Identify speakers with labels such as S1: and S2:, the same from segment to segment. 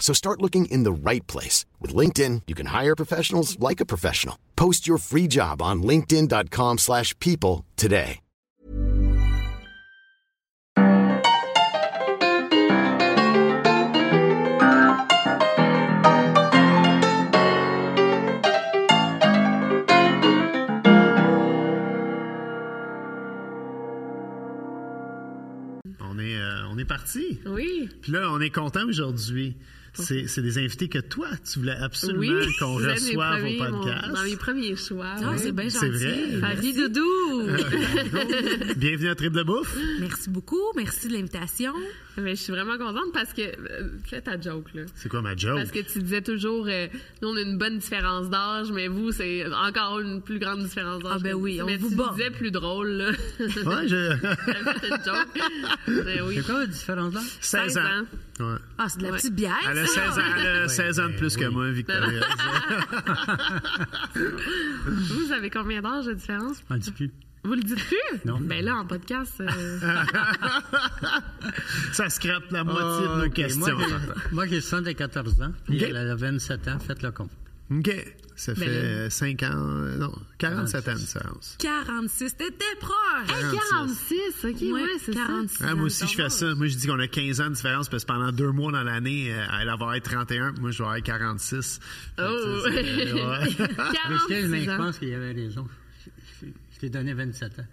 S1: So start looking in the right place. With LinkedIn, you can hire professionals like a professional. Post your free job on linkedin.com/people slash people today.
S2: On est, euh, on est parti.
S3: Oui.
S2: Puis là, on est content aujourd'hui. C'est, c'est des invités que toi, tu voulais absolument
S3: Oui,
S2: qu'on
S3: c'est l'un des
S2: reçoive au
S3: premiers, mon-
S2: podcast.
S3: dans les premiers soirs.
S4: Ah, c'est bien
S2: C'est
S4: gentil.
S2: vrai.
S3: Marie Doudou!
S2: Bienvenue à Trip de Bouffe.
S4: Merci beaucoup. Merci de l'invitation.
S3: Mais je suis vraiment contente parce que. euh, Fais ta joke, là.
S2: C'est quoi ma joke?
S3: Parce que tu disais toujours, euh, nous, on a une bonne différence d'âge, mais vous, c'est encore une plus grande différence d'âge.
S4: Ah, ben
S3: que-
S4: oui, on
S3: mais
S4: vous
S3: tu
S4: bat.
S3: disais plus drôle, là.
S2: Ouais, je-
S3: C'était une joke. Mais oui.
S5: C'est quoi la différence là?
S2: 16
S3: ans.
S2: ans. Ouais.
S4: Ah, c'est de la petite bière.
S2: Elle a
S4: ça?
S2: 16 ans, elle a 16 ans de plus que
S5: Ben
S2: moi, Victoria.
S3: Ben Vous avez combien d'âge de différence?
S5: On le dit Ah, plus.
S3: Vous le dites plus?
S5: Non.
S3: Ben là, en podcast, euh,
S2: Ah, Ça scrape la moitié de
S5: Ah,
S2: nos
S5: ok.
S2: questions.
S5: Moi, j'ai- Moi, j'ai 74 ans. puis
S2: Ok.
S5: Elle a 27 ans. Faites le compte.
S2: OK. Ça
S3: Ben
S2: fait 5 ans... euh, Non, 47 ans de séance.
S4: 46. T'étais proche.
S3: hey, 46, OK, ouais,
S4: Ah, Ouais,
S3: c'est ça.
S4: 46.
S2: Ah, moi aussi, je fais
S4: ans.
S2: ça. Moi, je dis qu'on a 15 ans de différence parce que pendant deux mois dans l'année, euh, elle va avoir 31. Moi, je vais avoir 46. Fait
S3: Oh!
S2: que, tu sais, c'est- euh, ouais.
S5: Michel,
S3: 46
S5: mais je
S3: ans.
S5: pense qu'il y avait raison. Je- je- Je t'ai donné 27 ans.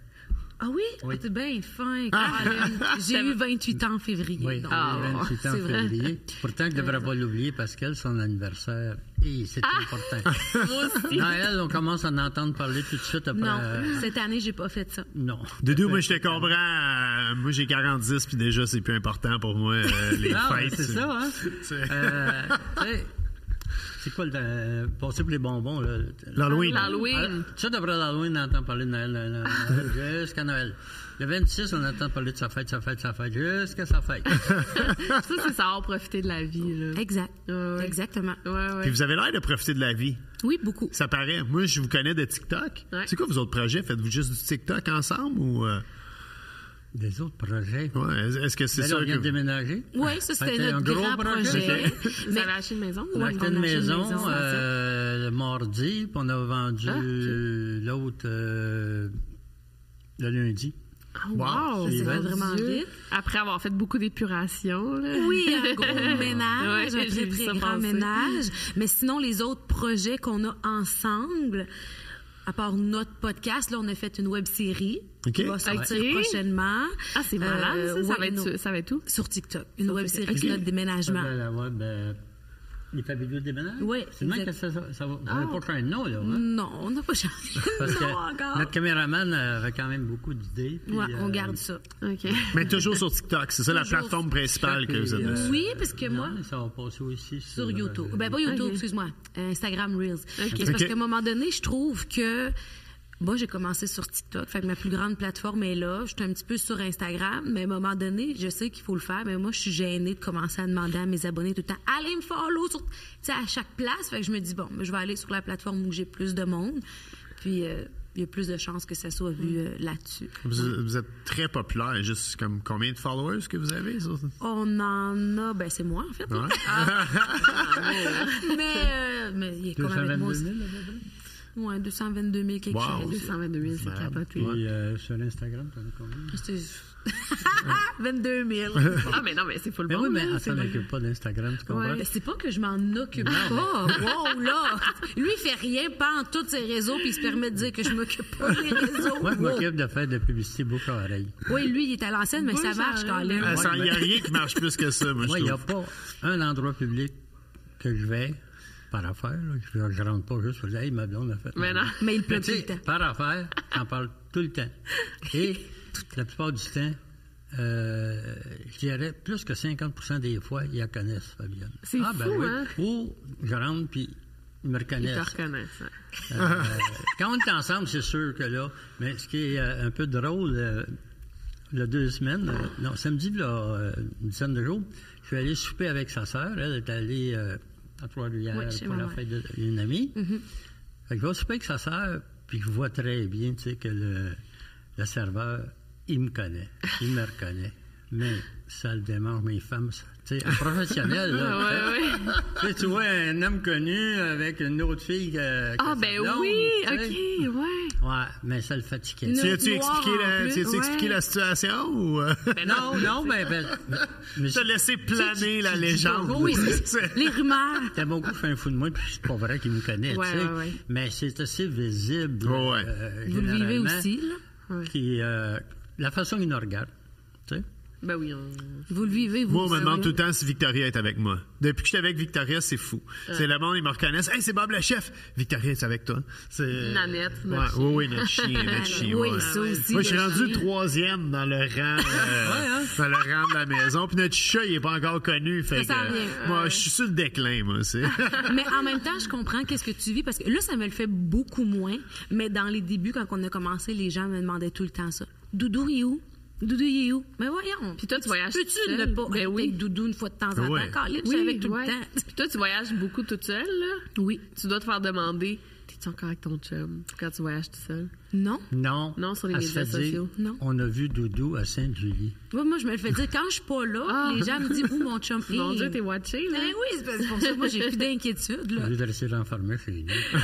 S4: Ah oui? Ah.
S5: Oui.
S4: T'es bien fin. Caroline. J'ai eu 28 ans en février.
S5: Oui,
S4: donc.
S5: on avait 28 ans
S4: c'est
S5: en
S4: vrai.
S5: février. Pourtant, je ne devrais pas l'oublier, Pascal, son anniversaire. Et c'est important.
S3: Moi aussi.
S5: Noël, on commence à en entendre parler tout de suite après.
S4: Non,
S5: euh,
S4: cette année, j'ai pas fait ça.
S5: non.
S2: Doudou, moi, je te comprends. Euh, moi, j'ai 46, puis déjà, c'est plus important pour moi, euh, les
S5: Non, mais
S2: fêtes.
S5: c'est ça, hein?
S2: C'est-
S5: Euh, tu sais, c'est quoi le. euh, Passer pour les bonbons, là.
S2: L'Halloween.
S3: L'Halloween.
S5: Ah, Ça, d'après l'Halloween, on entend parler de Noël, Noël, Noël, jusqu'à Noël. Le 26, on entend parler de sa fête, sa fête, sa fête, jusqu'à sa fête.
S3: ça, c'est savoir profiter de la vie, là.
S4: Exact.
S3: Ouais, ouais.
S4: Exactement.
S3: Ouais, ouais.
S2: Puis vous avez l'air de profiter de la vie.
S4: Oui, beaucoup.
S2: Ça paraît. Moi, je vous connais de TikTok.
S3: Ouais.
S2: C'est quoi vos autres projets? Faites-vous juste du TikTok ensemble ou... euh,
S5: Des autres projets.
S2: ouais, est- Est-ce que c'est
S5: Ben là,
S2: ça
S5: on vient
S2: que...
S5: de déménager.
S4: Oui, ça, c'était
S5: C'était un
S4: notre
S5: gros
S4: grand
S5: projet.
S4: projet.
S3: Euh, Vous avez acheté une maison?
S5: On a acheté
S4: on
S5: une
S4: a acheté une
S5: maison
S4: maison,
S5: euh, le mardi, puis on a vendu
S3: Ah, ok.
S5: euh, l'autre euh, le lundi.
S3: Oh, wow!
S5: c'est
S3: mon
S4: vraiment
S3: Dieu.
S4: vite.
S3: Après avoir fait beaucoup d'épuration. là.
S4: Oui, un gros ménage,
S3: Ouais,
S4: un
S3: j'ai
S4: très,
S3: vu
S4: très
S3: ça
S4: grand
S3: passer.
S4: ménage. Mais sinon, les autres projets qu'on a ensemble, à part notre podcast, là, on a fait une web-série
S2: Ok.
S4: qui va sortir
S3: Ok.
S4: prochainement.
S3: Ah, c'est malade,
S4: Euh,
S3: ça? Ça,
S4: ouais,
S3: va être,
S4: une-
S3: sur- ça va être où?
S4: Sur TikTok. Une web-série
S3: Ok.
S4: sur notre déménagement.
S5: Là, la web, euh, les pavillons déménagent.
S4: Oui,
S5: C'est le même que
S4: exact. Ah.
S5: ça, ça, ça va. On n'a pas créé un nom, là. hein?
S4: Non, on n'a pas changé.
S5: Parce
S4: non,
S5: que
S4: encore.
S5: notre caméraman euh, avait quand même beaucoup d'idées. puis,
S4: Oh, Ouais, on
S5: euh,
S4: garde ça.
S3: OK.
S2: Mais toujours sur TikTok. C'est ça la
S4: Toujours
S2: plateforme
S4: sur
S2: principale que
S5: TikTok
S2: vous
S5: et,
S2: êtes
S5: euh,
S2: dessus.
S4: Oui, parce que moi,
S5: non, ça va passer aussi sur,
S4: Sur YouTube.
S5: euh,
S4: Ben, pas YouTube,
S3: Ok.
S4: excuse-moi. Instagram Reels. C'est
S3: Ok.
S4: parce
S2: Ok.
S4: qu'à un moment donné, je trouve que. Moi, j'ai commencé sur TikTok. Fait que ma plus grande plateforme est là. Je suis un petit peu sur Instagram. Mais à un moment donné, je sais qu'il faut le faire. Mais moi, je suis gênée de commencer à demander à mes abonnés tout le temps allez me follow sur, tu sais, à chaque place. Fait que je me dis bon, mais je vais aller sur la plateforme où j'ai plus de monde. Puis, euh, il y a plus de chances que ça soit vu euh, là-dessus.
S2: Vous, vous êtes très populaire. Juste comme combien de followers que vous avez? sur-
S4: On en a. Ben, c'est moi, en fait.
S2: Ouais.
S4: mais, euh, mais il est quand même avec moi
S5: 222
S4: aussi.
S5: 000, à peu près.
S4: Ouais, 222 000 quelque
S2: Wow.
S4: chose.
S3: 222 000, c'est capoté.
S5: Puis euh, sur Instagram, t'en as combien?
S4: C'est- 22 000.
S3: Ah, mais non, mais c'est full
S5: Mais
S3: bon.
S5: oui, mais
S3: là, c'est
S5: attends,
S3: vrai.
S5: n'occupe pas d'Instagram, tu comprends?
S4: Mais c'est pas que je m'en occupe pas. Wow, là! Lui, il fait rien, pas en tous ses réseaux, puis il se permet de dire que je m'occupe pas des réseaux.
S5: Moi, je
S4: Wow.
S5: m'occupe de faire de la publicité bouche à oreille.
S4: Oui, lui, il est à l'ancienne, mais
S3: Oui,
S4: ça
S3: ça
S4: marche
S3: arrive.
S4: quand même.
S2: Ah, ça,
S5: Ouais,
S2: Il n'y a rien qui marche plus que ça, moi,
S5: Moi,
S2: je
S5: il n'y a
S2: trouve.
S5: pas un endroit public que je vais par affaire. là. Je ne rentre pas juste pour dire, hey, ma blonde a fait.
S3: Mais non.
S4: Mais il pleut tout
S5: tu
S4: le
S5: sais,
S4: temps.
S5: Par affaire, j'en parle tout le temps. Et la plupart du temps, euh, je dirais plus que 50 des fois, ils la connaissent, Fabienne.
S3: C'est
S5: ah, ben
S3: fou,
S5: oui.
S3: hein?
S5: Ou je rentre, puis ils me
S3: Ils te
S5: reconnaissent.
S3: reconnaissent. ouais.
S5: Euh, quand on est ensemble, c'est sûr que là. Mais ce qui est euh, un peu drôle, euh, il y a deux semaines, euh, non, samedi, il y a euh, une dizaine de jours, je suis allé souper avec sa sœur. Elle est allée euh, à Trois-Rivières
S4: Oui, chez
S5: pour
S4: ma
S5: la
S4: mère.
S5: fête de- d'une amie. Fait que je vais souper avec sa sœur, puis je vois très bien, tu sais, que le, le serveur, il me connaît. Il me reconnaît. Mais ça le démarre, mes femmes, ça. Tu sais, un professionnel, là.
S3: Ah, ouais, ouais.
S5: Tu sais, tu vois un homme connu avec une autre fille. que- que
S3: Ah,
S5: sa
S3: ben
S5: blonde,
S3: oui,
S5: tu sais.
S3: ok, ouais.
S5: Ouais, mais ça le
S2: Tu
S5: fatiguait.
S4: Noir
S2: as-tu expliqué,
S4: en
S2: la,
S4: plus,
S2: tu as-tu
S4: ouais.
S2: expliqué la situation ou. euh,
S5: Non, non, mais. ben, mais
S2: T'as laissé planer la
S5: tu dis
S2: légende.
S5: bonjour, oui,
S2: C'est-
S4: Les rumeurs.
S5: T'as beaucoup fait un fou de moi, puis c'est pas vrai qu'il me connaît,
S3: Ouais,
S5: tu sais.
S3: ouais, ouais.
S5: Mais c'est assez visible.
S2: Ouais, ouais.
S5: euh,
S4: Vous le vivez
S5: généralement,
S4: aussi, là?
S5: qui, euh, la façon qu'il nous regarde, tu sais.
S3: Ben oui, on...
S4: Vous le vivez, vous
S2: Moi, on me
S4: aussi.
S2: demande tout le temps si Victoria est avec moi. Depuis que je suis avec Victoria, c'est fou. C'est le monde, ils me reconnaissent. Hey, c'est Bob le chef. Victoria, c'est avec toi. C'est...
S3: Nanette, notre
S2: Ouais,
S3: chien.
S2: Oui, oui, notre chien, notre chien.
S4: Oui,
S2: ouais.
S4: ça aussi,
S2: Moi, je suis
S4: le
S2: rendu
S4: chien.
S2: troisième dans le rang, euh,
S3: hein?
S2: dans le rang de la maison. Puis notre chat, il est pas encore connu. Fait
S4: Ça
S2: que,
S4: sent bien.
S2: moi, je suis sur le déclin, moi. C'est...
S4: Mais en même temps, je comprends qu'est-ce que tu vis parce que là, ça me le fait beaucoup moins. Mais dans les débuts, quand on a commencé, les gens me demandaient tout le temps ça. Doudou, il est où? Doudou, il est où? Mais voyons.
S3: Puis toi, tu voyages
S4: Peux-tu
S3: toute
S4: ne
S3: seule?
S4: pas
S3: Ben
S4: être
S3: oui.
S4: avec Doudou une fois de temps en temps?
S2: Ouais.
S4: Encore, là, je suis avec tout le temps.
S3: Puis toi, tu voyages beaucoup toute seule, là?
S4: Oui.
S3: Tu dois te faire demander, t'es-tu encore avec ton chum quand tu voyages tout seul?
S4: Non?
S5: Non.
S3: Non, sur les
S5: elle se
S3: médias
S5: fait dire,
S3: sociaux,
S4: non.
S5: On a vu Doudou à Sainte-Julie.
S4: Moi, moi, je me le fais dire, quand je suis pas là,
S3: Ah.
S4: les gens me disent où mon chum est.
S3: Mon Dieu, t'es watché, là?
S4: Mais Hmm. Eh oui, c'est parce- c'est pour ça que moi, j'ai plus d'inquiétude.
S5: Au
S4: là.
S5: lieu de laisser l'enfermer chez nous.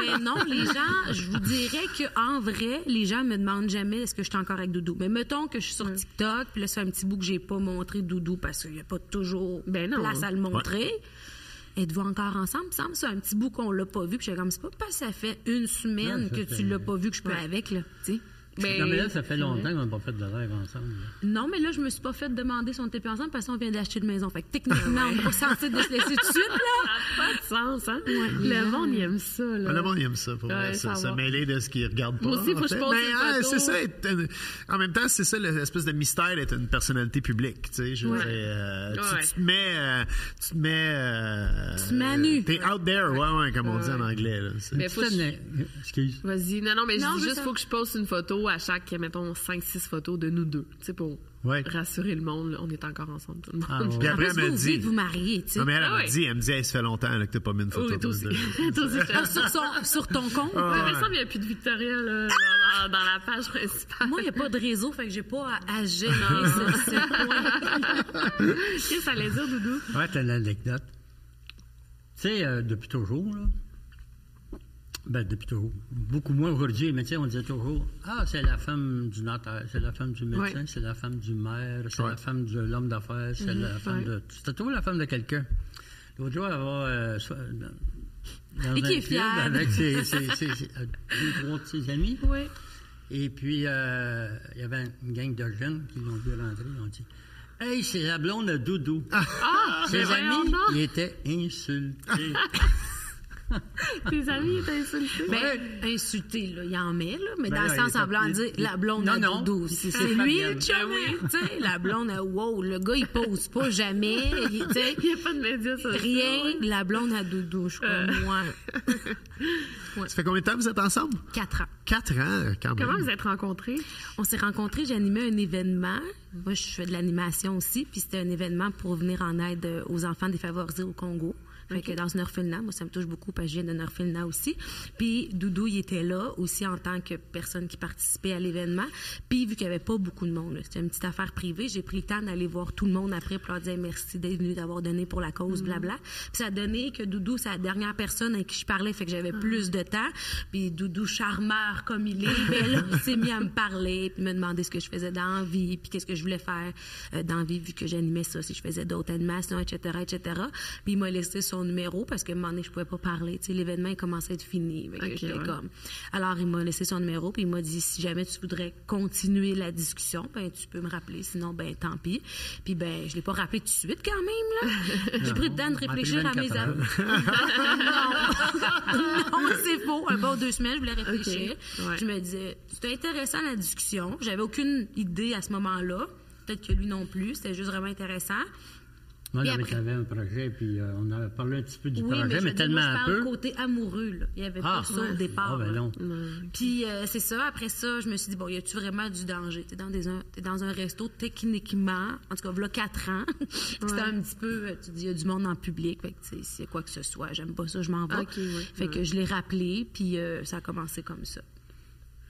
S4: Mais non, les gens, je vous dirais qu'en vrai, les gens me demandent jamais est-ce que je suis encore avec Doudou. Mais mettons que je suis sur TikTok, puis là, c'est un petit bout que j'ai pas montré Doudou parce qu'il n'y a pas toujours
S3: Ben non.
S4: place à le montrer. Êtes-vous encore ensemble? Il me semble que c'est un petit bout qu'on l'a pas vu. Puis j'ai comme, c'est pas parce que ça fait une semaine
S5: Non, ça
S4: que
S5: fait-
S4: tu l'as pas vu que je peux avec, là. tu sais.
S3: Mais-
S5: Non, mais là, ça fait longtemps qu'on n'a pas fait de live ensemble. là.
S4: Non, mais là, je me suis pas fait demander si on était plus ensemble parce qu'on vient d'acheter une maison. Fait que techniquement, on n'est pas censé de se laisser tout de
S3: Ça
S4: suite, là.
S3: n'a pas de sens, hein? Le monde, il aime ça, là.
S2: Le monde il aime ça, pour vrai,
S3: Ouais,
S2: ça,
S3: savoir.
S2: se mêler de ce qu'ils regardent pas.
S3: Moi aussi,
S2: en
S3: faut que je
S2: fait.
S3: pose
S2: Mais,
S3: des
S2: ah,
S3: photos.
S2: c'est ça. être une- En même temps, c'est ça l'espèce de mystère d'être une personnalité publique. Tu sais, je veux
S3: Ouais.
S2: dire, euh, tu-
S3: Ouais.
S2: tu, te mets, euh, tu te mets, euh,
S4: te mets à nu.
S2: T'es out there, ouais, ouais, comme on dit en anglais. là. C'est-
S3: Mais faut que je-
S5: Mais- Excuse.
S3: Vas-y. Non, non, mais
S4: Non,
S3: je dis
S4: je
S3: juste,
S4: sais.
S3: faut que je poste une photo à chaque, mettons, 5-6 photos de nous deux. Tu sais, pour
S2: Ouais.
S3: rassurer le monde, là, on est encore ensemble, tout le monde.
S5: Ah, ouais.
S2: Puis
S4: En
S2: après,
S4: plus,
S2: elle me
S4: vous venez
S2: dit.
S4: de vous marier, tu sais.
S2: Non, mais elle, elle
S3: Ah
S2: m'a
S3: ouais.
S2: dit, elle me dit, Hey, ça fait longtemps là, que t'as pas mis une photo.
S3: Oui, toi aussi.
S2: de-
S3: Toi aussi, je te-
S4: Sur son, sur ton compte.
S5: Ah,
S3: Ouais, il me semble qu'il n'y a plus de Victoria là, dans, dans- dans la page principale.
S4: Moi, il n'y a pas de réseau, fait que j'ai pas à, à gérer ce, ce point.
S3: Qu'est-ce que ça allait dire, Doudou?
S5: Ouais, t'as une anecdote. Tu sais, euh, depuis toujours, là. Ben, depuis toujours. Beaucoup moins aujourd'hui, mais tu sais, on disait toujours Ah, c'est la femme du notaire, c'est la femme du médecin,
S3: Ouais.
S5: c'est la femme du maire, c'est
S2: Ouais.
S5: la femme de l'homme d'affaires, c'est la femme
S3: ouais.
S5: de. C'était toujours la femme de quelqu'un. L'autre jour, elle va. euh, so- dans, dans
S4: Et qui
S5: un
S4: est
S5: club
S4: fiable.
S5: Avec ses, ses- ses- ses- euh, deux, trois de ses amis.
S4: Oui.
S5: Et puis, euh, il y avait une gang de jeunes qui l'ont vu rentrer. Ils ont dit Hey, c'est la blonde de Doudou.
S3: Ah,
S5: Ses
S3: mais voyons
S5: amis,
S3: donc.
S5: ils étaient insultés.
S4: Ah.
S3: Tes amis étaient insultés.
S4: Ben, insulté, là, il en met, là, mais
S5: Ben
S4: dans
S5: là,
S4: le sens
S5: il est
S4: semblant de
S5: pas-
S4: dire
S5: il-
S4: la blonde
S5: Non,
S4: à
S5: non,
S4: doudou. C'est
S5: c'est- c'est
S4: lui
S5: Fabienne.
S4: le chum,
S3: Ben
S4: tu sais, la blonde à wow, le gars, il pose pas jamais, il- tu sais,
S3: Il n'y a pas de médias sociaux.
S4: rien, la blonde à doudou, je crois, moi,
S2: Ça fait combien de temps que vous êtes ensemble?
S4: quatre ans.
S2: Quatre ans, quand même.
S3: Comment vous êtes rencontrés?
S4: On s'est rencontrés, j'animais un événement. Moi, je fais de l'animation aussi, puis c'était un événement pour venir en aide euh, aux enfants défavorisés au Congo. Fait que dans une orphelinat, moi, ça me touche beaucoup parce que je viens d'un orphelinat aussi. Puis Doudou, il était là aussi en tant que personne qui participait à l'événement. Puis vu qu'il n'y avait pas beaucoup de monde, là, c'était une petite affaire privée, j'ai pris le temps d'aller voir tout le monde après pour leur dire merci d'être venu, d'avoir donné pour la
S3: Mm.
S4: cause, blabla. Puis ça a donné que Doudou, c'est la dernière personne avec qui je parlais, fait que
S3: Mm.
S4: j'avais plus de temps. Puis Doudou, charmeur comme il est, ben là, il s'est mis à me parler, puis me demander ce que je faisais dans la vie, puis qu'est-ce que je voulais faire euh, dans la vie, vu que j'animais ça, si je faisais d'autres animations, etc., etc. Puis il m'a laissé son numéro parce que un moment donné, je pouvais pas parler. Tu sais, l'événement, il commençait à être fini. Fait que
S3: Ok,
S4: j'étais
S3: ouais.
S4: comme- Alors, il m'a laissé son numéro, puis il m'a dit, si jamais tu voudrais continuer la discussion, ben tu peux me rappeler, sinon, ben tant pis. Puis ben, je l'ai pas rappelé tout de suite quand même, là. J'ai pris le temps de
S5: pris
S4: réfléchir à mes
S5: 24 heures.
S4: amis. non, non c'est faux. Un bon deux semaines, je voulais réfléchir.
S3: Ok, ouais.
S4: Je me disais, c'était intéressant la discussion. J'avais aucune idée à ce moment-là. Peut-être que lui non plus. C'était juste vraiment intéressant.
S5: Moi,
S4: Puis
S5: j'avais
S4: après-
S5: j'avais un projet, puis euh, on a parlé un petit peu du
S4: oui,
S5: projet, mais,
S4: mais, je veux dire, moi,
S5: tellement
S4: je
S5: peu.
S4: parle côté amoureux. là. Il y avait pas ça au départ.
S5: Ah, ben
S4: là.
S5: non.
S4: Puis euh, c'est ça, après ça, je me suis dit, bon, y a-tu vraiment du danger? T'es dans, des, un- t'es dans un resto techniquement, en tout cas, voilà quatre ans. C'était un petit peu, euh, tu dis, y a du monde en public, fait que tu sais, s'il y a quoi que ce soit, j'aime pas ça, je m'en vais.
S3: Ok, ouais,
S4: fait que je l'ai rappelé, puis euh, ça a commencé comme ça.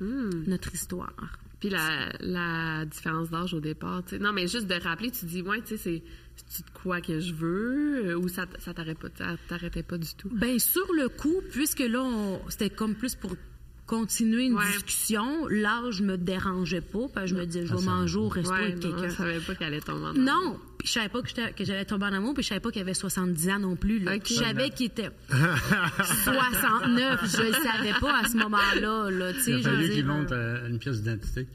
S3: Hmm.
S4: Notre histoire.
S3: Puis la, la différence d'âge au départ, tu sais. Non, mais juste de rappeler, tu dis, ouais, tu sais, c'est c'est-tu de quoi que je veux euh, ou ça, t- ça t'arrête pas- ça t'arrêtait pas du tout.
S4: Ben sur le coup, puisque là, on- c'était comme plus pour continuer une
S3: Ouais.
S4: discussion, l'âge me dérangeait pas, parce que je me disais, je vais manger au resto
S3: Ouais,
S4: avec
S3: non,
S4: quelqu'un.
S3: je savais pas qu'elle allait tomber en amour.
S4: Non, puis je savais pas que, j'étais- que j'allais tomber en amour, puis je savais pas qu'il avait 70 ans non plus. là.
S3: Ok.
S4: Je savais qu'il était 69, je le savais pas à ce moment-là. Là, tu sais,
S5: Il a
S4: je veux
S5: fallu qu'ils
S4: dire,
S5: montent euh, une pièce d'identité.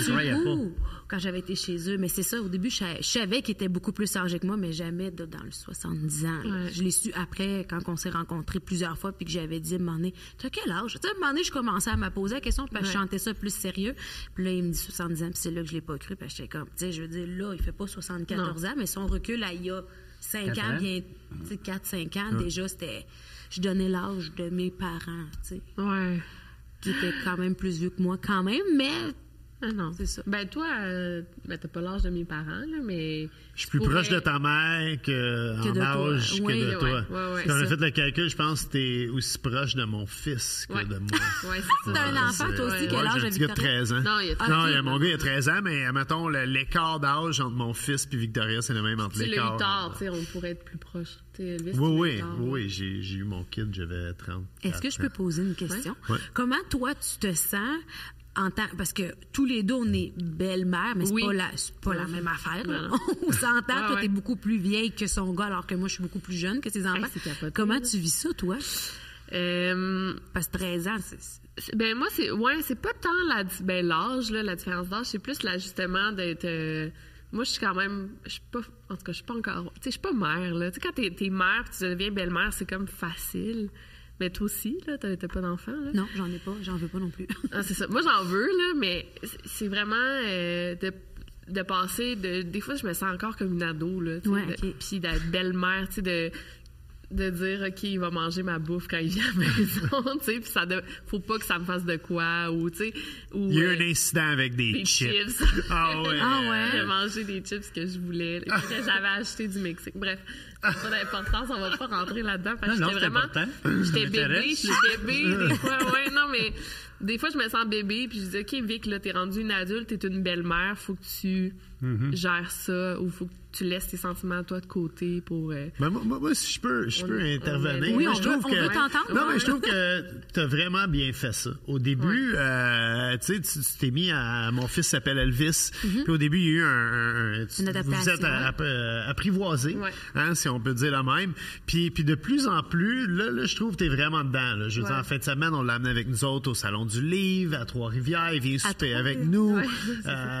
S5: Je croyais pas.
S4: Ouh, quand j'avais été chez eux. Mais c'est ça, au début, je savais- je savais qu'il était beaucoup plus âgé que moi, mais jamais de- dans le 70 ans. là.
S3: Ouais.
S4: Je l'ai su après, quand on s'est rencontrés plusieurs fois, puis que j'avais dit, à un moment donné, t'as quel âge? Tu sais, à un moment donné, je commençais à me poser la question, puis je
S3: Ouais.
S4: chantais ça plus sérieux. Puis là, il me dit 70 ans, puis c'est là que je l'ai pas cru, puis j'étais comme, tu sais, je veux dire, là, il fait pas 74 ans, mais son recul, là, il y a 5
S5: Quatre
S4: ans,
S5: ans.
S4: bien, tu sais, 4-5 ans, déjà, c'était. Je donnais l'âge de mes parents, tu sais,
S3: Ouais.
S4: qui étaient quand même plus vieux que moi, quand même, mais
S3: Ah non.
S4: C'est ça.
S3: Ben toi, euh, ben t'as pas l'âge de mes parents, là, mais.
S2: Je suis
S3: tu
S2: plus
S3: pourrais-
S2: proche de ta mère que,
S4: Que
S2: en
S4: de toi.
S2: âge que
S4: Oui,
S2: de
S3: ouais,
S2: toi.
S3: ouais, ouais,
S2: Quand on
S3: c'est
S2: a
S3: ça.
S2: fait le calcul, je pense que t'es aussi proche de mon fils que
S3: Ouais.
S2: de moi.
S3: Ouais, c'est
S4: T'as
S3: ça.
S4: un enfant, toi aussi,
S3: Ouais.
S4: quel
S2: Ouais,
S4: âge
S2: j'ai
S4: a
S2: un petit gars de
S4: Victoria?
S2: 13 ans.
S3: Non, il y a-
S4: Ah,
S2: Non,
S4: ok.
S2: il y a- mon gars, il a 13 ans, mais mettons, le- l'écart d'âge entre mon fils et Victoria, c'est le même entre
S3: Tu l'as
S2: l'écart.
S3: eu tard, tu sais, on pourrait être plus proche. Tu sais, Elvis, tu l'as
S2: Oui,
S3: eu
S2: oui,
S3: tard.
S2: oui, oui, j'ai j'ai eu mon kid, j'avais 30.
S4: Est-ce que je peux poser une question?
S2: Ouais.
S4: Comment toi, tu te sens en tant. Parce que tous les deux, on est belle-mère, mais c'est
S3: Oui.
S4: pas, la, c'est pas la même affaire. là.
S3: Non, non.
S4: on s'entend,
S3: Ouais,
S4: toi,
S3: ouais.
S4: t'es beaucoup plus vieille que son gars, alors que moi, je suis beaucoup plus jeune que ses enfants.
S3: c'est capoté,
S4: Comment
S3: là.
S4: tu vis ça, toi?
S3: Euh,
S4: Parce que 13 ans, c'est. c'est-
S3: C'est- Ben moi c'est ouais, c'est pas tant la di- ben l'âge là, la différence d'âge, c'est plus l'ajustement d'être euh, moi je suis quand même je suis pas en tout cas je suis pas encore tu sais je suis pas mère là. Tu sais quand t'es t'es mère, puis tu deviens belle-mère, c'est comme facile. Mais toi aussi là, t'as t'as pas d'enfant là.
S4: Non, j'en ai pas, j'en veux pas non plus.
S3: Ah, c'est ça. Moi, j'en veux, là, mais c'est- c'est vraiment euh, de, de passer. De, des fois, je me sens encore comme une ado, là. tu sais,
S4: Ouais,
S3: de-
S4: ok.
S3: Puis d'être belle-mère, tu sais, de, de dire, OK, il va manger ma bouffe quand il vient à la maison, tu sais, puis ça de, faut pas que ça me fasse de quoi, ou, tu sais. ou,
S2: Il y a
S3: euh,
S2: eu un incident avec des,
S3: des
S2: chips.
S3: chips.
S2: Ah ouais.
S4: Ah ouais?
S3: J'ai mangé des chips que je voulais, que j'avais acheté du Mexique. Bref, ça n'a pas d'importance, on va pas rentrer là-dedans. parce que
S5: Non, non,
S3: j'étais
S5: c'est
S3: vraiment.
S5: important.
S3: J'étais
S5: Ça
S3: bébé, je
S5: m'intéresse.
S3: suis bébé. Des fois, ouais, non, mais des fois, je me sens bébé, puis je dis, OK, Vic, là, t'es rendue une adulte, t'es une belle-mère, faut que tu gères ça, ou faut que tu laisses tes sentiments à toi de côté pour. euh,
S2: Mais Ben, moi, moi- moi, si je peux, je peux
S3: on-
S2: intervenir.
S3: on-
S4: Oui,
S2: Moi,
S4: on
S2: je
S4: veut-
S2: trouve
S4: on
S2: que-
S4: veut t'entendre.
S2: Non, mais je
S4: Ouais.
S2: trouve que t'as vraiment bien fait ça. Au début, euh, tu sais, tu tu t'es mis à... Mon fils s'appelle Elvis. Puis au début, il y a eu un... un- tu-
S4: Mhm. Une
S2: Vous
S4: adaptation,
S2: êtes à- à- euh, apprivoisé,
S3: Ouais.
S2: hein, si on peut dire la même. Puis, puis de plus en plus, là, là, je trouve que t'es vraiment dedans. là. Je veux
S3: Ouais.
S2: dire, en fin de semaine, on l'a amené avec nous autres au Salon du Livre, à Trois-Rivières. Il vient souper avec nous. Euh,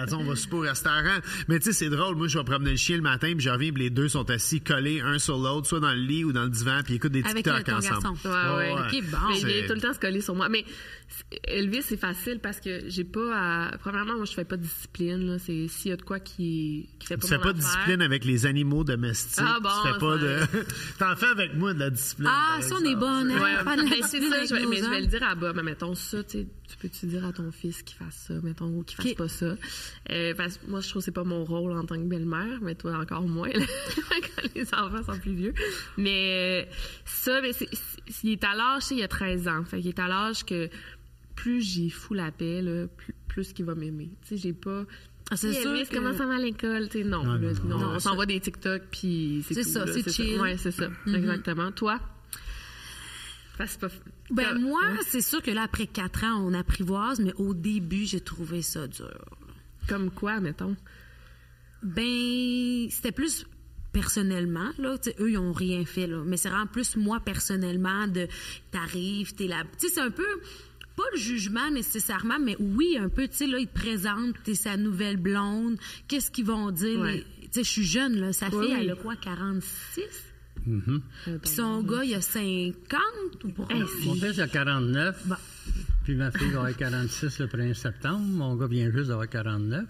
S2: tu sais, on va souper au restaurant. Mais tu sais, c'est drôle. Moi, je vais promener le chien le matin, puis je reviens, puis les deux sont assis collés un sur l'autre, soit dans le lit ou dans le divan, puis ils écoutent des
S4: Avec
S2: TikTok
S4: ton
S2: ensemble.
S4: garçon.
S3: Ouais, ouais.
S4: Ok, bon.
S3: Mais il
S2: C'est-
S3: vient tout le temps se coller sur moi. Mais c'est- Elvis, c'est facile parce que j'ai pas à. Premièrement, moi, je fais pas de discipline. là. C'est s'il y a de quoi qui, qui fait pas
S2: Tu fais
S3: mon
S2: pas de
S3: affaire.
S2: discipline avec les animaux domestiques.
S3: Ah, bon,
S2: tu fais pas
S3: ça-
S2: de. T'en fais avec moi de la discipline.
S4: Ah,
S2: par
S4: ça, on est
S2: exemple.
S4: bonne, hein?
S3: Ouais,
S4: Faire de la
S3: mais Ben, c'est
S4: discipline
S3: ça,
S4: avec
S3: je vais,
S4: nos
S3: mais je vais
S4: hommes.
S3: le dire à Bob, mais mettons ça, tu sais, tu sais, tu peux-tu dire à ton fils qu'il fasse ça, mettons, ou qu'il fasse
S4: Qui-
S3: pas ça? Euh, parce que moi, je trouve que c'est pas mon rôle en tant que belle-mère, mais toi encore moins, là, quand les enfants sont plus vieux. Mais euh, ça, mais c'est, c'est- il est à l'âge, tu sais, il a 13 ans. Fait qu'il est à l'âge que plus j'y fous la paix, là, plus, plus qu'il va m'aimer. Tu sais, j'ai pas.
S4: Ah, c'est
S3: Hey,
S4: sûr
S3: Elvis,
S4: que-
S3: comment ça va à l'école? Tu sais, non, là, non, on
S4: ça-
S3: s'envoie des TikTok, puis c'est
S4: C'est
S3: tout,
S4: ça,
S3: là,
S4: c'est chill. Mm-hmm.
S3: Ouais, c'est ça, exactement. Toi? Parce que c'est pas...
S4: Ben,
S3: Toi-
S4: moi, c'est sûr que là, après quatre ans, on apprivoise, mais au début, j'ai trouvé ça dur.
S3: Comme quoi, mettons?
S4: Ben, c'était plus personnellement, là. Tu sais, eux, ils ont rien fait, là. Mais c'est vraiment plus moi, personnellement, de t'arrives, t'es là. Tu sais, c'est un peu. Pas le jugement nécessairement, mais oui, un peu, tu sais, là, ils te présentent, t'es sa nouvelle blonde, qu'est-ce qu'ils vont dire?
S3: Ouais.
S4: les- Tu sais, je suis jeune, là, sa
S3: Oui,
S4: fille,
S3: oui. Euh, ben,
S4: elle a quoi, 46?
S5: Mm-hmm.
S4: Puis son gars, il a 50 ou
S3: Eh,
S4: pour
S5: Mon fils a 49.
S4: Bon.
S5: Puis ma fille va avoir 46 le 1er septembre. Mon gars vient juste d'avoir Ben, 49.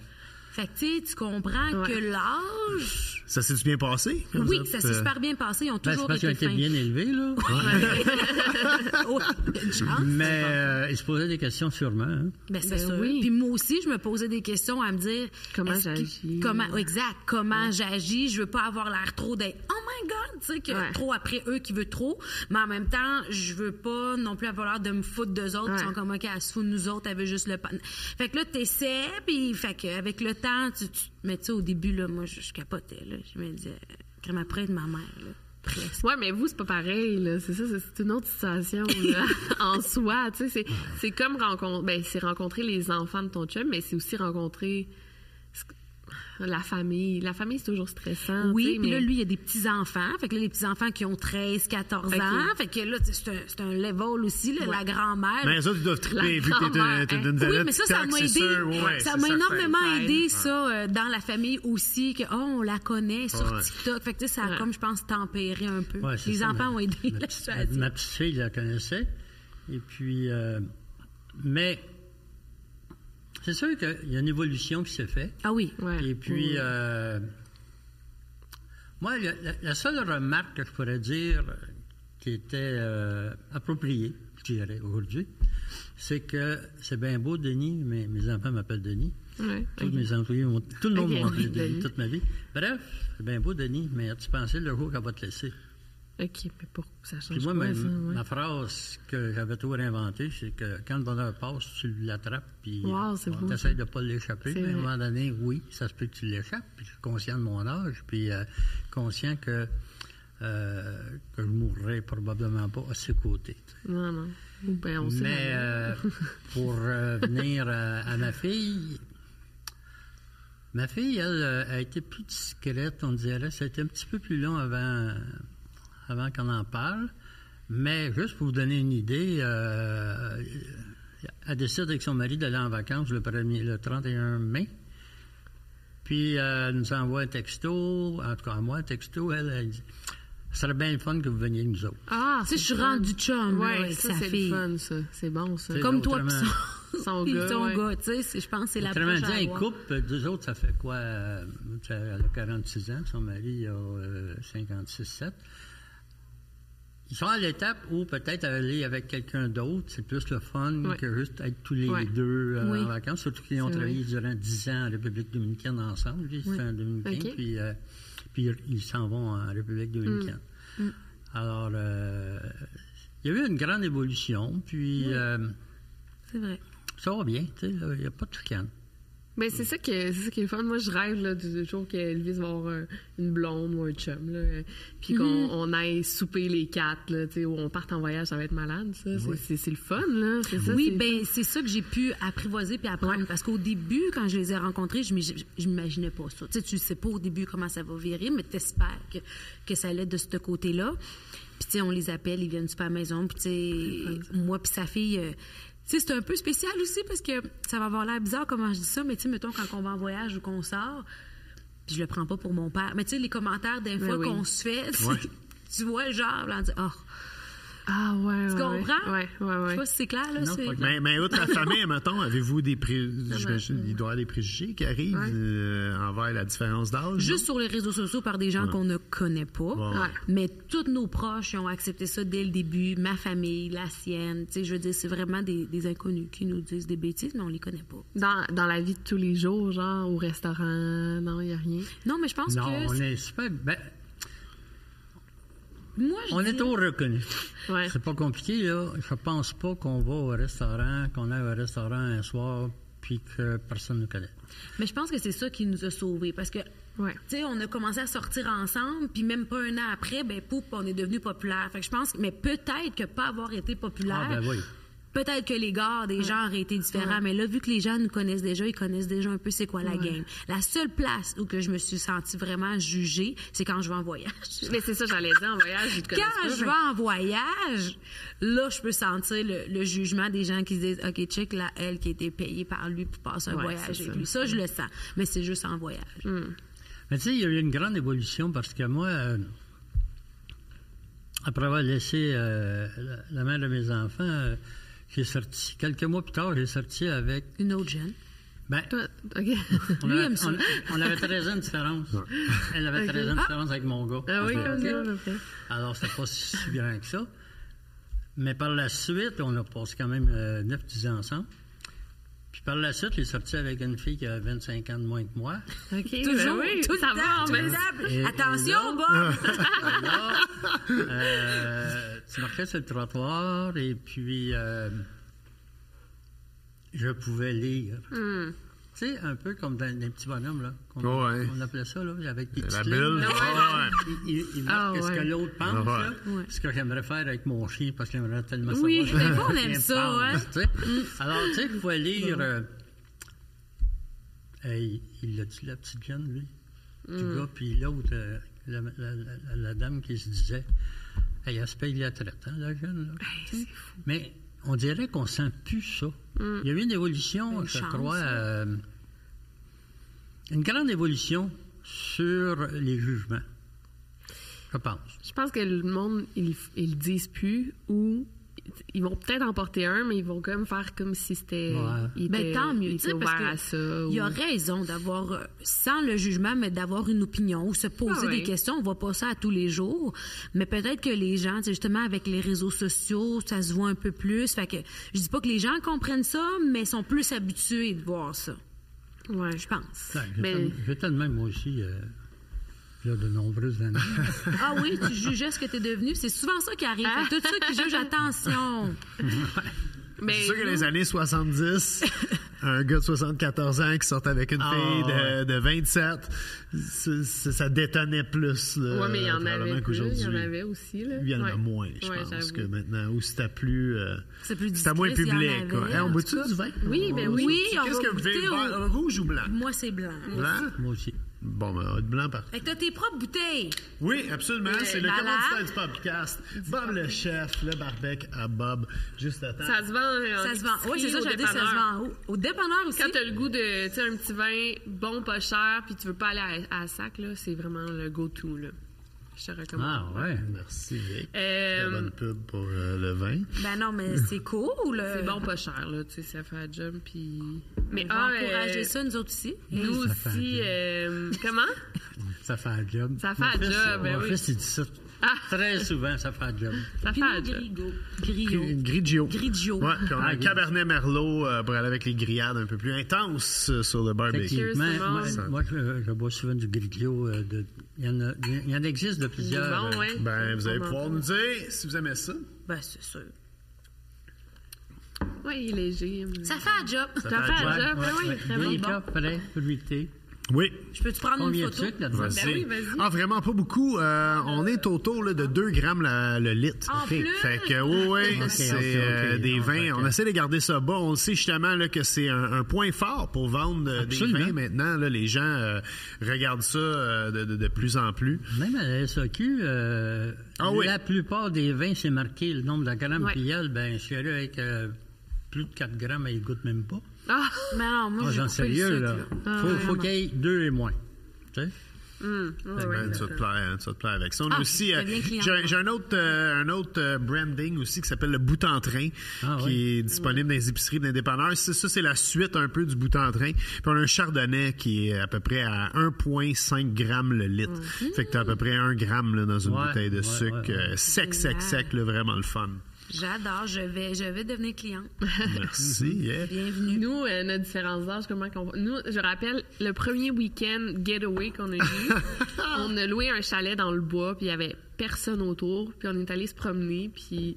S4: Fait que, tu sais, tu comprends
S3: Ouais.
S4: que l'âge.
S2: Ça s'est-tu bien passé? Vous
S4: Oui,
S2: êtes,
S4: que ça s'est
S2: euh,
S4: super bien passé. Ils ont
S5: Ben, c'est
S4: toujours
S5: parce qu'il a
S4: été
S5: été
S4: fins.
S5: bien élevé, là.
S4: Oh, une chance.
S5: Mais euh, il se posait des questions sûrement. hein.
S4: Ben, c'est
S3: Ben
S4: sûr.
S3: oui.
S4: Puis moi aussi, je me posais des questions à me dire
S3: Comment
S4: est-ce que-
S3: j'agis?
S4: Comment exact Comment j'agis Je veux pas avoir l'air trop d'être Oh my God, tu sais que
S3: Ouais.
S4: trop après eux qui veut trop, mais en même temps, je veux pas non plus avoir l'air de me foutre d'eux autres qui
S3: Ouais.
S4: sont comme ok, à se foutre de nous autres, elle veut juste le pan. Fait que là, t'essaies, puis fait que avec le temps, tu, tu... mais tu sais au début là, moi je, je capotais là, je me disais crème après de ma mère là, presque.
S3: Ouais, mais vous, c'est pas pareil, là. C'est ça, c'est- c'est une autre situation, là, en soi. Tu sais, c'est- c'est comme rencontrer... Ben, c'est rencontrer les enfants de ton chum, mais c'est aussi rencontrer la famille. La famille, c'est toujours stressant. tu
S4: Oui,
S3: sais,
S4: puis
S3: mais-
S4: là, lui, il y a des petits-enfants. Fait que là, les petits-enfants qui ont 13, 14
S3: Ok.
S4: ans. Fait que là, tu sais, c'est un, c'est un level aussi, là, la grand-mère.
S2: Mais les autres, ils doivent triper,
S3: La
S2: vu que
S3: grand-mère,
S2: t'es une- t'es
S3: hein.
S2: une
S4: oui,
S2: vedette
S4: mais ça, ça
S2: TikTok,
S4: m'a
S2: c'est
S4: aidé.
S2: sûr, ouais,
S4: ça
S2: c'est
S4: m'a
S2: certain.
S4: énormément
S3: Ça aide.
S4: aidé, ça, euh, dans la famille aussi, que, oh, on la connaît sur
S2: Ouais.
S4: TikTok. Fait que, tu sais, ça a
S3: Ouais.
S4: comme, je pense, tempéré un peu.
S5: Ouais, c'est
S4: les
S5: ça,
S4: enfants
S5: ma-
S4: ont aidé
S5: ma
S4: la
S5: petite-
S4: situation.
S5: Ma petite fille la connaissait. Et puis, euh, mais c'est sûr qu'il y a une évolution qui s'est faite.
S4: Ah oui.
S3: Ouais.
S5: Et puis, euh, moi, la, la- la seule remarque que je pourrais dire euh, qui était euh, appropriée, je dirais, aujourd'hui, c'est que c'est bien beau, Denis, mais mes enfants m'appellent Denis.
S3: Ouais,
S5: Tous
S3: ok.
S5: mes employés, m'ont- tout le monde
S3: Ok.
S5: m'a appelé
S3: Oui,
S5: Denis
S3: Denis.
S5: toute ma vie. Bref, c'est bien beau, Denis, mais as-tu pensé le jour qu'elle va te laisser?
S3: OK, mais pourquoi ça change
S5: Puis moi,
S3: quoi,
S5: ma,
S3: ça? ouais.
S5: ma phrase que j'avais tout réinventée, c'est que quand le bonheur passe, tu l'attrapes, puis
S3: Wow, c'est
S5: on
S3: beau,
S5: t'essaie
S3: ça.
S5: de pas l'échapper.
S3: C'est
S5: Mais à un
S3: vrai.
S5: moment donné, oui, ça se peut que tu l'échappes. Puis je suis conscient de mon âge, puis euh, conscient que, euh, que je mourrai probablement pas à ses côtés. tu sais.
S3: Non, non. Ou Ben, on sait.
S5: Mais
S3: jamais.
S5: euh, pour euh, venir à, à ma fille, ma fille, elle, euh, a été plus discrète, on dirait. Ça a été un petit peu plus long avant, euh, avant qu'on en parle. Mais juste pour vous donner une idée, euh, elle décide avec son mari d'aller en vacances le, premier, le 31 mai. Puis euh, elle nous envoie un texto, en tout cas à moi un texto, elle, elle dit « Ce serait bien le fun que vous veniez avec nous autres.
S3: Ah,
S4: Tu sais, je suis
S3: le fun.
S4: rendue chum, là,
S3: Ouais,
S4: avec
S3: ça,
S4: Ah, sa
S3: c'est
S4: fille.
S3: le fun, ça. C'est bon, ça.
S5: C'est-
S4: Comme toi, puis
S5: Autrement-
S4: son,
S3: Son
S4: puis
S3: gars,
S4: ton
S3: ouais.
S4: gars, tu sais, c'est- je pense que c'est la
S5: Autrement
S4: prochaine.
S5: dit, un couple, deux autres, ça fait quoi? euh, ça- Elle a 46 ans, son mari a 56-7. Ils sont à l'étape où peut-être aller avec quelqu'un d'autre, c'est plus le fun
S3: Ouais.
S5: que juste être tous les
S3: Ouais.
S5: deux euh,
S4: Oui.
S5: en vacances, surtout qu'ils ont
S3: C'est
S5: travaillé durant 10 ans en République dominicaine ensemble. Lui, c'est un Dominicain,
S3: Ok. Mm.
S5: puis, euh, puis ils s'en vont en République dominicaine. Alors, euh, il y a eu une grande évolution, puis euh,
S4: C'est vrai.
S5: ça va bien, tu sais, là, il n'y a pas de chicane.
S3: Mais Ben, c'est ça, qui est- c'est ça qui est le fun. Moi, je rêve là, du du jour qu'Elvis va avoir un- une blonde ou un chum. Là, euh, puis qu'on
S4: Mhm.
S3: on aille souper les quatre, là, tu sais, ou on parte en voyage, ça va être malade. Ça. C'est, c'est, c'est le fun. Là. C'est ça,
S4: oui,
S3: c'est-
S4: ben c'est ça que j'ai pu apprivoiser puis apprendre. Parce qu'au début, quand je les ai rencontrés, je m'ig- je m'imaginais pas ça. Tu sais, tu sais pas au début comment ça va virer, mais t'espères que, que ça allait de ce côté-là. Puis tu sais, on les appelle, ils viennent super à la maison. Puis tu sais, moi puis sa fille... euh, tu sais, c'est un peu spécial aussi parce que ça va avoir l'air bizarre comment je dis ça, mais tu sais, mettons, quand on va en voyage ou qu'on sort, puis je le prends pas pour mon père. Mais tu sais, les commentaires des
S3: Ben
S4: fois
S3: oui.
S4: qu'on se fait, tu vois, genre, là, on dit, oh,
S3: Ah, ouais,
S4: Tu
S3: ouais, ouais.
S4: comprends?
S3: Ouais, ouais,
S4: Je
S3: ouais.
S4: sais pas si c'est clair, là.
S5: Non,
S4: c'est-
S5: pas
S2: Mais,
S5: clair.
S2: mais outre la famille, mettons, avez-vous des préjugés? J'imagine, il doit y avoir des préjugés qui arrivent euh, envers la différence d'âge.
S4: Juste sur les réseaux sociaux par des gens qu'on ne connaît pas.
S2: ouais.
S4: Mais tous nos proches ils ont accepté ça dès le début. Ma famille, la sienne. Tu sais, je veux dire, c'est vraiment des, des inconnus qui nous disent des bêtises, mais on les connaît pas.
S3: Dans, dans la vie de tous les jours, genre au restaurant, non, il n'y a rien.
S4: Non, mais je pense
S5: Non,
S4: que.
S5: on
S4: c'est-
S5: est super. ben,
S4: Moi, je
S5: on est
S4: dirais-
S5: trop reconnus.
S3: Ouais.
S5: C'est pas compliqué, là. Je pense pas qu'on va au restaurant, qu'on aille au restaurant un soir, puis que personne ne nous connaît.
S4: Mais je pense que c'est ça qui nous a sauvés. Parce que,
S3: Ouais.
S4: tu sais, on a commencé à sortir ensemble, puis même pas un an après, ben, pouf, on est devenu populaire. Fait que je pense, mais peut-être que pas avoir été populaire.
S5: Ah, ben oui.
S4: Peut-être que les gars des gens auraient été différents, mais là, vu que les gens nous connaissent déjà, ils connaissent déjà un peu c'est quoi la game. La seule place où que je me suis sentie vraiment jugée, c'est quand je vais en voyage.
S3: Mais c'est ça, j'allais dire, en voyage, ils te connaissent
S4: Quand
S3: pas, ben.
S4: je
S3: fait-
S4: vais en voyage, là, je peux sentir le, le jugement des gens qui se disent, OK, check la elle qui a été payée par lui pour passer un
S3: Ouais,
S4: voyage
S3: c'est
S4: avec
S3: ça. Mm.
S4: lui. Ça, je le sens. Mais c'est juste en voyage.
S5: Mais tu sais, il y a eu une grande évolution parce que moi, euh, après avoir laissé euh, la, la mère de mes enfants, euh, j'ai sorti, quelques mois plus tard, j'ai sorti avec.
S4: Une autre jeune.
S5: Ben,
S3: Toi, OK.
S5: on,
S4: lui
S5: avait,
S4: aime ça.
S5: on- on avait 13 ans de différence. Elle avait 13 ans de différence avec mon gars.
S3: Ah oui,
S5: Ok.
S3: comme ça, on a fait.
S5: Alors, c'était pas si si grand que ça. Mais par la suite, on a passé quand même 9-10 ans ensemble. Puis par la suite, j'ai sorti avec une fille qui a 25 ans de moins que moi.
S3: OK, ben
S4: Toujours,
S3: oui,
S4: tout le
S3: ça
S4: temps,
S3: va, ben.
S4: tout
S3: mais-
S4: le temps.
S5: Et- et
S4: Attention,
S5: là-
S4: Bob!
S5: Et là, euh, tu marquais sur le trottoir et puis euh, je pouvais lire. Tu sais, un peu comme dans les petits bonhommes, là. qu'on-
S2: Ouais.
S5: On appelait ça, là, avec des
S2: La
S5: petites
S2: bulle.
S5: lignes, là.
S2: Ah, ouais.
S5: Il, il- il
S3: Ah,
S5: marque ce que
S3: ouais.
S5: l'autre pense,
S2: Ah,
S5: là. Ce que j'aimerais faire avec mon chien, parce qu'il aimerait tellement
S4: Oui, des
S5: savoir. ce que
S4: fois, on
S5: mon
S4: aime
S5: chien
S4: ça, hein. Mm.
S5: pense, tu sais. Alors, tu sais, il pouvait lire... euh, hey, il l'a dit, la petite jeune, lui?
S4: Mm.
S5: Du gars, puis l'autre, euh, la, la- la- la- la dame qui se disait, hey, elle se paye la traite, hein, la jeune, là. Tu sais. Mais on dirait qu'on sent plus ça. Il y a eu une évolution,
S4: Mm. Une
S5: je
S4: chance,
S5: crois,
S4: hein.
S5: euh, une grande évolution sur les jugements. Je pense.
S3: Je pense que le monde, ils, ils le disent plus ou ils vont peut-être en porter un, mais ils vont quand même faire comme si c'était.
S5: Ouais.
S3: il
S4: Ben,
S3: était-
S4: tant mieux,
S3: il
S4: tu
S3: était
S4: sais,
S3: ouvert
S4: parce
S3: à ça.
S4: que
S3: ou-
S4: il y a raison d'avoir, euh, sans le jugement, mais d'avoir une opinion ou se poser
S3: Ah ouais.
S4: des questions. On voit pas ça à tous les jours, mais peut-être que les gens, tu sais, justement, avec les réseaux sociaux, ça se voit un peu plus. Fait que je dis pas que les gens comprennent ça, mais sont plus habitués de voir ça,
S3: Ouais.
S4: je pense.
S5: Ouais,
S3: Mais-
S5: J'étais j'étais de même, moi aussi, euh, il y a de nombreuses années.
S4: Ah oui, tu jugeais ce que t'es devenu. C'est souvent ça qui arrive. Fait que Tout ça qui juge, attention.
S3: Mais
S2: C'est sûr que
S3: nous-
S2: les années 70, un gars de 74 ans qui sortait avec une
S5: Ah,
S2: fille de,
S5: ouais.
S2: de 27, c'est- c'est- ça détonnait plus. là,
S3: Ouais, mais il y
S2: Euh,
S3: en
S2: probablement
S3: avait plus, il
S2: qu'aujourd'hui.
S3: y en avait aussi. Là.
S2: Il y en a
S3: Ouais.
S2: moins, je
S3: Ouais,
S2: pense,
S3: j'avoue.
S2: que maintenant, où c'était plus. euh,
S4: C'est plus
S2: c'était moins
S4: discret, s'il y en
S2: public.
S4: avait,
S2: quoi. Hey, on
S4: en
S2: boit-tu
S4: tout cas.
S2: du vin?
S3: Oui, ben oui.
S4: Oui, on
S2: Qu'est-ce
S4: va
S2: que hein? vous voulez?
S4: goûter au-
S2: boire? Rouge ou blanc?
S4: Moi, c'est blanc.
S2: Blanc?
S5: moi aussi.
S2: Bon, ben, on va de blanc partout.
S4: Fait que t'as tes propres bouteilles.
S2: Oui, absolument.
S4: Euh,
S2: C'est le
S4: malade.
S2: commanditaire du podcast. Bob le chef, le barbecue à Bob. Juste à temps.
S3: Ça se vend. en
S4: Ça se vend. Oui, c'est
S3: épicerie,
S4: ça,
S3: au
S4: j'allais dire, ça se
S3: dépanneur.
S4: vend au, au dépanneur aussi.
S3: Quand t'as le goût de, tu sais, un petit vin bon, pas cher, puis tu veux pas aller à, à sac, là, c'est vraiment le go-to, là. Je te recommande.
S5: Ah, ouais.
S2: Merci, Vic.
S3: Euh,
S2: Très bonne pub pour euh, le vin.
S4: Ben non, mais c'est cool.
S3: C'est bon, pas cher, là, tu sais, ça fait un jump, puis... Mais,
S4: Mais
S3: ah,
S4: encourager
S3: euh,
S4: ça, nous autres aussi.
S3: Nous
S5: Ça fait
S3: aussi,
S5: un
S3: euh, comment?
S5: Ça fait un job.
S3: Ça fait
S5: Mon
S3: un
S5: fils,
S3: job, ben
S5: mon
S3: oui.
S5: fils, il dit ça
S3: Ah.
S5: très souvent, ça fait un job.
S3: Ça fait un
S4: Pinot
S3: job.
S4: Grigo. Griot.
S2: Grigio.
S4: Grigio.
S2: Ouais, puis on a
S5: Ah,
S2: un
S5: Grigio.
S2: Cabernet Merlot euh, pour aller avec les grillades un peu plus intenses euh, sur le barbecue.
S5: Effectivement,
S3: Cheers,
S5: moi,
S3: Simone.
S5: moi, je, je bois souvent du griglio. euh, de- Il y, en a- il y en existe de plusieurs.
S3: Bon,
S5: euh,
S3: ouais.
S2: Ben, vous allez
S3: On
S2: pouvoir
S3: entend.
S2: nous dire si vous aimez ça.
S4: Ben, c'est sûr.
S3: Oui, il est léger. hein. mais-
S4: Ça fait un job.
S3: Ça fait un
S5: ouais,
S3: job, ben
S5: ouais,
S3: oui,
S5: ouais.
S3: vraiment
S5: Délicat,
S3: bon.
S5: frais, fruité.
S2: Oui.
S4: Je peux-tu prendre
S5: Combien
S4: une
S5: de
S4: photo?
S5: sucre là-dedans?
S2: Vas-y.
S3: Ben oui, vas-y.
S2: Ah, vraiment pas beaucoup. Euh, on est autour là, de 2 grammes la- le litre.
S4: En plus?
S2: Fait que, oui, oui,
S5: Ah, Ok,
S2: c'est
S5: ok, ok.
S2: euh, des
S5: On
S2: vins.
S5: fait
S2: On
S5: que-
S2: essaie de garder ça bas. On le sait justement là, que c'est un, un point fort pour vendre euh, des
S5: Absolument.
S2: vins maintenant. là. les gens euh, regardent ça euh, de, de- de plus en plus.
S5: Même à la SAQ, euh,
S2: Ah oui.
S5: la plupart des vins, c'est marqué le nombre de grammes.
S3: Ouais.
S5: Puis elle, ben, je suis allé avec euh, plus de 4 grammes, elle ne goûte même pas.
S3: Ah!
S4: Mais Ben non, moi,
S5: Ah,
S4: j'ai
S5: j'en
S4: coupé le
S5: sérieux,
S4: sucre,
S5: là.
S4: là.
S5: faut faut qu'il y ait deux et moins. Tu sais?
S2: Fait que,
S3: ouais,
S2: ben, tu vas te
S3: d'accord.
S2: plaire, hein, tu vas te plaire avec ça. On a
S4: Ah,
S2: aussi,
S4: je
S2: euh,
S4: deviens cliente,
S2: j'ai
S4: moi.
S2: j'ai un autre, euh, un autre euh, branding aussi qui s'appelle le bout en train,
S5: Ah,
S2: qui
S5: oui.
S2: est disponible dans les épiceries, dans les dépanneurs. C'est- Ça, c'est la suite un peu du bout en train. Puis on a un chardonnay qui est à peu près à 1,5 grammes le litre.
S3: Mhm.
S2: Fait que t'as à peu près 1 gramme là, dans une
S5: Ouais,
S2: bouteille de
S5: ouais,
S2: sucre.
S5: ouais, ouais.
S2: euh, sec, sec, sec, là, vraiment le fun.
S4: J'adore, je vais, je vais devenir cliente.
S2: Merci.
S5: Mhm.
S2: yeah.
S4: Bienvenue.
S3: Nous, euh, notre différence d'âge, comment qu'on va- Nous, je rappelle, le premier week-end getaway qu'on a eu, on a loué un chalet dans le bois, puis il y avait personne autour, puis on est allé se promener, puis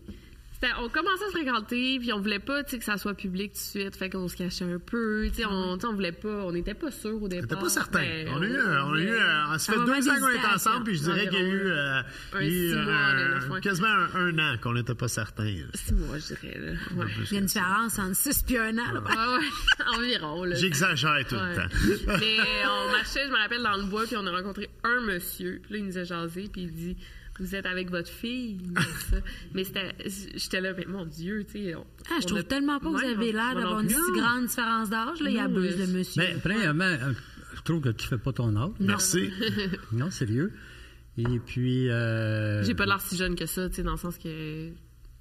S3: c'était- on commençait à se fréquenter, puis on voulait pas, tu sais, que ça soit public tout de suite, fait qu'on se cachait un peu, tu sais, on, tu sais, on voulait pas, on n'était pas sûr au départ.
S2: T'étais pas certain.
S3: Ben,
S2: on a eu, un- on a eu, un- on se fait
S4: Un moment
S2: deux ans qu'on est
S4: d'hésitation.
S2: ensemble, puis je dirais qu'il y a eu, euh,
S3: Ah, Un
S2: il y a eu
S3: six mois,
S2: un-
S3: là, le fond.
S2: quasiment un, un an qu'on n'était pas certain. là.
S3: Six mois, je dirais, là. Ouais.
S4: Il y a une différence entre 6 puis 1 an. là.
S3: Ah ouais, environ, là.
S2: J'exagère tout
S3: Ouais.
S2: le temps.
S3: Mais euh, on marchait, je me rappelle, dans le bois, puis on a rencontré un monsieur. Puis là, il nous a jasé, puis il dit Vous êtes avec votre fille il m'a dit ça. Mais c'était. J'étais là, mais mon Dieu, tu sais. on-
S4: Ah, je
S3: on
S4: trouve
S3: a-
S4: tellement pas que vous
S3: Ouais,
S4: avez
S3: non,
S4: l'air
S3: moi
S4: d'avoir
S3: non
S4: une si
S3: plus.
S4: grande différence d'âge. Là, il
S3: Non,
S4: abuse,
S3: mais-
S4: le monsieur.
S5: Mais premièrement, euh, je trouve que tu fais pas ton âge.
S2: Merci.
S5: Non, sérieux. Et puis. euh,
S3: J'ai pas l'air si jeune que ça, tu sais, dans le sens que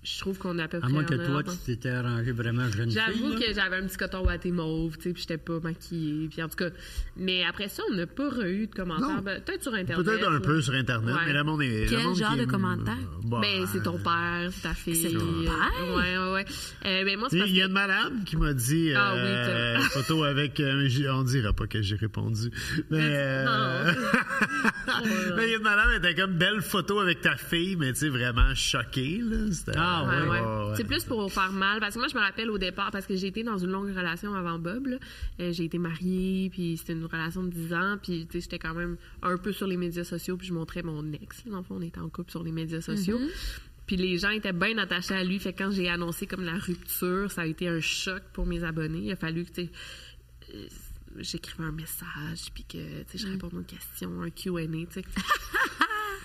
S3: je trouve qu'on est à peu près.
S5: À moins que
S3: en
S5: toi,
S3: ordre.
S5: tu t'étais arrangé vraiment jeune fille.
S3: J'avoue
S5: là.
S3: que j'avais un petit coton à tes mauve, tu sais, puis j'étais pas maquillée, puis en tout cas. Mais après ça, on n'a pas reçu de
S2: Non.
S3: commentaires. Ben, Peut-être sur Internet.
S2: Peut-être un
S3: là.
S2: peu sur Internet,
S3: Ouais.
S2: mais le monde est. le
S4: Quel
S2: monde qui
S4: genre de
S2: est-
S4: commentaire?
S2: Bah,
S3: Ben, c'est ton père, c'est ta fille.
S4: euh,
S3: euh,
S4: C'est ton père?
S3: Ouais, ouais, ouais. Euh, ben, moi, c'est
S2: Il
S3: parce
S2: y a une
S3: que.
S2: madame qui m'a dit euh,
S3: Ah oui, t'as-
S2: une photo avec un gi- on dira pas que j'ai répondu mais euh,
S3: Non. Oh,
S2: mais il y a une madame elle était comme belle photo avec ta fille mais tu sais vraiment choquée là C'était-
S5: Ah,
S3: Ouais, ouais.
S2: ouais.
S3: C'est plus pour faire mal. Parce que moi, je me rappelle au départ, parce que j'ai été dans une longue relation avant Bob. là. Euh, j'ai été mariée, puis c'était une relation de 10 ans. Puis, tu sais, j'étais quand même un peu sur les médias sociaux, puis je montrais mon ex. Là, dans le fond, on était en couple sur les médias sociaux. Puis les gens étaient bien attachés à lui. Fait que quand j'ai annoncé comme la rupture, ça a été un choc pour mes abonnés. Il a fallu que, tu sais, euh, j'écrivais un message, puis que, tu sais, je
S4: Mm.
S3: réponds aux questions, un Q&A, tu sais.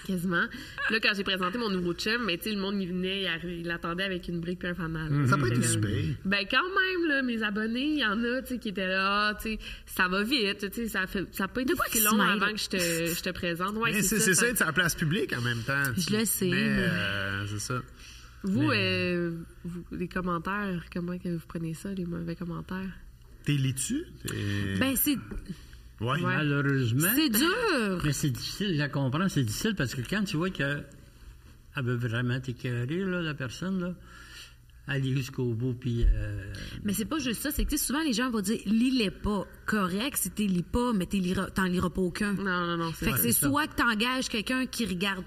S3: Quasiment. Là, quand j'ai présenté mon nouveau chum, mais tu sais, le monde, il venait, il, arri- il l'attendait avec une brique puis un fanal.
S2: ça peut être
S3: Fait que-
S2: super
S3: ben quand même, là, mes abonnés, il y en a tu sais, qui étaient là, ah, tu sais, ça va vite, tu sais, ça, fait, ça peut être
S4: quoi
S3: si
S4: qu'ils
S3: long
S4: se mêlent?
S3: avant que je te, je te présente. Ouais,
S2: Mais c'est c'est ça, c'est la place publique en même temps.
S4: Je le sais,
S2: Mais,
S4: mais-
S2: euh, c'est ça.
S3: Vous, euh, vous, les commentaires, comment que vous prenez ça, les mauvais commentaires?
S2: T'es litu? T'es-
S4: Ben, c'est
S2: ouais.
S5: Malheureusement.
S4: c'est
S3: ben,
S4: dur.
S5: Mais c'est difficile, je la comprends, c'est difficile parce que quand tu vois que elle veut vraiment t'écœurer, là, la personne, là, aller jusqu'au bout, puis. euh,
S4: Mais c'est pas juste ça. C'est que tu sais, souvent, les gens vont dire lis-les pas. Correct, si t'es lis pas, mais t'es liras- t'en liras pas aucun.
S3: Non, non, non, c'est
S4: Fait que c'est
S5: c'est ça.
S4: soit que t'engages quelqu'un qui regarde,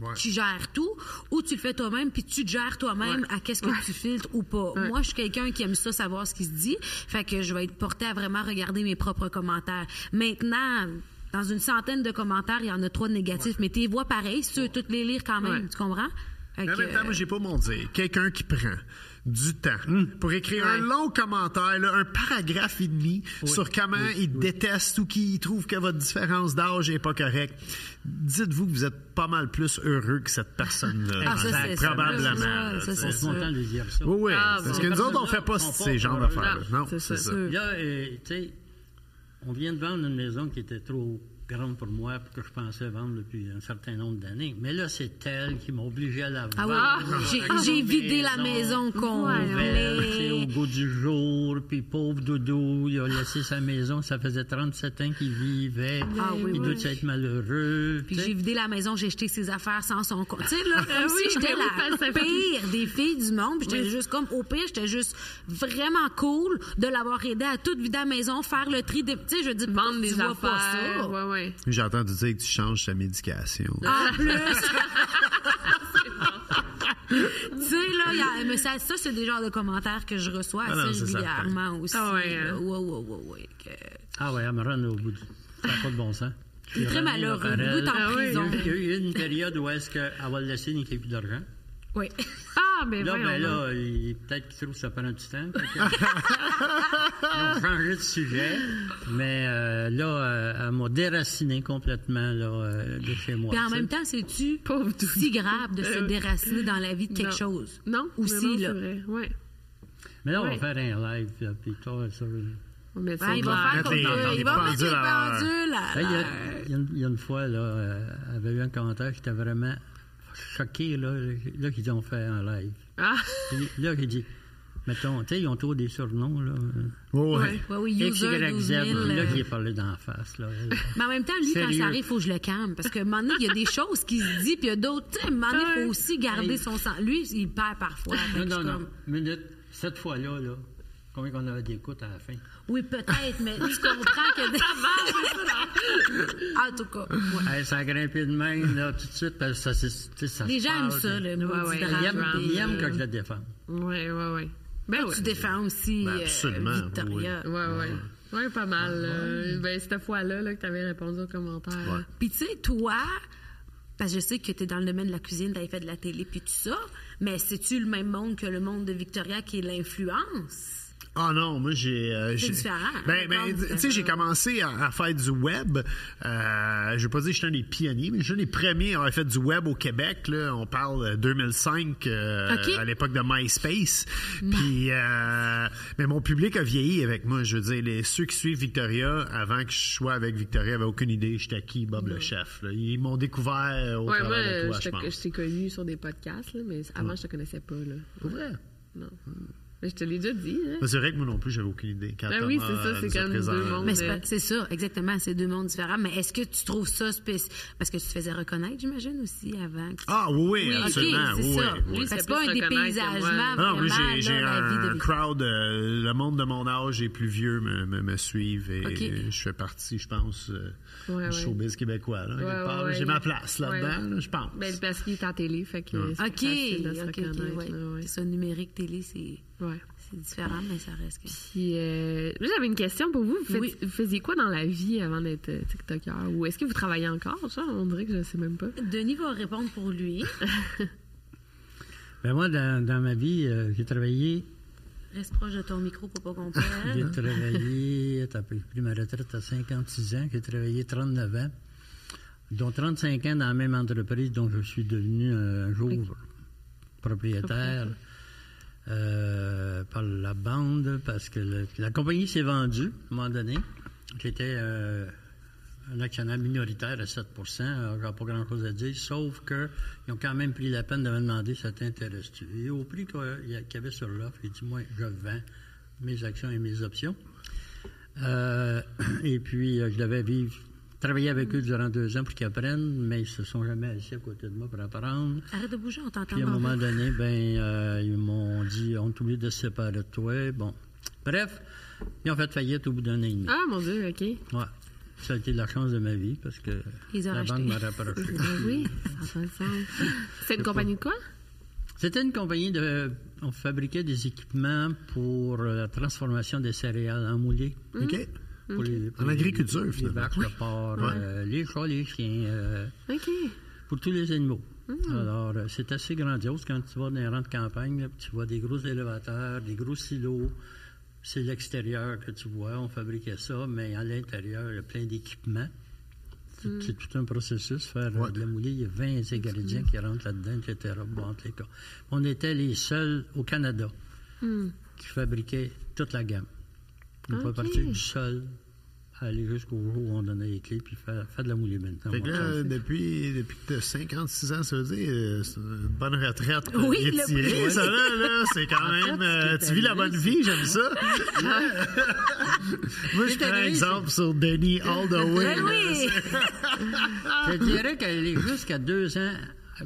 S2: Ouais.
S4: qui gère tout, ou tu le fais toi-même, puis tu te gères toi-même à qu'est-ce que tu filtres ou pas. Moi, je suis quelqu'un qui aime ça, savoir ce qui se dit. Fait que je vais être portée à vraiment regarder mes propres commentaires. Maintenant, dans une centaine de commentaires, il y en a trois de négatifs, mais t'es vois pareil, si tu veux toutes les lire quand même.
S3: Ouais.
S4: Tu comprends? Fait
S2: Mais en
S4: que,
S2: même temps, moi, j'ai pas mon dire. Quelqu'un qui prend du temps
S4: Hmm.
S2: pour écrire un long commentaire, là, un paragraphe et demi sur comment il déteste ou qu'il trouve que votre différence d'âge est pas correcte. Dites-vous que vous êtes pas mal plus heureux que cette personne-là.
S4: Ah, ça,
S2: Exact.
S4: c'est sûr.
S2: Probablement.
S4: Ça,
S2: là,
S4: ça,
S2: tu sais.
S4: c'est
S5: on se montant de dire ça.
S2: oui, oui.
S3: Ah,
S2: parce
S3: bon.
S2: que nous autres, on fait pas
S5: On
S2: ces
S5: pas
S2: genres
S5: heureux.
S2: d'affaires.
S3: Non,
S2: Non,
S3: c'est
S2: c'est
S3: ça.
S2: ça.
S4: Mm.
S5: Là, euh, tu sais, on vient de vendre une maison qui était trop grande pour moi, puis que je pensais vendre depuis un certain nombre d'années. Mais là, c'est elle qui m'a obligé à la vendre.
S4: Ah oui, j'ai-
S5: Ah,
S4: j'ai vidé la maison
S5: nouvelle, c'est au
S4: complète.
S5: goût du jour, puis pauvre Doudou, il a laissé sa maison, ça faisait 37 ans qu'il vivait,
S4: Ah oui,
S5: il
S4: oui.
S5: doit être malheureux.
S4: Puis
S5: tu sais.
S4: j'ai vidé la maison, j'ai jeté ses affaires sans son compte. Tu sais, là, comme
S3: Ah oui, ben
S4: si j'étais
S3: oui,
S4: la
S3: ça, ça fait-
S4: pire des filles du monde. Puis j'étais juste comme, au pire, j'étais juste vraiment cool de l'avoir aidé à toute vider la maison, faire le tri des. Tu sais, je dis,
S3: Vendre des
S4: tu vois pas
S3: affaires.
S4: ça.
S3: Ouais, ouais.
S2: J'ai entendu dire que tu changes ta médication.
S4: En plus. tu sais, là, y a- mais ça, ça c'est des genres de commentaires que je reçois
S2: Ah non,
S4: assez
S2: c'est certain.
S4: régulièrement aussi.
S3: Ah ouais,
S4: là.
S3: hein.
S4: Ouais, ouais, ouais, ouais, que-
S5: Ah ouais, elle me rend au bout du... Ça n'a pas de bon sens.
S4: Il est très
S5: Renée
S4: malheureux,
S5: Laparelle,
S4: il est en
S5: ah oui,
S4: prison.
S5: Il y a eu une période où est-ce qu'elle va le laisser niquer plus d'argent.
S4: Ouais.
S3: Ah, ben,
S5: Là,
S3: voyons
S5: ben
S3: donc.
S5: là, il- peut-être qu'il trouve que ça prend du temps. fait que- Ils ont changé de sujet, mais euh, là, euh, elle m'a déraciné complètement là, euh, de chez moi.
S4: Puis en
S5: tu sais.
S4: même temps, c'est-tu
S3: Pauvre Doudou.
S4: si grave de se
S3: Euh,
S4: déraciner dans la vie de quelque
S3: non.
S4: chose?
S3: Non,
S4: Aussi,
S3: mais non,
S4: là.
S3: c'est vrai. Ouais.
S5: Mais là, on
S3: Oui.
S5: va faire un live, là, puis toi, ça,
S3: Mais
S4: Ouais, il va
S2: va
S4: faire
S2: mettre
S4: comme
S2: les-
S4: eux.
S2: les
S4: Ah, Il va mettre
S2: pendules
S4: les
S2: à l'heure.
S4: pendules à
S5: Hey, Ben, Il y,
S4: l'heure.
S5: a- il y a une- il y a une fois, là, euh, il y avait eu un commentaire qui était vraiment choqué, là, là qu'ils ont fait en live.
S3: Ah,
S5: Puis là, il dit, mettons, tu sais, ils ont tous des surnoms, là.
S2: Ouais, ouais.
S4: Ouais, oui, user
S5: Y,
S4: 12
S5: Z,
S4: 000,
S5: là,
S4: euh,
S5: qu'il est parlé d'en face, là.
S4: Mais en même temps, lui, quand
S5: Sérieux.
S4: ça arrive, il faut que je le calme. Parce que, un moment donné, il y a des choses qui se disent, puis il y a d'autres. Tu sais, un moment donné, il
S3: Ouais.
S4: faut aussi garder son sang. Lui, il perd parfois. Fait que
S5: non,
S4: je
S5: non,
S4: suis
S5: non,
S4: comme,
S5: minute, cette fois-là, là, combien qu'on avait d'écoute à la fin?
S4: Oui, peut-être, mais tu comprends que... en tout cas, ouais.
S5: Hey, ça a grimpé de même, là, tout de suite, parce que ça, c'est- tu sais, ça
S4: les
S5: se
S4: gens aiment
S5: parle,
S4: ça,
S5: puis-
S3: Ouais,
S4: le maudit
S3: ouais,
S4: drame,
S5: Ils aiment,
S4: puis,
S5: ils aiment
S4: euh,
S5: quand je le défends.
S3: ouais, ouais, ouais. Ben ouais.
S4: Tu défends aussi
S2: Ben,
S4: euh,
S2: absolument,
S4: Victoria.
S3: Ouais, ouais. Ouais, pas mal. euh, ben, cette fois-là, là, que t'avais répondu aux commentaires. là.
S4: Puis tu sais, toi, parce que je sais que t'es dans le domaine de la cuisine, t'avais fait de la télé, puis tout ça, mais c'est-tu le même monde que le monde de Victoria qui est l'influence?
S2: Ah non, moi j'ai. euh, j'ai-
S4: différent, hein,
S2: Ben, ben,
S4: d'accord,
S2: tu sais, j'ai
S4: différent.
S2: commencé à, à faire du web. Euh, je vais pas dire que j'étais un des pionniers, mais je suis un des premiers à avoir fait du web au Québec. Là. On parle euh, 2005, euh,
S4: Ok.
S2: à l'époque de MySpace.
S3: Mm.
S2: Puis, euh, mais mon public a vieilli avec moi. Je veux dire, les, ceux qui suivent Victoria, avant que je sois avec Victoria, avaient aucune idée j'étais qui Bob le chef. là. Ils m'ont découvert au
S3: Mm. Ouais,
S2: travers
S3: moi,
S2: de toi,
S3: je
S2: je
S3: te-
S2: pense.
S3: je t'ai connu sur des podcasts, là, mais avant, je te connaissais pas. Là.
S2: Pour vrai?
S3: Non. Mais je te l'ai déjà dit. Hein?
S2: Ben, C'est vrai que moi non plus, j'avais aucune idée. Quand
S3: Ben oui,
S2: Thomas
S3: c'est ça, c'est
S2: nous a
S3: comme deux
S2: présenté-
S3: mondes.
S4: Mais c'est
S3: Mais-
S4: pas- c'est ça, exactement, c'est deux mondes différents. Mais est-ce que tu trouves ça spécial? Parce que tu te faisais reconnaître, j'imagine, aussi, avant.
S2: Ah oui, oui,
S4: OK,
S2: absolument.
S4: c'est
S2: oui, oui.
S4: ça. Fait que
S3: C'était
S4: c'est pas
S3: plus
S4: un
S3: reconnaître que moi,
S4: dépaysagement,
S3: là.
S2: Ah Non,
S4: vraiment,
S2: mais j'ai- j'ai
S4: là, la vie de
S2: un
S4: Victoria.
S2: crowd, euh, le monde de mon âge et plus vieux me, me, me suivent et
S4: Ok.
S2: je fais partie, je pense, euh,
S3: Ouais,
S2: du
S3: ouais.
S2: showbiz québécois. là, quelque
S3: Ouais,
S2: part,
S3: ouais,
S2: J'ai
S3: ouais.
S2: ma place là-dedans,
S3: Ouais.
S2: là, je pense.
S3: Ben, parce qu'il est en télé, fait que c'est
S4: OK,
S3: facile de se
S4: OK, OK,
S3: reconnaître,
S4: ouais.
S3: là, ouais.
S4: C'est ça, numérique, télé, c'est
S3: Ouais.
S4: c'est différent, mais ça reste que...
S3: Puis, euh, moi, j'avais une question pour vous. Vous, faites-
S4: Oui.
S3: vous faisiez quoi dans la vie avant d'être euh, TikToker? Ou est-ce que vous travaillez encore? Ça, on dirait que je sais même pas.
S4: Denis va répondre pour lui.
S5: Ben moi, dans, dans ma vie, euh, j'ai travaillé
S4: Reste proche de ton micro pour pas qu'on
S5: J'ai
S4: perde.
S5: travaillé, t'as pris pris ma retraite à 56 ans, j'ai travaillé 39 ans, dont 35 ans dans la même entreprise dont je suis devenu euh, un jour propriétaire euh, par la bande parce que le- la compagnie s'est vendue à un moment donné. J'étais euh, un actionnaire minoritaire à 7 euh, J'ai pas grand-chose à dire, sauf qu'ils ont quand même pris la peine de me demander ça t'intéresse-tu. Et au prix que- qu'il y avait sur l'offre, j'ai dit moi, je vends mes actions et mes options. Euh, et puis, euh, je devais vivre, travailler avec eux durant deux ans pour qu'ils apprennent, mais ils se sont jamais assis à côté de moi pour apprendre.
S4: Arrête de bouger, on t'entend.
S5: Puis à un
S4: pas.
S5: moment donné, ben, euh, ils m'ont dit on t'oublie de se séparer de toi. Bon. Bref, ils ont fait faillite au bout d'un an et demi.
S3: Ah, mon Dieu, OK.
S5: Ouais. Ça a été la chance de ma vie parce que
S4: Ils ont
S5: la
S4: racheté.
S5: banque m'a rapproché.
S3: Ben oui, ça fait le sens. C'est une compagnie de quoi?
S5: C'était une compagnie de. On fabriquait des équipements pour euh, la transformation des céréales en moulées.
S2: OK.
S5: Pour les- pour
S2: En
S5: les-
S2: agriculture,
S5: les,
S2: finalement.
S5: vaches, le porc, euh, les chats, les chiens, euh,
S3: OK.
S5: pour tous les animaux. Alors, euh, c'est assez grandiose quand tu vas dans les rangs de campagne, là, puis tu vois des gros élévateurs, des gros silos. C'est l'extérieur que tu vois, on fabriquait ça, mais à l'intérieur, il y a plein d'équipements. C'est- C'est tout un processus, faire euh, de la moulée, il y a 20 ingrédients qui rentrent là-dedans, etc. Bon, entre les cas. On était les seuls au Canada qui fabriquaient toute la gamme. On peut
S3: Ok.
S5: partir du sol, aller jusqu'au jour où on donnait les clés, puis faire, faire de la moulée maintenant.
S2: Fait que
S5: Bon,
S2: là,
S5: ça, c'est-
S2: depuis, depuis que t'as 56 ans, ça veut dire euh, c'est une bonne retraite
S4: Oui,
S2: euh, étirée,
S4: le-
S2: ça là, là c'est quand même... euh, tu vis la bonne vie, j'aime ça. Moi, je prends exemple sur Benny All the Way.
S4: Ben oui!
S5: Je dirais qu'elle est jusqu'à deux ans,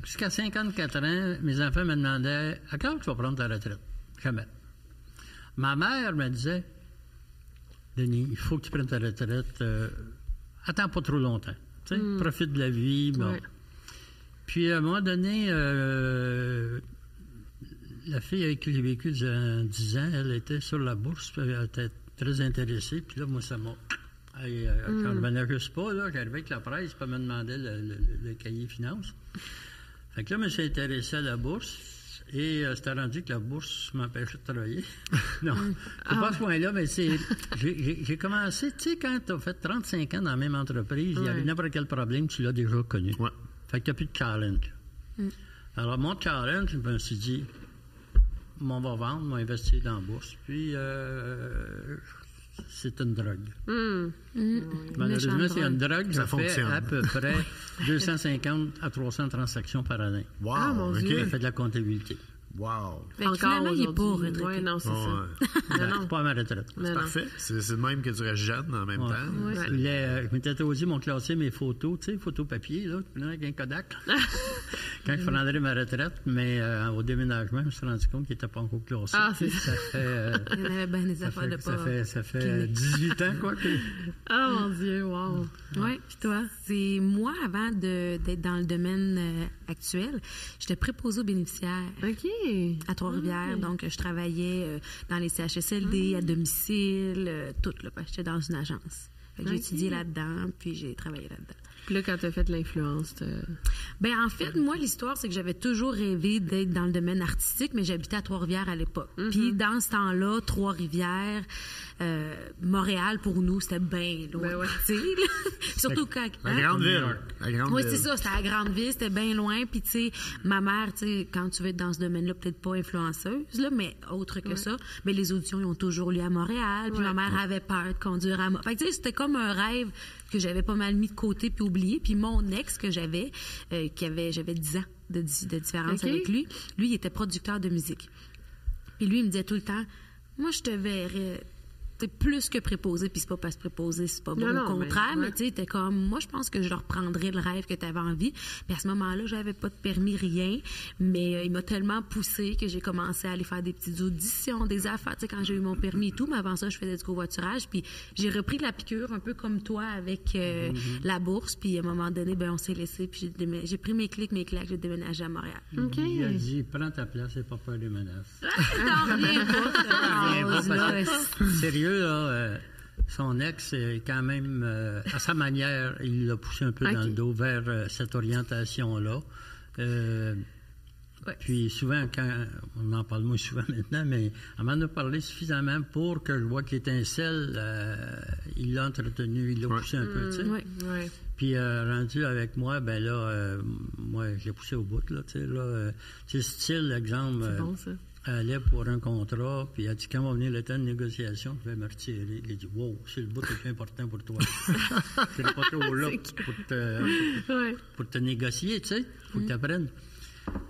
S5: jusqu'à 54 ans, mes enfants me demandaient à quand tu vas prendre ta retraite? Jamais. Ma mère me disait Denis, il faut que tu prennes ta retraite. euh, attends pas trop longtemps. Tu sais, Profite de la vie. Bon.
S3: Ouais.
S5: Puis à un moment donné, euh, la fille avec qui j'ai vécu durant 10 ans, elle était sur la bourse, puis elle était très intéressée. Puis là, moi, ça m'a. Hey, euh, Quand je venais juste pas, là, j'arrivais avec la presse, puis elle me demandait le, le- le cahier finance. Fait que là, je me suis intéressé à la bourse. Et euh, c'était rendu que la bourse m'empêchait de travailler. non, c'est pas à ce point-là, mais c'est. j'ai- J'ai j'ai commencé, tu sais, quand t'as fait 35 ans dans la même entreprise, il y avait
S3: Ouais.
S5: n'importe quel problème, tu l'as déjà connu.
S2: Ouais.
S5: Fait que t'as plus de challenge. Alors, mon challenge, je me suis dit, on va vendre, on va investir dans la bourse. Puis, euh, c'est une drogue.
S3: Hmm.
S5: Malheureusement, c'est une drogue qui
S2: Ça
S5: fait
S2: fonctionne.
S5: à peu près 250 à 300 transactions par année.
S2: Wow,
S3: Ah, mon
S2: OK.
S3: Dieu.
S5: Elle fait de la comptabilité.
S2: Wow.
S4: Fait que Ben, finalement, il est pas
S3: aujourd'hui.
S4: retraité.
S3: Ouais, non, c'est
S2: Ouais.
S3: ça. Ah,
S5: Ben,
S3: Non,
S5: je suis
S3: non.
S5: pas à ma retraite.
S3: Mais non.
S2: Parfait. C'est c'est le même que du reste jeune en même temps.
S5: Ouais. Les, euh, je m'étais aussi mon classé mes photos, tu sais, photos papier, là, je prenais avec un Kodak.
S3: Ah.
S5: Quand je prendrais ma retraite, mais euh, au déménagement, je me suis rendu compte qu'il n'était pas encore classé.
S3: Ah, c'est
S5: ça. fait, euh,
S4: Il y en avait bien des
S5: ça,
S4: affaires de
S5: fait, ça
S4: pas.
S5: fait- ça fait 18 ans, quoi. que-
S3: Ah, mon Dieu, wow.
S4: Oui, puis toi? C'est moi, avant de- d'être dans le domaine euh, actuel, j'étais préposée aux bénéficiaires.
S3: OK.
S4: à
S3: Ah.
S4: Trois-Rivières. Donc, euh, je travaillais euh, dans les CHSLD, à domicile, euh, tout, là, parce que j'étais dans une agence. Fait que J'ai
S3: Ok.
S4: étudié là-dedans, puis j'ai travaillé là-dedans.
S3: Puis là, quand t'as fait de l'influence, t'as-
S4: Ben en fait, moi, l'histoire, c'est que j'avais toujours rêvé d'être dans le domaine artistique, mais j'habitais à Trois-Rivières à l'époque.
S3: Mm-hmm.
S4: Puis dans ce temps-là, Trois-Rivières, euh, Montréal, pour nous, c'était bien loin.
S3: Ben ouais.
S4: tu sais, là. Surtout quand...
S2: La
S4: hein?
S2: grande ville. La grande
S4: Oui,
S2: ville.
S3: euh,
S4: c'est ça, c'était à la grande ville, c'était bien loin. Puis, tu sais, ma mère, tu sais, quand tu veux être dans ce domaine-là, peut-être pas influenceuse, là, mais autre que ça, mais les auditions, ils ont toujours lieu à Montréal. Puis,
S3: Ouais.
S4: ma mère avait peur de conduire à Montréal. Fait que, tu sais, c'était comme un rêve que j'avais pas mal mis de côté puis oublié. Puis, mon ex que j'avais, euh, qui avait, j'avais 10 ans de, di- de différence
S3: Ok.
S4: avec lui, lui, il était producteur de musique. Puis lui, il me disait tout le temps, moi, je te verrais t'es plus que préposé, puis c'est pas parce que préposé, c'est pas bon,
S3: Non,
S4: au
S3: non, mais-
S4: contraire, mais,
S3: ouais.
S4: tu sais, t'es comme, moi, je pense que je leur prendrais le rêve que t'avais envie. Puis à ce moment-là, j'avais pas de permis, rien, mais euh, il m'a tellement poussé que j'ai commencé à aller faire des petites auditions, des affaires, tu sais, quand j'ai eu mon permis et tout, mais avant ça, je faisais du covoiturage, puis j'ai repris la piqûre, un peu comme toi, avec euh,
S3: Mm-hmm.
S4: la bourse, puis à un moment donné, ben on s'est laissé, puis j'ai démé- j'ai pris mes clics, mes claques, j'ai déménagé à Montréal.
S3: OK.
S5: Il a dit prends ta place et pas peur des menaces.
S4: T'en reviens pas, cette phrase,
S5: Parce
S4: là.
S5: que, sérieux, là, euh, son ex, est quand même, euh, à sa manière, il l'a poussé un peu dans
S3: Ok.
S5: le dos vers euh, cette orientation-là. Euh,
S4: Ouais.
S5: Puis souvent, quand on en parle moins souvent maintenant, mais elle m'en a parlé suffisamment pour que je vois que l'étincelle, euh, il l'a entretenu, il l'a poussé un peu. tu sais.
S4: Ouais.
S3: Mm, Ouais.
S5: Puis euh, rendu avec moi, ben là, euh, moi, j'ai poussé au bout, là, tu sais, là. euh, tu sais, style, exemple, euh,
S3: bon, ça.
S5: elle allait pour un contrat, puis elle dit, quand va venir le temps de négociation, je vais me retirer. J'ai dit, wow, c'est le bout le plus important pour toi. je serai pas trop là pour te,
S3: Ouais.
S5: pour te négocier, tu sais, pour que t'apprennes.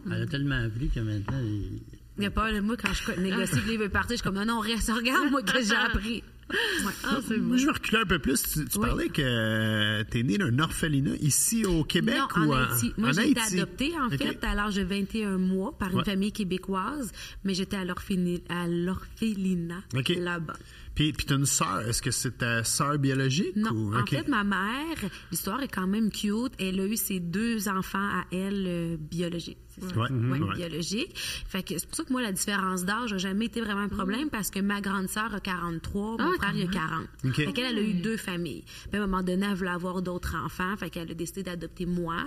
S5: Elle a tellement appris que maintenant, il-
S4: Il y a peur de moi quand je négocie que lui veut partir, je suis comme non, non, reste, regarde moi que j'ai appris. Ouais.
S2: Moi, je vais reculer un peu plus. Tu, tu
S4: Oui.
S2: parlais que tu es né d'un orphelinat ici au Québec
S4: non,
S2: ou
S4: en Haïti. Moi,
S2: en
S4: j'ai été
S2: Haïti.
S4: adoptée, en
S2: OK.
S4: fait, à l'âge de 21 mois par une
S2: Ouais.
S4: famille québécoise, mais j'étais à l'orphini- à l'orphelinat
S2: OK.
S4: là-bas.
S2: Puis, puis tu as une sœur. Est-ce que c'est ta sœur biologique?
S4: Non,
S2: ou...
S4: en
S2: OK.
S4: fait, ma mère, l'histoire est quand même cute. Elle a eu ses deux enfants à elle euh, biologiques. c'est ça?
S2: Ouais, mhm,
S4: Ouais,
S2: ouais.
S4: biologiques. Fait que c'est pour ça que moi, la différence d'âge n'a jamais été vraiment un problème parce que ma grande sœur a 43, mon
S3: Mhm. Ah,
S4: frère, il a 40.
S2: Ok.
S4: Fait qu'elle, elle a eu deux familles. Puis à un moment donné, elle voulait avoir d'autres enfants. Fait qu'elle a décidé d'adopter moi.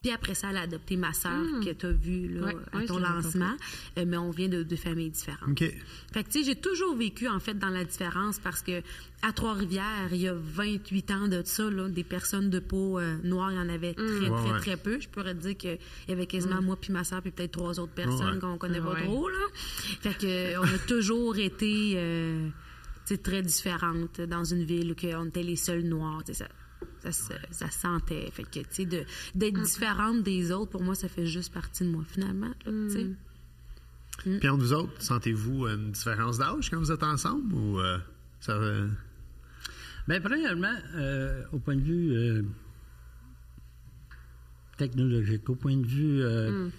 S4: Puis après ça, elle a adopté ma sœur que tu as vue là,
S3: Hmm. Ouais,
S4: à
S3: ouais,
S4: ton
S3: je l'ai
S4: lancement. Euh, mais on vient de deux familles différentes.
S2: OK.
S4: Fait que, tu sais, j'ai toujours vécu, en fait, dans la différence parce que à Trois-Rivières, il y a 28 ans de ça, là, des personnes de peau euh, noire, il y en avait très,
S2: Ouais,
S4: très,
S2: ouais.
S4: très peu. Je pourrais te dire qu'il y avait quasiment moi puis ma soeur puis peut-être trois autres personnes
S2: Ouais.
S4: qu'on connaît pas
S3: Ouais.
S4: trop, là. Fait que, euh, on a toujours été, euh, tu sais, très différentes dans une ville où que on était les seuls noirs, tu sais, ça. Ça, se- ça se sentait. Fait que, tu sais, de- d'être différente des autres, pour moi, ça fait juste partie de moi, finalement. là, tu sais.
S2: Puis entre vous autres, sentez-vous une différence d'âge quand vous êtes ensemble ou euh, ça euh,
S5: Bien, Ben, premièrement, euh, au point de vue euh, technologique, au point de vue. euh,
S4: Hmm.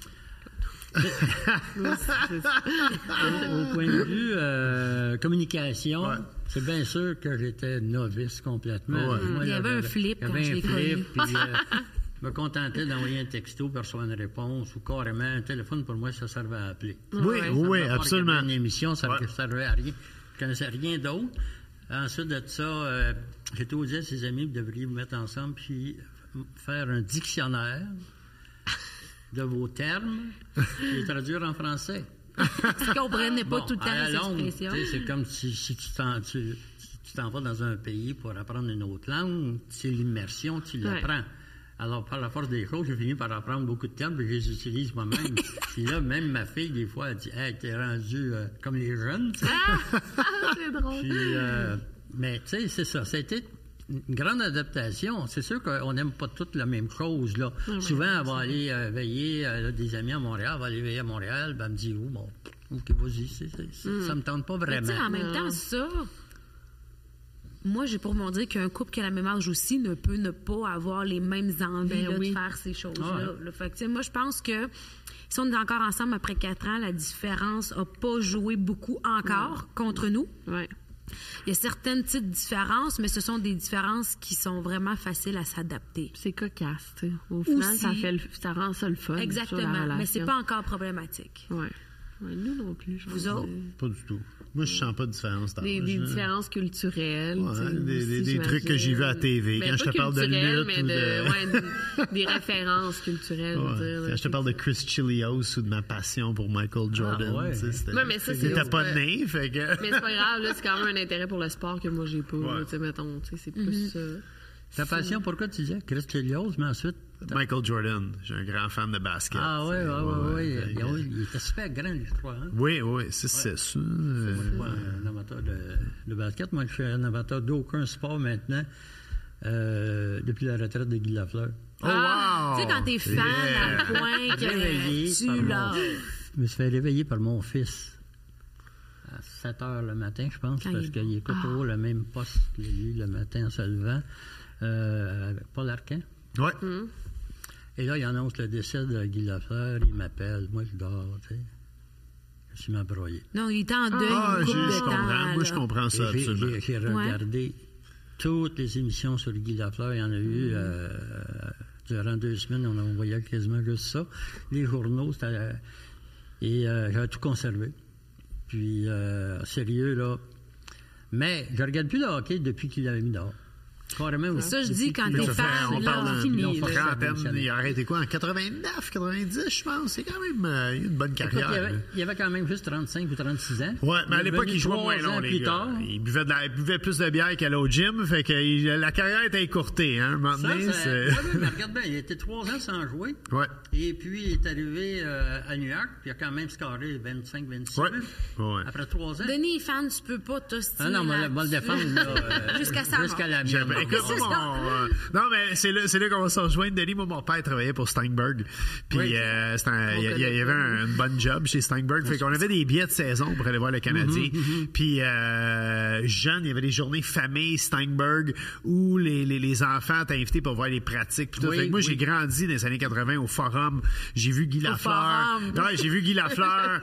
S5: au, au point de vue euh, communication,
S2: Ouais.
S5: c'est bien sûr que j'étais novice complètement.
S2: Ouais.
S5: Moi,
S4: Il y avait
S5: j'avais-
S4: un flip
S5: il y
S4: quand
S5: avait
S4: je
S5: un
S4: l'ai
S5: flip,
S4: connu.
S5: puis, euh, je me contentais d'envoyer un texto pour recevoir une réponse ou carrément un téléphone pour moi, ça servait à appeler.
S2: Oui,
S5: Ça me
S2: oui,
S5: rapporte
S2: absolument.
S5: qu'il y avait Une émission, ça
S2: Ouais.
S5: ne servait à rien. Je connaissais rien d'autre. Ensuite de ça, euh, j'ai tout dit à ses amis, vous devriez vous mettre ensemble puis f- faire un dictionnaire de vos termes et les traduire en français.
S4: Parce qu'on comprenait pas
S5: Bon,
S4: tout le temps
S5: à la
S4: les
S5: longue,
S4: expressions.
S5: tu sais, C'est comme si, si tu t'en tu- si tu t'en vas dans un pays pour apprendre une autre langue, c'est l'immersion, tu l'apprends. Alors, par la force des choses, j'ai fini par apprendre beaucoup de termes, puis je les utilise moi-même. puis là, même ma fille, des fois, elle dit Hey, t'es rendu euh, comme les jeunes. tu sais.
S4: Ah!
S3: c'est drôle.
S5: Puis, euh, mais tu sais, c'est ça. C'était une grande adaptation. C'est sûr qu'on n'aime pas toutes la même chose. Là.
S4: Ah
S5: Souvent, elle va aller euh, veiller, elle a des amis à Montréal, elle va aller veiller à Montréal, ben, elle me dit, oh, bon, ok, vas-y, c'est- c'est- c'est- ça me tente pas
S4: Hmm. Mais tu sais, en
S5: vraiment.
S4: même temps, ça, moi, j'ai pour mon dire qu'un couple qui a la même âge aussi ne peut ne pas avoir les mêmes envies
S3: Ben
S4: là,
S3: oui.
S4: de faire ces choses-là.
S5: Ah
S4: là. Fait que, tu sais, moi, je pense que si on est encore ensemble après quatre ans, la différence n'a pas joué beaucoup encore contre nous.
S3: Ouais.
S4: Il y a certaines petites différences, mais ce sont des différences qui sont vraiment faciles à s'adapter.
S3: C'est cocasse, tu sais. Au final,
S4: Aussi.
S3: ça, fait le- ça rend ça le fun. sur la
S4: Exactement, mais c'est
S3: relation.
S4: pas encore problématique.
S3: Ouais. Ouais, nous non plus. je
S4: Vous
S3: pense.
S4: autres?
S2: pas du tout. Moi, je sens pas de différence d'âge.
S3: Des, des
S2: hein.
S3: différences culturelles.
S2: Ouais,
S3: tu sais,
S2: des- des-
S3: aussi,
S2: des trucs que j'ai vus à la TV,
S3: Ben,
S2: quand je
S3: pas
S2: te parle de
S3: culturelles,
S2: lutte
S3: mais
S2: ou de-
S3: ouais, des- des, références culturelles.
S2: Ouais.
S3: dire,
S2: Quand je te parle de Chris Chilios ou de ma passion pour Michael Jordan.
S5: ouais.
S2: tu sais, c'était-
S3: Ouais, mais ça, c'est-
S2: T'étais pas
S3: ouais.
S2: né, fait que.
S3: Mais c'est pas grave, là, c'est quand même un intérêt pour le sport que moi j'ai pas. là, Tu sais, mettons, tu sais, c'est
S4: Mm-hmm.
S3: plus. euh,
S5: Ta passion, pourquoi tu disais Christeliose, mais ensuite.
S2: Michael Jordan, j'ai un grand fan de basket.
S5: Ah
S2: tu
S5: oui,
S2: sais,
S5: oui,
S2: ouais,
S5: oui,
S2: fait que-
S5: oui. Il était super grand, je crois. Hein?
S2: Oui, oui, c'est c'est ça. euh,
S5: Moi, un amateur de, de basket. Moi, je suis un amateur d'aucun sport maintenant, euh, depuis la retraite de Guy Lafleur.
S2: Oh,
S5: Ah,
S2: wow!
S4: Tu sais, quand t'es fan à point
S5: Réveillé
S4: que
S5: par
S4: tu
S5: mon-
S4: l'as.
S5: Je me suis fait réveiller par mon fils à 7 heures le matin, je pense,
S4: Quand
S5: parce
S4: il-
S5: qu'il
S2: Ah.
S5: écoute toujours le même poste que lui le matin en se levant, euh, avec Paul Arquin.
S2: Ouais.
S5: Hum, Et là, il annonce le décès de Guy Lafleur, il m'appelle, moi je dors, tu sais. Je suis m'embroyé.
S4: Non, il est en deuil.
S2: Ah,
S4: une
S2: je,
S4: couple
S2: je
S4: de temps,
S2: comprends. Moi, je
S4: là.
S2: comprends ça,
S5: Et j'ai-
S2: absolument.
S5: J'ai j'ai regardé toutes les émissions sur Guy Lafleur. Il y en a eu euh, durant deux semaines. On en voyait quasiment juste ça. Les journaux, c'était... euh, et euh, j'avais tout conservé. Puis, euh, sérieux, là. Mais je regarde plus le hockey depuis qu'il l'avait mis dehors. Carrément aussi.
S4: Ça, je dis quand
S2: Mais
S4: t'es
S2: ça fait-
S4: fan,
S2: on
S4: là,
S2: parle
S4: on
S2: d'un-
S4: finit,
S2: d'une
S4: là.
S2: trentaine. Il a arrêté quoi en 89, 90, je pense. C'est quand même euh, une bonne
S5: Écoute,
S2: carrière.
S5: il, avait, il avait quand même juste 35 ou 36 ans.
S2: Ouais, mais à
S5: Il est
S2: l'époque,
S5: revenu
S2: il jouait
S5: trois
S2: moins long,
S5: ans
S2: les
S5: plus
S2: gars.
S5: tard.
S2: Il, buvait de la- il buvait plus de bière qu'il allait au gym, fait que il- la carrière était écourtée, hein, à un moment
S5: Ça,
S2: donné,
S5: ça-
S2: c'est-
S5: Ouais, ouais, mais regarde bien, il était trois ans sans jouer.
S2: Ouais.
S5: Et puis, il est arrivé euh, à New York, puis il a quand même scoré 25, 26
S2: Ouais.
S5: buts.
S2: Ouais.
S5: Après trois ans.
S4: Denis, fan, tu peux pas t'ostiner.
S5: Ah non, moi,
S4: là-dessus.
S5: moi, le défendre, là, euh,
S4: Jusqu'à sa
S5: Jusqu'à la
S2: J'ai-
S5: mienne.
S2: écoute,
S5: Bon,
S2: mon- euh, non, mais c'est là, c'est là qu'on va se rejoindre. Denis, moi, mon père travaillait pour Steinberg. Puis,
S5: Oui.
S2: euh, c'était un- il y, a-
S5: On
S2: il y avait un, une bonne job chez Steinberg. Fait qu'on avait des billets de saison pour aller voir le Canadien.
S5: Mm-hmm,
S2: Puis, euh, jeune, il y avait des journées famille Steinberg où les, les, les enfants étaient invités pour voir les pratiques. puis tout.
S5: Oui,
S2: Fait que moi,
S5: oui.
S2: j'ai grandi dans les années 80 au Forum. J'ai vu Guy Lafleur.
S4: Forum.
S2: Ouais, j'ai vu Guy Lafleur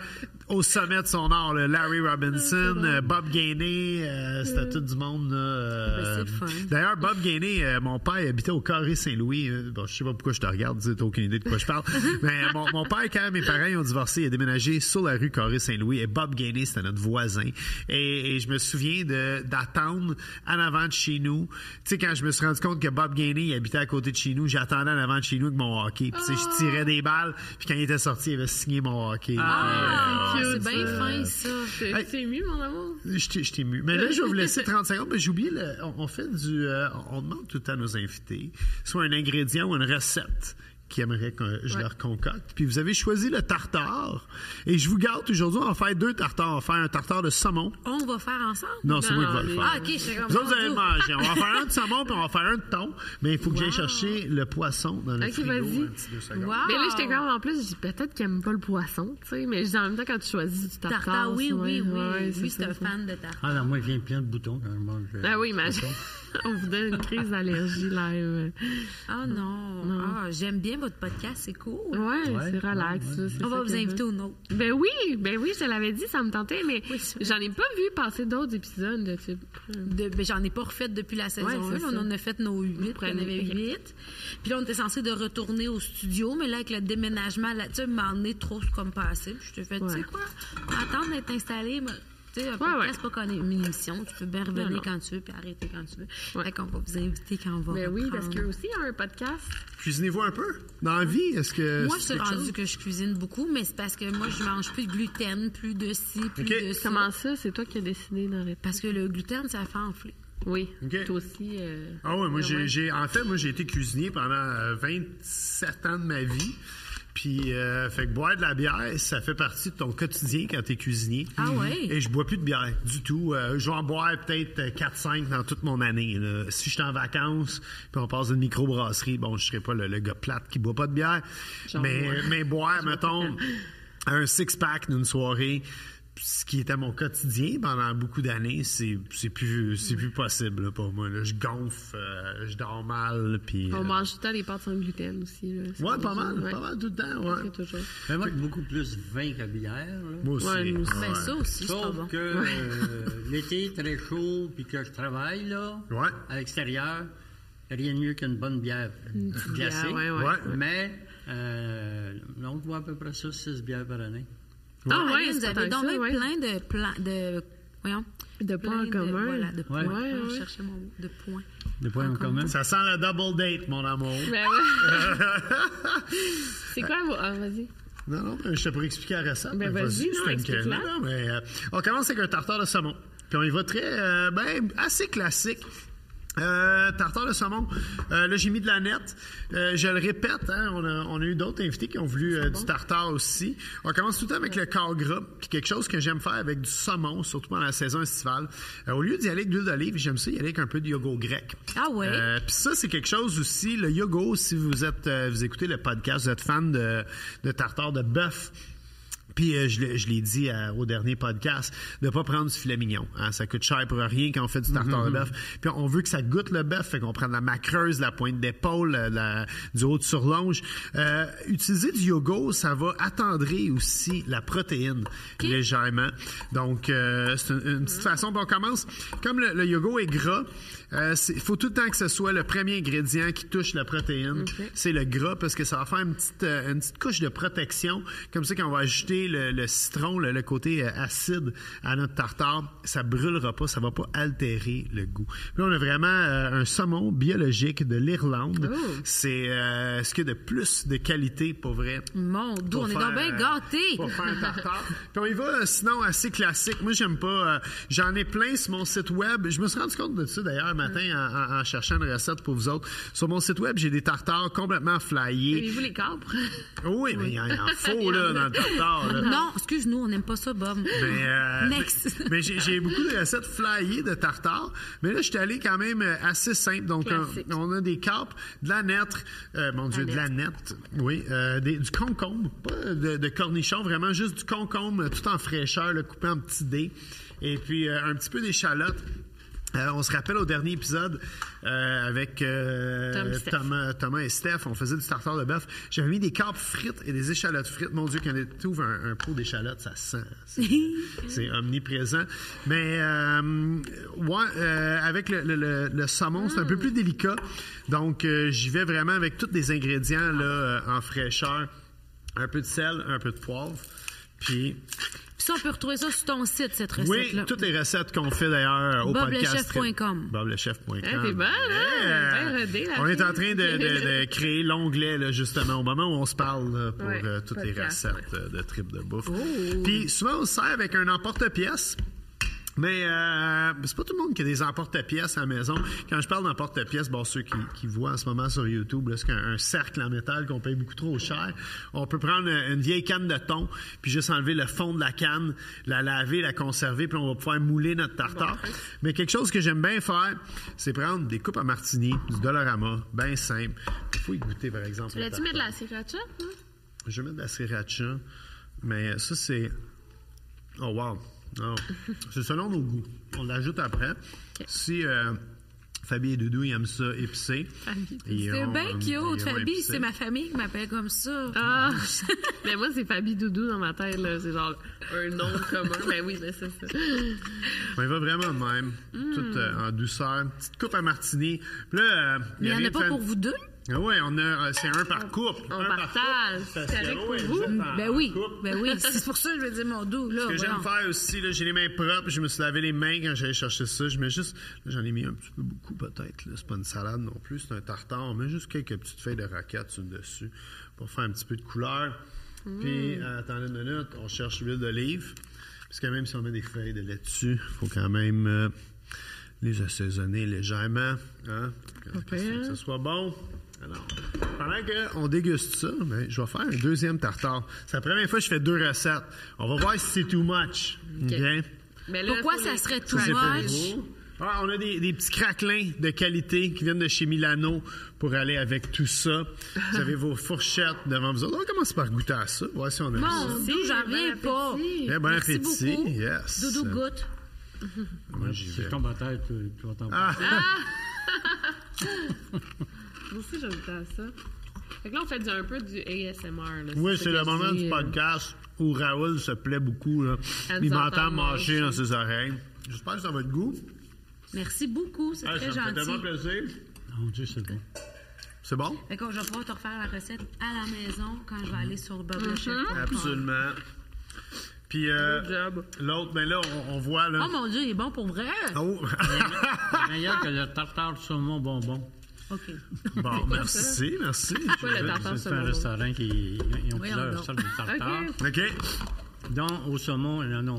S2: au sommet de son art. là. Larry Robinson, euh, Bob Gainé. euh, c'était tout du monde. là, euh,
S4: Ben, c'est le fun.
S2: D'ailleurs, Bob Gainé, euh, mon père, il habitait au Carré Saint-Louis. Euh, bon, je sais pas pourquoi je te regarde, tu n'as aucune idée de quoi je parle. Mais euh, mon, mon père, quand mes parents ils ont divorcé, il a déménagé sur la rue Carré Saint-Louis. Et Bob Gainé, c'était notre voisin. Et, et je me souviens de- d'attendre en avant de chez nous. Tu sais, quand je me suis rendu compte que Bob Gainé, il habitait à côté de chez nous, j'attendais en avant de chez nous avec mon hockey. Puis, tu sais, je tirais des balles. Puis, quand il était sorti, il avait signé mon hockey.
S4: Ah,
S2: Puis, euh,
S4: c'est
S2: ouais,
S4: bien
S2: ça.
S4: fin, ça.
S3: C'est
S2: Hey.
S3: c'est mieux, mon amour.
S2: Je t'ai- je t'ai mu. Mais là, je vais vous laisser 30 secondes. Mais j'ai oublié, le- on, on fait du. euh, on demande tout le temps à nos invités soit un ingrédient ou une recette qui aimeraient que je leur concocte. Puis vous avez choisi le tartare. Et je vous garde aujourd'hui, on va faire deux tartares. On va faire un tartare de saumon.
S4: On va faire ensemble?
S2: Non, c'est
S3: Non,
S2: moi qui vais le
S3: mais-
S2: faire.
S4: Ah, OK, je sais
S2: Vous autres, vous allez manger. On va en faire un de saumon, puis on va en faire un de thon. Mais il faut que j'aille chercher le poisson dans le
S3: Ok,
S2: frigo. hein.
S3: vas-y.
S2: un petit deux secondes.
S4: Wow!
S3: Mais là, j'étais comme, en plus, je dis peut-être qu'il aime pas le poisson, tu sais. Mais je dis, en même temps, quand tu choisis du tartare.
S4: Tartare, ah, oui,
S3: ouais,
S4: oui, oui.
S3: ouais,
S4: Lui,
S3: ça,
S4: c'est un
S3: ça.
S4: fan de tartare.
S5: Ah non, moi, il vient plein de boutons quand je mange.
S2: Ben
S5: euh,
S3: Ah oui,
S5: du
S3: imagine.
S5: poisson.
S3: On vous donne une crise d'allergie live.
S4: Ah non, Ah, j'aime bien votre podcast, c'est cool.
S3: Ouais, c'est relax.
S5: ouais,
S3: ça,
S5: ouais.
S3: c'est
S4: On va
S3: ça
S4: vous
S3: que-
S4: inviter au nôtre.
S3: Ben oui, ben oui, je te l'avais dit, ça me tentait, mais
S4: Oui, c'est vrai.
S3: j'en ai pas vu passer d'autres épisodes de type.
S4: De- ben, j'en ai pas refait depuis la saison
S3: Ouais, c'est
S4: 1.
S3: ça.
S4: On en a fait nos 8,
S3: prenez-
S4: on avait
S3: ok.
S4: 8. Puis là, on était censé de retourner au studio, mais là, avec le déménagement, là, tu sais, m'en est trop comme passé. Puis je te fais, tu sais
S3: Ouais.
S4: quoi, on va attendre d'être installé. mais, Tu sais, un podcast, pas qu'on ait une émission. Tu peux bien revenir
S3: non.
S4: quand tu veux, puis arrêter quand tu veux.
S3: Ouais.
S4: Fait qu'on va vous inviter quand on va.
S3: Ben oui,
S4: reprendre.
S3: parce qu'eux aussi ont un podcast.
S2: Cuisinez-vous un peu. Dans la vie, est-ce que.
S4: Moi, je
S2: c'est
S4: suis
S2: quelque
S4: rendue
S2: chose?
S4: que je cuisine beaucoup, mais c'est parce que moi, je mange plus de gluten, plus de ci, plus
S2: Ok.
S4: de ça.
S3: Comment ça, c'est toi qui as décidé d'arrêter?
S4: Parce que le gluten, ça fait enfler.
S3: Oui,
S2: Ok.
S3: toi aussi. euh,
S2: Ah ouais, moi
S3: ouais,
S2: j'ai,
S3: ouais.
S2: j'ai- en fait moi j'ai été cuisinier pendant euh, 27 ans de ma vie. Puis euh, fait que boire de la bière, ça fait partie de ton quotidien quand t'es cuisinier. Mhm.
S4: Ah ouais?
S2: Et je bois plus de bière du tout. Euh, je vais en boire peut-être euh, 4 5 dans toute mon année là. Si je suis en vacances, puis on passe d'une microbrasserie, bon, je serai pas le, le gars plate qui boit pas de bière, mais
S3: moi.
S2: mais boire mettons un six pack d'une soirée ce qui était mon quotidien pendant beaucoup d'années, c'est c'est plus, c'est plus possible là, pour moi. là. Je gonfle, euh, je dors mal. Puis, euh,
S3: On mange tout le temps des pâtes sans gluten aussi. Là. C'est
S2: Ouais, pas
S3: toujours-
S2: mal,
S3: ouais.
S2: pas mal tout le temps. ouais.
S3: Presque toujours.
S5: Mais Ben, moi, beaucoup plus vin que bière. là.
S2: Moi aussi.
S3: Ouais, nous aussi.
S4: Ben, ça aussi, c'est pas
S5: Sauf
S4: bon.
S5: que euh, l'été très chaud puis que je travaille là
S2: Ouais.
S5: à l'extérieur, rien de mieux qu'une bonne bière glacée.
S3: bière, ouais, ouais.
S2: Ouais.
S5: Mais euh, on boit à peu près ça six bières par année.
S3: Ah
S4: Ah,
S3: ouais,
S4: vous
S3: c'est
S4: avez
S3: pas tant
S4: donc
S3: que ça,
S4: bien
S3: ouais.
S4: plein de plans de voyons,
S3: De
S4: plein
S3: points en commun.
S4: voilà, de points.
S5: Ouais.
S4: Ouais,
S3: Ouais,
S4: Je
S3: ouais.
S4: cherchais mon mot, de points.
S5: Des points en commun.
S2: Ça sent la double date, mon amour.
S3: Ben ouais. c'est quoi, vos- ah, vas-y.
S2: Non, non, je te pourrais expliquer la recette.
S3: Ben,
S2: mais
S3: vas-y, non,
S2: c'est une
S3: explique-la.
S2: quenelle. Non, mais, euh, on commence avec un tartare de saumon. Puis on y va très, euh, ben, assez classique. Euh, tartare de saumon. Euh, là, j'ai mis de la nette. Euh, je le répète, hein, on, a, on a eu d'autres invités qui ont voulu euh, du tartare aussi. On commence tout le temps avec le corps gras, puis quelque chose que j'aime faire avec du saumon, surtout pendant la saison estivale. Euh, au lieu d'y aller avec de l'huile d'olive, j'aime ça y aller avec un peu de yogourt grec.
S4: Ah ouais?
S2: Euh, puis ça, c'est quelque chose aussi, le yogourt, si vous êtes, euh, vous écoutez le podcast, vous êtes fan de, de tartare de bœuf. Puis euh, je, l'ai- je l'ai dit à- au dernier podcast, de pas prendre du filet mignon. hein. ça coûte cher pour rien quand on fait du tartare de bœuf. Puis on veut que ça goûte le bœuf, fait qu'on prend de la macreuse, de la pointe d'épaule, euh, de la- du haut de surlonge. Euh, utiliser du yogourt, ça va attendrir aussi la protéine légèrement. Donc euh, c'est une, une petite façon. Puis on commence, comme le, le yogourt est gras, il faut tout le temps que ce soit le premier ingrédient qui touche la protéine, c'est le gras parce que ça va faire une petite, euh, une petite couche de protection. Comme ça, quand on va ajouter le, le citron, le, le côté euh, acide à notre tartare, ça brûlera pas, ça va pas altérer le goût. Là, on a vraiment euh, un saumon biologique de l'Irlande. C'est euh, ce qu'il y a de plus de qualité pour vrai.
S4: Mon Dieu,
S2: Pour
S4: on est
S2: faire,
S4: donc bien
S2: euh,
S4: gâtés.
S2: Pour faire un tartare. Puis on y va, euh, sinon, assez classique. Moi, j'aime pas. euh, J'en ai plein sur mon site web. Je me suis rendu compte de ça, d'ailleurs, un matin, en, en- en cherchant une recette pour vous autres. Sur mon site web, j'ai des tartares complètement flyés.
S3: Aimez-vous les capres?
S2: Oui, mais il y en il en faut, là, dans le tartare. Ah, là.
S4: Non, excuse-nous, on n'aime pas ça, Bob.
S2: Mais, euh,
S4: Next.
S2: mais- mais j'ai j'ai beaucoup de recettes flyées de tartare. Mais là, je suis allé quand même euh, assez simple. Donc, on,
S3: Classique.
S2: on a des carpes, de la nette, euh, mon Dieu, de la nette, oui, euh, des- du concombre, pas de, de cornichon, vraiment juste du concombre euh, tout en fraîcheur, le coupé en petits dés. Et puis, euh, un petit peu d'échalote. Euh, on se rappelle au dernier épisode euh, avec euh,
S3: Tom Steph.
S2: Thomas, Thomas et Steph, on faisait du tartare de bœuf. J'avais mis des carpes frites et des échalotes frites. Mon Dieu, quand tu ouvres un, un pot d'échalotes, ça sent. C'est- C'est omniprésent. Mais euh, ouais, euh, avec le, le- le- le saumon, c'est un peu plus délicat. Donc, euh, j'y vais vraiment avec tous les ingrédients là, euh, en fraîcheur. Un peu de sel, un peu de poivre. Puis,
S4: Puis ça, on peut retrouver ça sur ton site, cette
S2: oui,
S4: recette-là.
S2: toutes les recettes qu'on fait d'ailleurs euh, au podcast.
S4: boblechef.com.
S2: Boblechef.com.
S3: Hein, t'es bonne, hein?
S2: Yeah.
S3: Bien rodée, la
S2: On est en train
S3: fille.
S2: de, de- de créer l'onglet, là, justement, au moment où on se parle là, pour
S3: Ouais,
S2: euh, toutes les
S3: podcast, Oh!
S2: recettes euh, de tripes de bouffe. Puis souvent, on se sert avec un emporte-pièce. Mais euh, c'est pas tout le monde qui a des emporte-pièces à la maison. Quand je parle d'emporte-pièces, bon, ceux qui, qui voient en ce moment sur YouTube, là, c'est qu'un un cercle en métal qu'on paye beaucoup trop cher. On peut prendre euh, une vieille canne de thon, puis juste enlever le fond de la canne, la laver, la conserver, puis on va pouvoir mouler notre tartare. Mais quelque chose que j'aime bien faire, c'est prendre des coupes à martini, du Dollarama, bien simple. Il faut y goûter, par exemple.
S3: Tu
S2: au
S3: l'as-tu mis de
S2: tartare.
S3: la sriracha? hein?
S2: Je vais mettre de la sriracha, mais ça, c'est... Oh, wow! Non. c'est selon nos goûts. On l'ajoute après. Si euh, Fabie et Doudou, ils aiment ça épicé. ils
S4: Ah, C'est
S2: iront,
S4: bien
S2: euh, ils iront
S4: cute, Fabi.
S2: épicé.
S4: C'est ma famille qui m'appelle comme ça. Ben,
S3: Ah! mais moi, c'est Fabi Doudou dans ma tête, là. C'est genre un nom commun.
S4: ben
S3: Mais oui, mais c'est ça.
S2: On y va vraiment de même.
S4: Mm.
S2: Tout euh, en douceur. Petite coupe à martini. Puis là, euh,
S4: Il n'y en
S2: rien
S4: a
S2: de
S4: pas
S2: fan-
S4: pour vous deux?
S2: Ah ouais, on a, euh, c'est un par couple.
S3: On
S2: Un par
S3: partage.
S2: couple. Parce
S3: C'est
S2: que,
S3: avec
S2: Ah ouais,
S3: pour vous?
S2: vous êtes en-
S4: Ben
S2: en
S4: oui,
S2: couple.
S4: ben oui. C'est pour ça que je veux dire mon dos, là.
S2: Ce que j'aime
S4: voyons.
S2: faire aussi, là, j'ai les mains propres, je me suis lavé les mains quand j'allais chercher ça. Je mets juste, là, j'en ai mis un petit peu beaucoup peut-être. là. C'est pas une salade non plus, c'est un tartare. On met juste quelques petites feuilles de raquette sur le dessus pour faire un petit peu de couleur. Puis, euh, attendez une minute, on cherche l'huile d'olive. Parce que même si on met des feuilles de lait dessus, il faut quand même euh, les assaisonner légèrement. Hein, pour que, que ça soit bon. Alors, pendant qu'on déguste ça, ben, je vais faire un deuxième tartare. C'est la première fois que je fais deux recettes. On va voir si c'est too much. OK?
S3: Mais là,
S4: Pourquoi
S3: faut
S4: ça
S3: les-
S4: serait too
S2: Ça, c'est pour
S4: much?
S2: vous. Ah, on a des, des petits craquelins de qualité qui viennent de chez Milano pour aller avec tout ça. Vous avez vos fourchettes devant vous autres. On commence par goûter à ça. Voir si on aime ça.
S4: Mon Dieu, j'en viens pas.
S2: Eh, bon
S4: Merci
S2: appétit.
S4: beaucoup.
S2: Yes.
S4: Doudou goûte.
S2: Moi, j'y
S5: Si
S2: vais.
S5: je tombe à terre, tu, tu vas tomber.
S2: Ah,
S3: Moi aussi, j'ai goûté à ça. Fait que là, on fait du- un peu du ASMR. Là,
S2: Oui, c'est
S3: ça que
S2: le
S3: je
S2: moment
S3: dis,
S2: du
S3: euh,
S2: podcast où Raoul se plaît beaucoup. Là.
S3: Elle
S2: Il
S3: nous
S2: m'entend
S3: entend
S2: mâcher
S3: mâcher.
S2: dans ses oreilles. J'espère que ça va de goût.
S4: Merci beaucoup, c'est
S2: Ah, ça
S4: très
S2: me fait tellement
S4: gentil.
S2: plaisir.
S5: Mon Dieu, c'est bon.
S2: C'est bon?
S4: Fait que je vais pouvoir te refaire la recette à la maison quand je vais aller sur Bubble Chef.
S2: Absolument. Puis euh,
S3: Good job.
S2: l'autre, mais là, on, on voit. Là,
S4: Oh mon Dieu, il est bon pour vrai.
S2: Oh!
S5: Meilleur que le tartare de saumon bonbon.
S4: OK.
S2: bon, Oh, merci, merci.
S3: Ouais, le tartare
S5: C'est un
S3: saumon.
S5: restaurant qui ils
S4: Voyons
S5: ont plusieurs
S4: donc.
S5: sortes de tartares.
S3: Ok.
S2: OK.
S5: dont au saumon, non, non,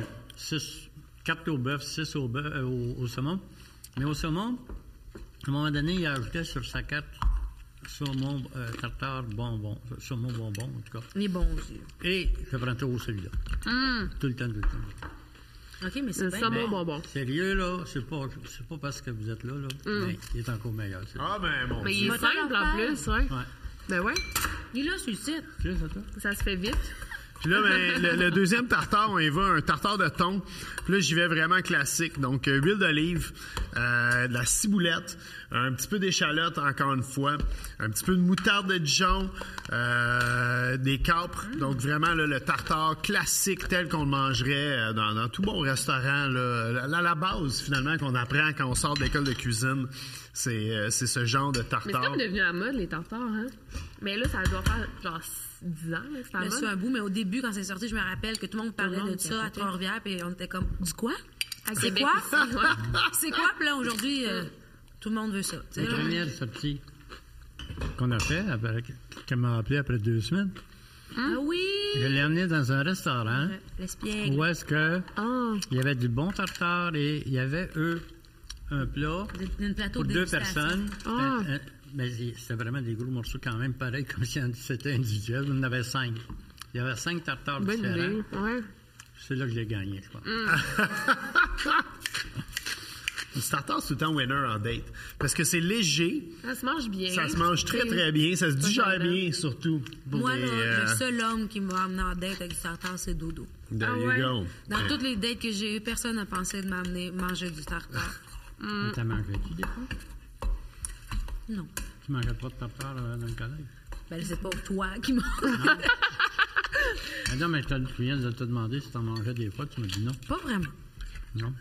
S5: 4 au bœuf, 6 au, bœuf- euh, au, au saumon. Mais au saumon, à un moment donné, il ajoutait sur sa carte saumon euh, tartare bonbon, euh, saumon bonbon, en tout cas.
S4: Les bons yeux.
S5: Et je prends toujours celui-là. Tout le temps, tout le temps.
S4: OK, mais c'est
S3: Le
S4: bien.
S3: saumon bonbon.
S5: Sérieux, là, c'est pas, c'est pas parce que vous êtes là, là, mais il est encore meilleur. c'est-
S2: Ah, ben, mon
S3: Mais
S2: Dieu.
S3: il est
S4: Moteur
S3: simple en
S4: local.
S3: plus, ouais.
S5: Ouais.
S3: Ben ouais,
S4: Il est là sur le site.
S5: Tu sais, ça, toi?
S3: ça se fait vite.
S2: Puis là, ben, le, le deuxième tartare, on y va, un tartare de thon. Puis là, j'y vais vraiment classique. Donc, euh, huile d'olive, euh, de la ciboulette, un petit peu d'échalote, encore une fois, un petit peu de moutarde de Dijon, euh, des capres. Donc, vraiment, là, le tartare classique tel qu'on le mangerait euh, dans, dans tout bon restaurant. Là, la, la- la base, finalement, qu'on apprend quand on sort de l'école de cuisine, c'est euh, c'est ce genre de
S3: Mais c'est
S2: tartare.
S3: comme devenu à mode, les tartares, hein? Mais là, ça doit faire genre 10 ans, là, que c'est à
S4: Mais
S3: mode.
S4: c'est un bout, mais au début, quand c'est sorti, je me rappelle que tout le monde parlait
S3: le monde
S4: de ça à
S3: capotait.
S4: Trois-Rivières, puis on était comme, du quoi? C'est
S3: Québec
S4: quoi?
S3: aussi, ouais.
S4: C'est quoi? Puis là, aujourd'hui, euh, tout le monde veut ça. tu sais.
S5: Le premier sortie qu'on a fait, après- qu'elle m'a appelé après deux semaines,
S4: Ah oui!
S5: je l'ai amené dans un restaurant
S4: L'espiègle.
S5: où est-ce que...
S3: Ah,
S5: Il y avait du bon tartare et il y avait, eux, un plat
S4: Une plateau
S5: pour
S4: de
S5: deux
S4: dégustation.
S5: personnes.
S3: Ah.
S5: Un- un- mais c'est- c'était vraiment des gros morceaux quand même, pareil comme si c'était individuel. On en avait cinq. Il y avait cinq tartares
S3: bonne idée. Mm-hmm.
S5: différents.
S3: Ouais.
S5: C'est là que j'ai gagné, je crois.
S2: Le tartare, c'est tout le temps winner en date. Parce que c'est léger,
S3: Ça se mange bien.
S2: Ça se mange très, très bien. Ça se
S3: Pas
S2: digère
S3: gênant.
S2: bien, surtout. pour
S4: Moi,
S2: les,
S4: là,
S2: euh,
S4: le seul homme qui m'a amené en date avec du tartare, c'est Dodo.
S2: There
S3: Ah
S2: you
S3: ouais.
S2: go.
S4: Dans toutes les dates que j'ai eues, personne n'a pensé de m'amener manger du tartare.
S5: Mais T'as mangé tu des fois?
S4: Non.
S5: Tu mangeais pas de tartare euh, dans le collège?
S4: Ben, c'est pas toi qui m'as.
S5: Ah non, mais je te- tu viens de te demander si t'en mangeais des fois. Tu m'as dit non.
S4: pas vraiment.
S5: Non.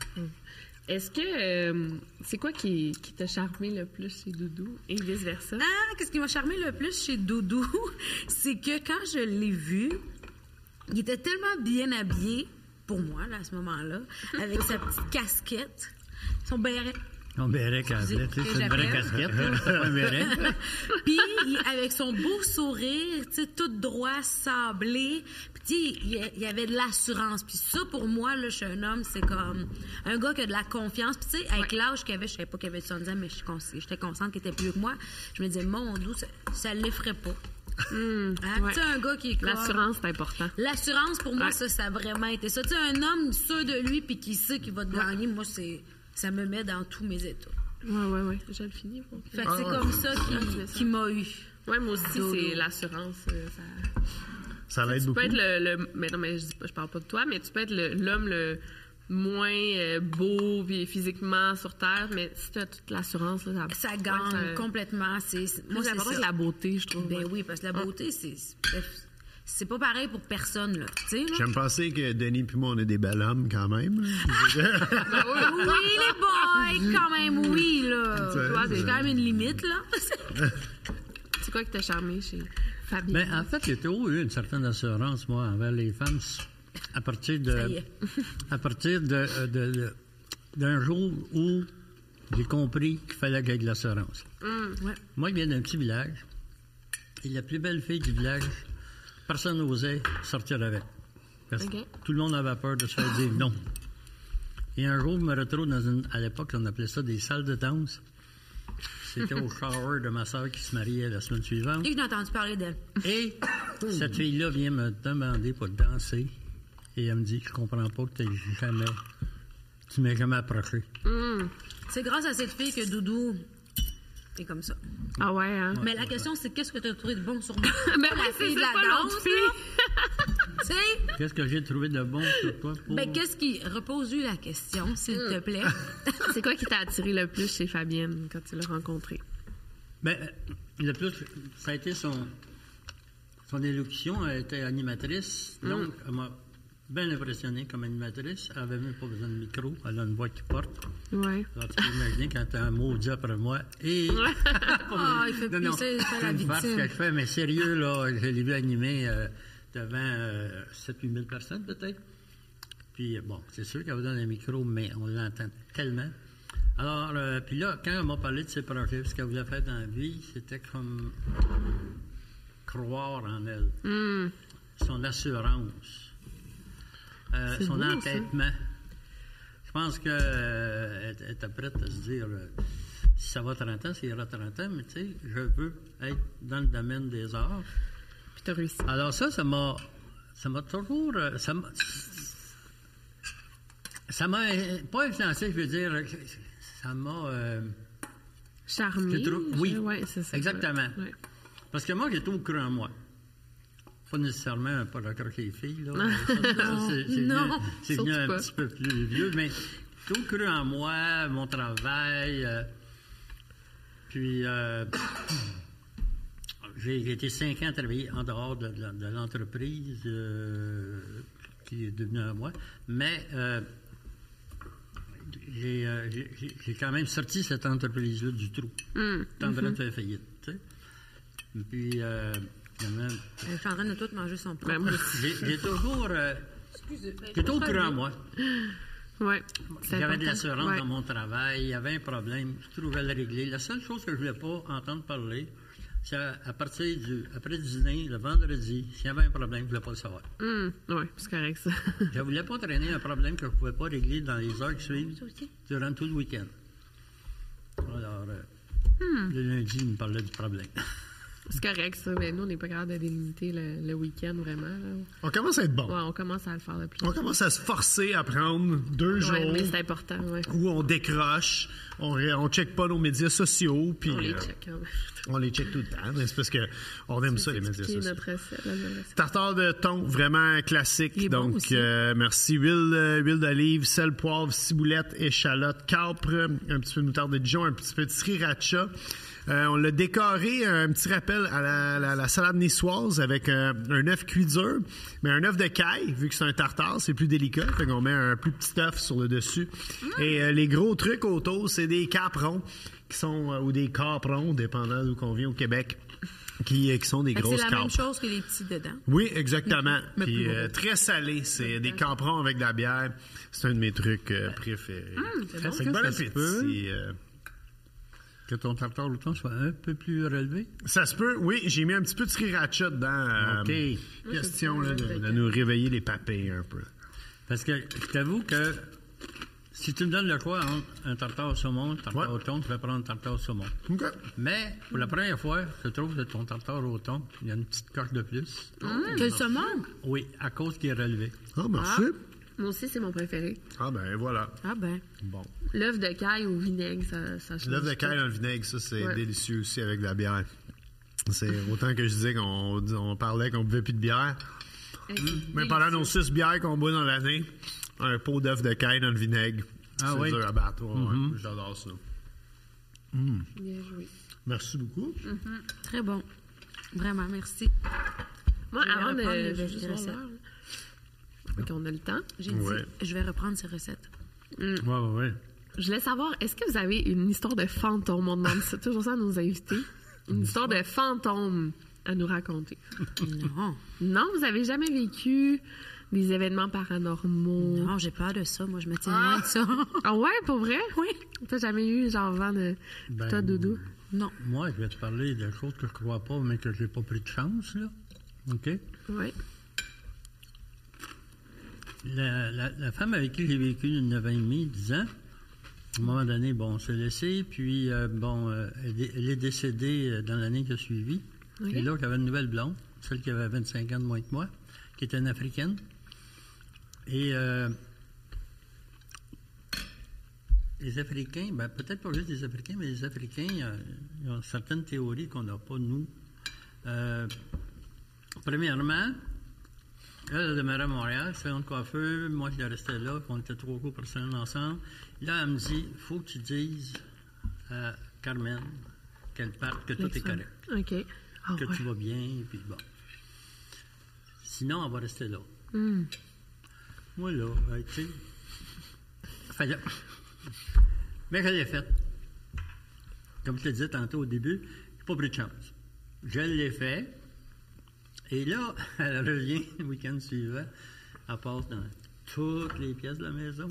S3: Est-ce que. euh, c'est quoi qui, qui t'a charmé le plus chez Doudou et vice-versa?
S4: Ah, qu'est-ce qui m'a charmé le plus chez Doudou, c'est que quand je l'ai vu, il était tellement bien habillé, pour moi, là, à ce moment-là, avec sa petite casquette, son béret.
S5: Un béret qu'elle voulait, tu sais,
S4: que
S5: c'est une vraie
S4: j'appelle.
S5: casquette, là, c'est pas un béret.
S4: Puis, il- avec son beau sourire, tu sais, tout droit, sablé. Puis, tu sais, il y a- il y avait de l'assurance. Puis ça, pour moi, là, je suis un homme, c'est comme un gars qui a de la confiance. Puis, tu sais, avec l'âge qu'il avait, je savais pas qu'il avait du ans, mais je suis cons- j'étais consciente qu'il était plus vieux que moi. Je me disais, mon Dieu, ça, ça l'effraie pas.
S5: Hmm,
S4: Hein?
S3: ouais.
S4: Tu sais, un gars qui est comme-
S3: L'assurance, c'est important.
S4: L'assurance, pour moi,
S3: Ouais.
S4: ça, ça a vraiment été ça. Tu sais, un homme sûr de lui, puis qui sait qu'il va te gagner, moi, c'est ça me met dans tous mes états.
S3: Oui, oui, oui. J'ai le fini. faut que-
S4: Fait que c'est comme ça
S3: mets
S4: qui,
S3: Ah, ça.
S4: qui m'a eu.
S3: Ouais, moi aussi,
S4: Dodo.
S3: c'est l'assurance. euh, ça-
S2: Ça l'aide
S3: Tu
S2: beaucoup.
S3: peux être le, le- mais non, mais je, dis pas- je parle pas de toi, mais tu peux être le- l'homme le, moins euh, beau puis physiquement sur terre, mais si tu as toute l'assurance, là, ça,
S4: Ça gagne
S3: ouais, ça-
S4: complètement. C'est, c'est- moi,
S3: Moi, c'est
S4: c'est
S3: important
S4: ça.
S3: que la beauté, je trouve. Ah.
S4: Ben
S3: ouais.
S4: oui, parce que la beauté, c'est, c'est- c'est pas pareil pour personne, là. Tu sais, là.
S2: J'aime penser que Denis puis moi, on est des belles hommes quand même.
S4: Ah Oui, les boys, quand même, oui, là.
S2: Ça,
S4: Toi, c'est
S2: ça.
S4: quand même une limite, là.
S3: C'est quoi qui t'a charmé chez Fabien?
S5: Ben, en fait, j'ai toujours eu une certaine assurance, moi, envers les femmes, à partir
S4: Ça y
S5: de.
S4: est.
S5: à partir de, de- de- d'un jour où j'ai compris qu'il fallait que j'aie de l'assurance.
S4: ouais.
S5: Moi, je viens d'un petit village, et la plus belle fille du village, personne n'osait sortir avec. Parce que
S3: Ok.
S5: tout le monde avait peur de se faire dire non. Et un jour, je me retrouve dans une. À l'époque, on appelait ça des salles de danse. C'était au shower de ma soeur qui se mariait la semaine suivante.
S4: Et que j'ai entendu parler d'elle.
S5: Et cette fille-là vient me demander pour danser. Et elle me dit, je comprends pas que t'aies jamais... Tu m'as jamais approché.
S4: C'est grâce à cette fille que Doudou est comme ça.
S3: Ah ouais, hein?
S4: Mais la question, c'est qu'est-ce que t'as trouvé de bon sur moi?
S3: Mais
S4: la
S3: Ben oui, c'est
S4: fille de
S3: c'est pas
S4: la
S3: l'autre
S4: danse, là.
S3: fille.
S4: Tu sais?
S5: Qu'est-ce que j'ai trouvé de bon sur toi pour...
S4: Ben, qu'est-ce qui... Repose-lui la question, s'il
S3: Euh.
S4: te plaît.
S3: C'est quoi qui t'a attiré le plus chez Fabienne quand tu l'as rencontrée?
S5: Ben, le plus, ça a été son... Son élocution, elle était animatrice.
S4: Mm.
S5: Donc, elle m'a bien impressionné comme animatrice. Elle avait même pas besoin de micro. Elle a une voix qui porte.
S3: Ouais.
S5: Alors, tu peux imaginer quand t'as un mot dit après moi. Et...
S4: Ah, il fait
S5: Non, non,
S4: pisser, il fait
S5: c'est
S4: la
S5: une farce que
S4: victime.
S5: je fais, mais sérieux, là, je l'ai vu animer euh, devant euh, 7-8 000 personnes, peut-être. Puis, euh, bon, c'est sûr qu'elle vous donne un micro, mais on l'entend tellement. Alors, euh, puis là, quand elle m'a parlé de ses projets, ce qu'elle voulait faire dans la vie, c'était comme croire en elle.
S4: Hmm.
S5: Son assurance. Euh,
S3: C'est
S5: son
S3: beau, ça.
S5: entêtement. Je pense qu'elle était prête à se dire euh, si ça va 30 ans, ça ira 30 ans, mais tu sais, je veux être dans le domaine des arts.
S3: Puis t'as réussi.
S5: Alors ça, ça m'a, ça m'a toujours, euh, ça m'a, ça m'a euh, pas influencé, je veux dire, euh, ça m'a, euh,
S3: Charmé.
S5: Je trouve- oui.
S3: je- Ouais, c'est ça.
S5: Exactement.
S3: Ouais.
S5: parce que moi, j'ai toujours cru en moi. Pas nécessairement un pas d'accord avec les filles, là. Ça, ça, c'est, c'est venu-
S4: non,
S5: c'est venu,
S3: surtout
S5: un
S3: pas.
S5: petit peu plus vieux, mais j'ai toujours cru en moi, mon travail, euh, puis euh, J'ai été cinq ans à travailler en dehors de, de- de l'entreprise euh, qui est devenue à moi, mais euh, j'ai, euh, j'ai- j'ai- j'ai quand même sorti cette entreprise-là du trou.
S3: Hum,
S5: J'étais
S3: mm-hmm.
S5: en train de faire faillite. tu sais. Puis, euh, finalement,
S4: Je suis en train de tout manger son
S3: Ben,
S4: propre.
S3: moi,
S5: j'ai, j'ai toujours. euh, j'ai toujours cru en moi.
S3: ouais. C'est
S5: J'avais de
S3: important.
S5: l'assurance
S3: Ouais.
S5: dans mon travail, il y avait un problème, je trouvais le régler. La seule chose que je voulais pas entendre parler, c'est à, à partir du après le dîner, le vendredi, s'il y avait un problème, je voulais pas le savoir.
S3: Hum, ouais, c'est correct, ça.
S5: Je voulais pas traîner un problème que je pouvais pas régler dans les heures qui suivent durant tout le week-end. Alors, euh, le lundi, il me parlait du problème.
S3: C'est correct, ça. Mais nous, on n'est pas capable de délimiter le, le week-end, vraiment. Là.
S2: On commence à être bon.
S3: Ouais, on commence à le faire de plus.
S2: On commence à se forcer à prendre deux
S3: Ouais, mais
S2: jours
S3: c'est important, ouais.
S2: où on décroche, on, ré- on check pas nos médias sociaux, puis
S3: On les
S2: euh,
S3: check. hein.
S2: on les check tout le temps. Mais c'est parce que on aime ça, les médias
S3: Qui est
S2: sociaux.
S3: notre recette, la vraie recette.
S2: Tartare de thon, vraiment
S4: Il est
S2: classique.
S4: bon
S2: Donc,
S4: aussi.
S2: euh, merci. Huile, euh, huile d'olive, sel, poivre, ciboulette, échalote, capre, un petit peu de moutarde de Dijon, un petit peu de sriracha. Euh, on l'a décoré, euh, un petit rappel à la, la- la salade niçoise avec euh, un œuf cuit dur, mais un œuf de caille, vu que c'est un tartare, c'est plus délicat. Fait qu'on met un plus petit œuf sur le dessus.
S4: Ah.
S2: Et euh, les gros trucs autour, c'est des caprons qui sont, euh, ou des caprons, dépendant d'où qu'on vient au Québec, qui, euh, qui sont des
S4: Fait que c'est
S2: grosses
S4: la
S2: capres.
S4: même chose que les petits dedans.
S2: Oui, exactement.
S4: Mais plus
S2: Puis
S4: gros.
S2: euh, très salé, c'est des camprons avec de la bière. C'est un de mes trucs euh, préférés.
S4: c'est bon.
S2: Fait que bon
S5: Ça se peut.
S2: appétit. euh,
S5: que ton tartare au thon soit un peu plus relevé.
S2: Ça se peut, oui, j'ai mis un petit peu de sriracha dedans. euh,
S5: OK.
S2: Question là, de, de nous réveiller les papilles un peu.
S5: Parce que je t'avoue que si tu me donnes le choix entre un tartare au saumon, un tartare
S2: Ouais.
S5: au thon, tu vas prendre un tartare au saumon.
S2: OK.
S5: Mais pour la première fois, je trouve que ton tartare au thon, il y a une petite coche de plus.
S4: Que le saumon?
S5: Oui, à cause qu'il est relevé.
S2: Ah, merci.
S3: Moi aussi, c'est mon préféré.
S2: Ah, ben voilà.
S4: Ah ben.
S2: Bon.
S3: L'œuf de caille au vinaigre, ça, ça change.
S2: L'œuf de
S3: tout.
S2: caille dans le vinaigre, ça, c'est
S3: Ouais.
S2: délicieux aussi avec de la bière. C'est autant que je disais qu'on on parlait qu'on buvait plus de bière.
S5: hum.
S2: Mais pendant nos six bières qu'on boit dans l'année, un pot d'œuf de caille dans le vinaigre,
S5: Ah
S2: c'est
S5: oui.
S2: dur à battre. Ouais, ouais, J'adore ça.
S3: Mm. Bien joué. Mm.
S2: Merci beaucoup.
S4: Très bon. Vraiment, merci.
S3: Moi,
S4: Je vais
S3: avant de.
S4: reprendre
S3: Je
S4: les
S3: vais juste voir
S4: recettes.
S3: l'heure, là. Ok, on a le temps.
S4: J'ai
S2: Ouais.
S4: dit, je vais reprendre ces recettes.
S5: Oui, oui, oui.
S3: Je voulais savoir, est-ce que vous avez une histoire de fantôme? On demande ça, toujours ça à nos invités. Une histoire de fantôme à nous raconter.
S4: Non.
S3: Non, vous avez jamais vécu des événements paranormaux?
S4: Non, j'ai peur de ça. Moi, je me tiens loin de ça.
S3: Ah ouais, pour vrai? Oui. T'as jamais eu genre vent de
S5: Ben,
S3: toi, doudou?
S4: non.
S5: Moi, je vais te parler de choses que je crois pas, mais que j'ai pas pris de chance, là. OK?
S3: Oui.
S5: La, la- la femme avec qui j'ai vécu une 9 ans et demi, 10 ans, à un moment donné, bon, on s'est laissé, puis, euh, bon, euh, elle, est- elle est décédée euh, dans l'année qui a suivi.
S3: Ok.
S5: Et là, j'avais une nouvelle blonde, celle qui avait 25 ans de moins que moi, qui était une Africaine. Et euh, les Africains, ben, peut-être pas juste les Africains, mais les Africains, euh, ils ont certaines théories qu'on n'a pas, nous. Euh, premièrement, elle elle demeurait à Montréal, salon de coiffeur, moi je restais là, puis on était trois couples personnels ensemble. Là, elle me dit, faut que tu dises à eh, Carmen qu'elle parte, que tout est correct
S3: OK. Ah
S5: que
S3: ouais.
S5: tu vas bien, puis bon. Sinon, on va rester là.
S3: Hmm.
S5: Moi, là, euh, tu sais. fallait- Mais je l'ai faite. Comme je te disais tantôt au début, j'ai pas pris de chance. Je l'ai fait. Et là, elle revient le week-end suivant. Elle passe dans toutes les pièces de la maison.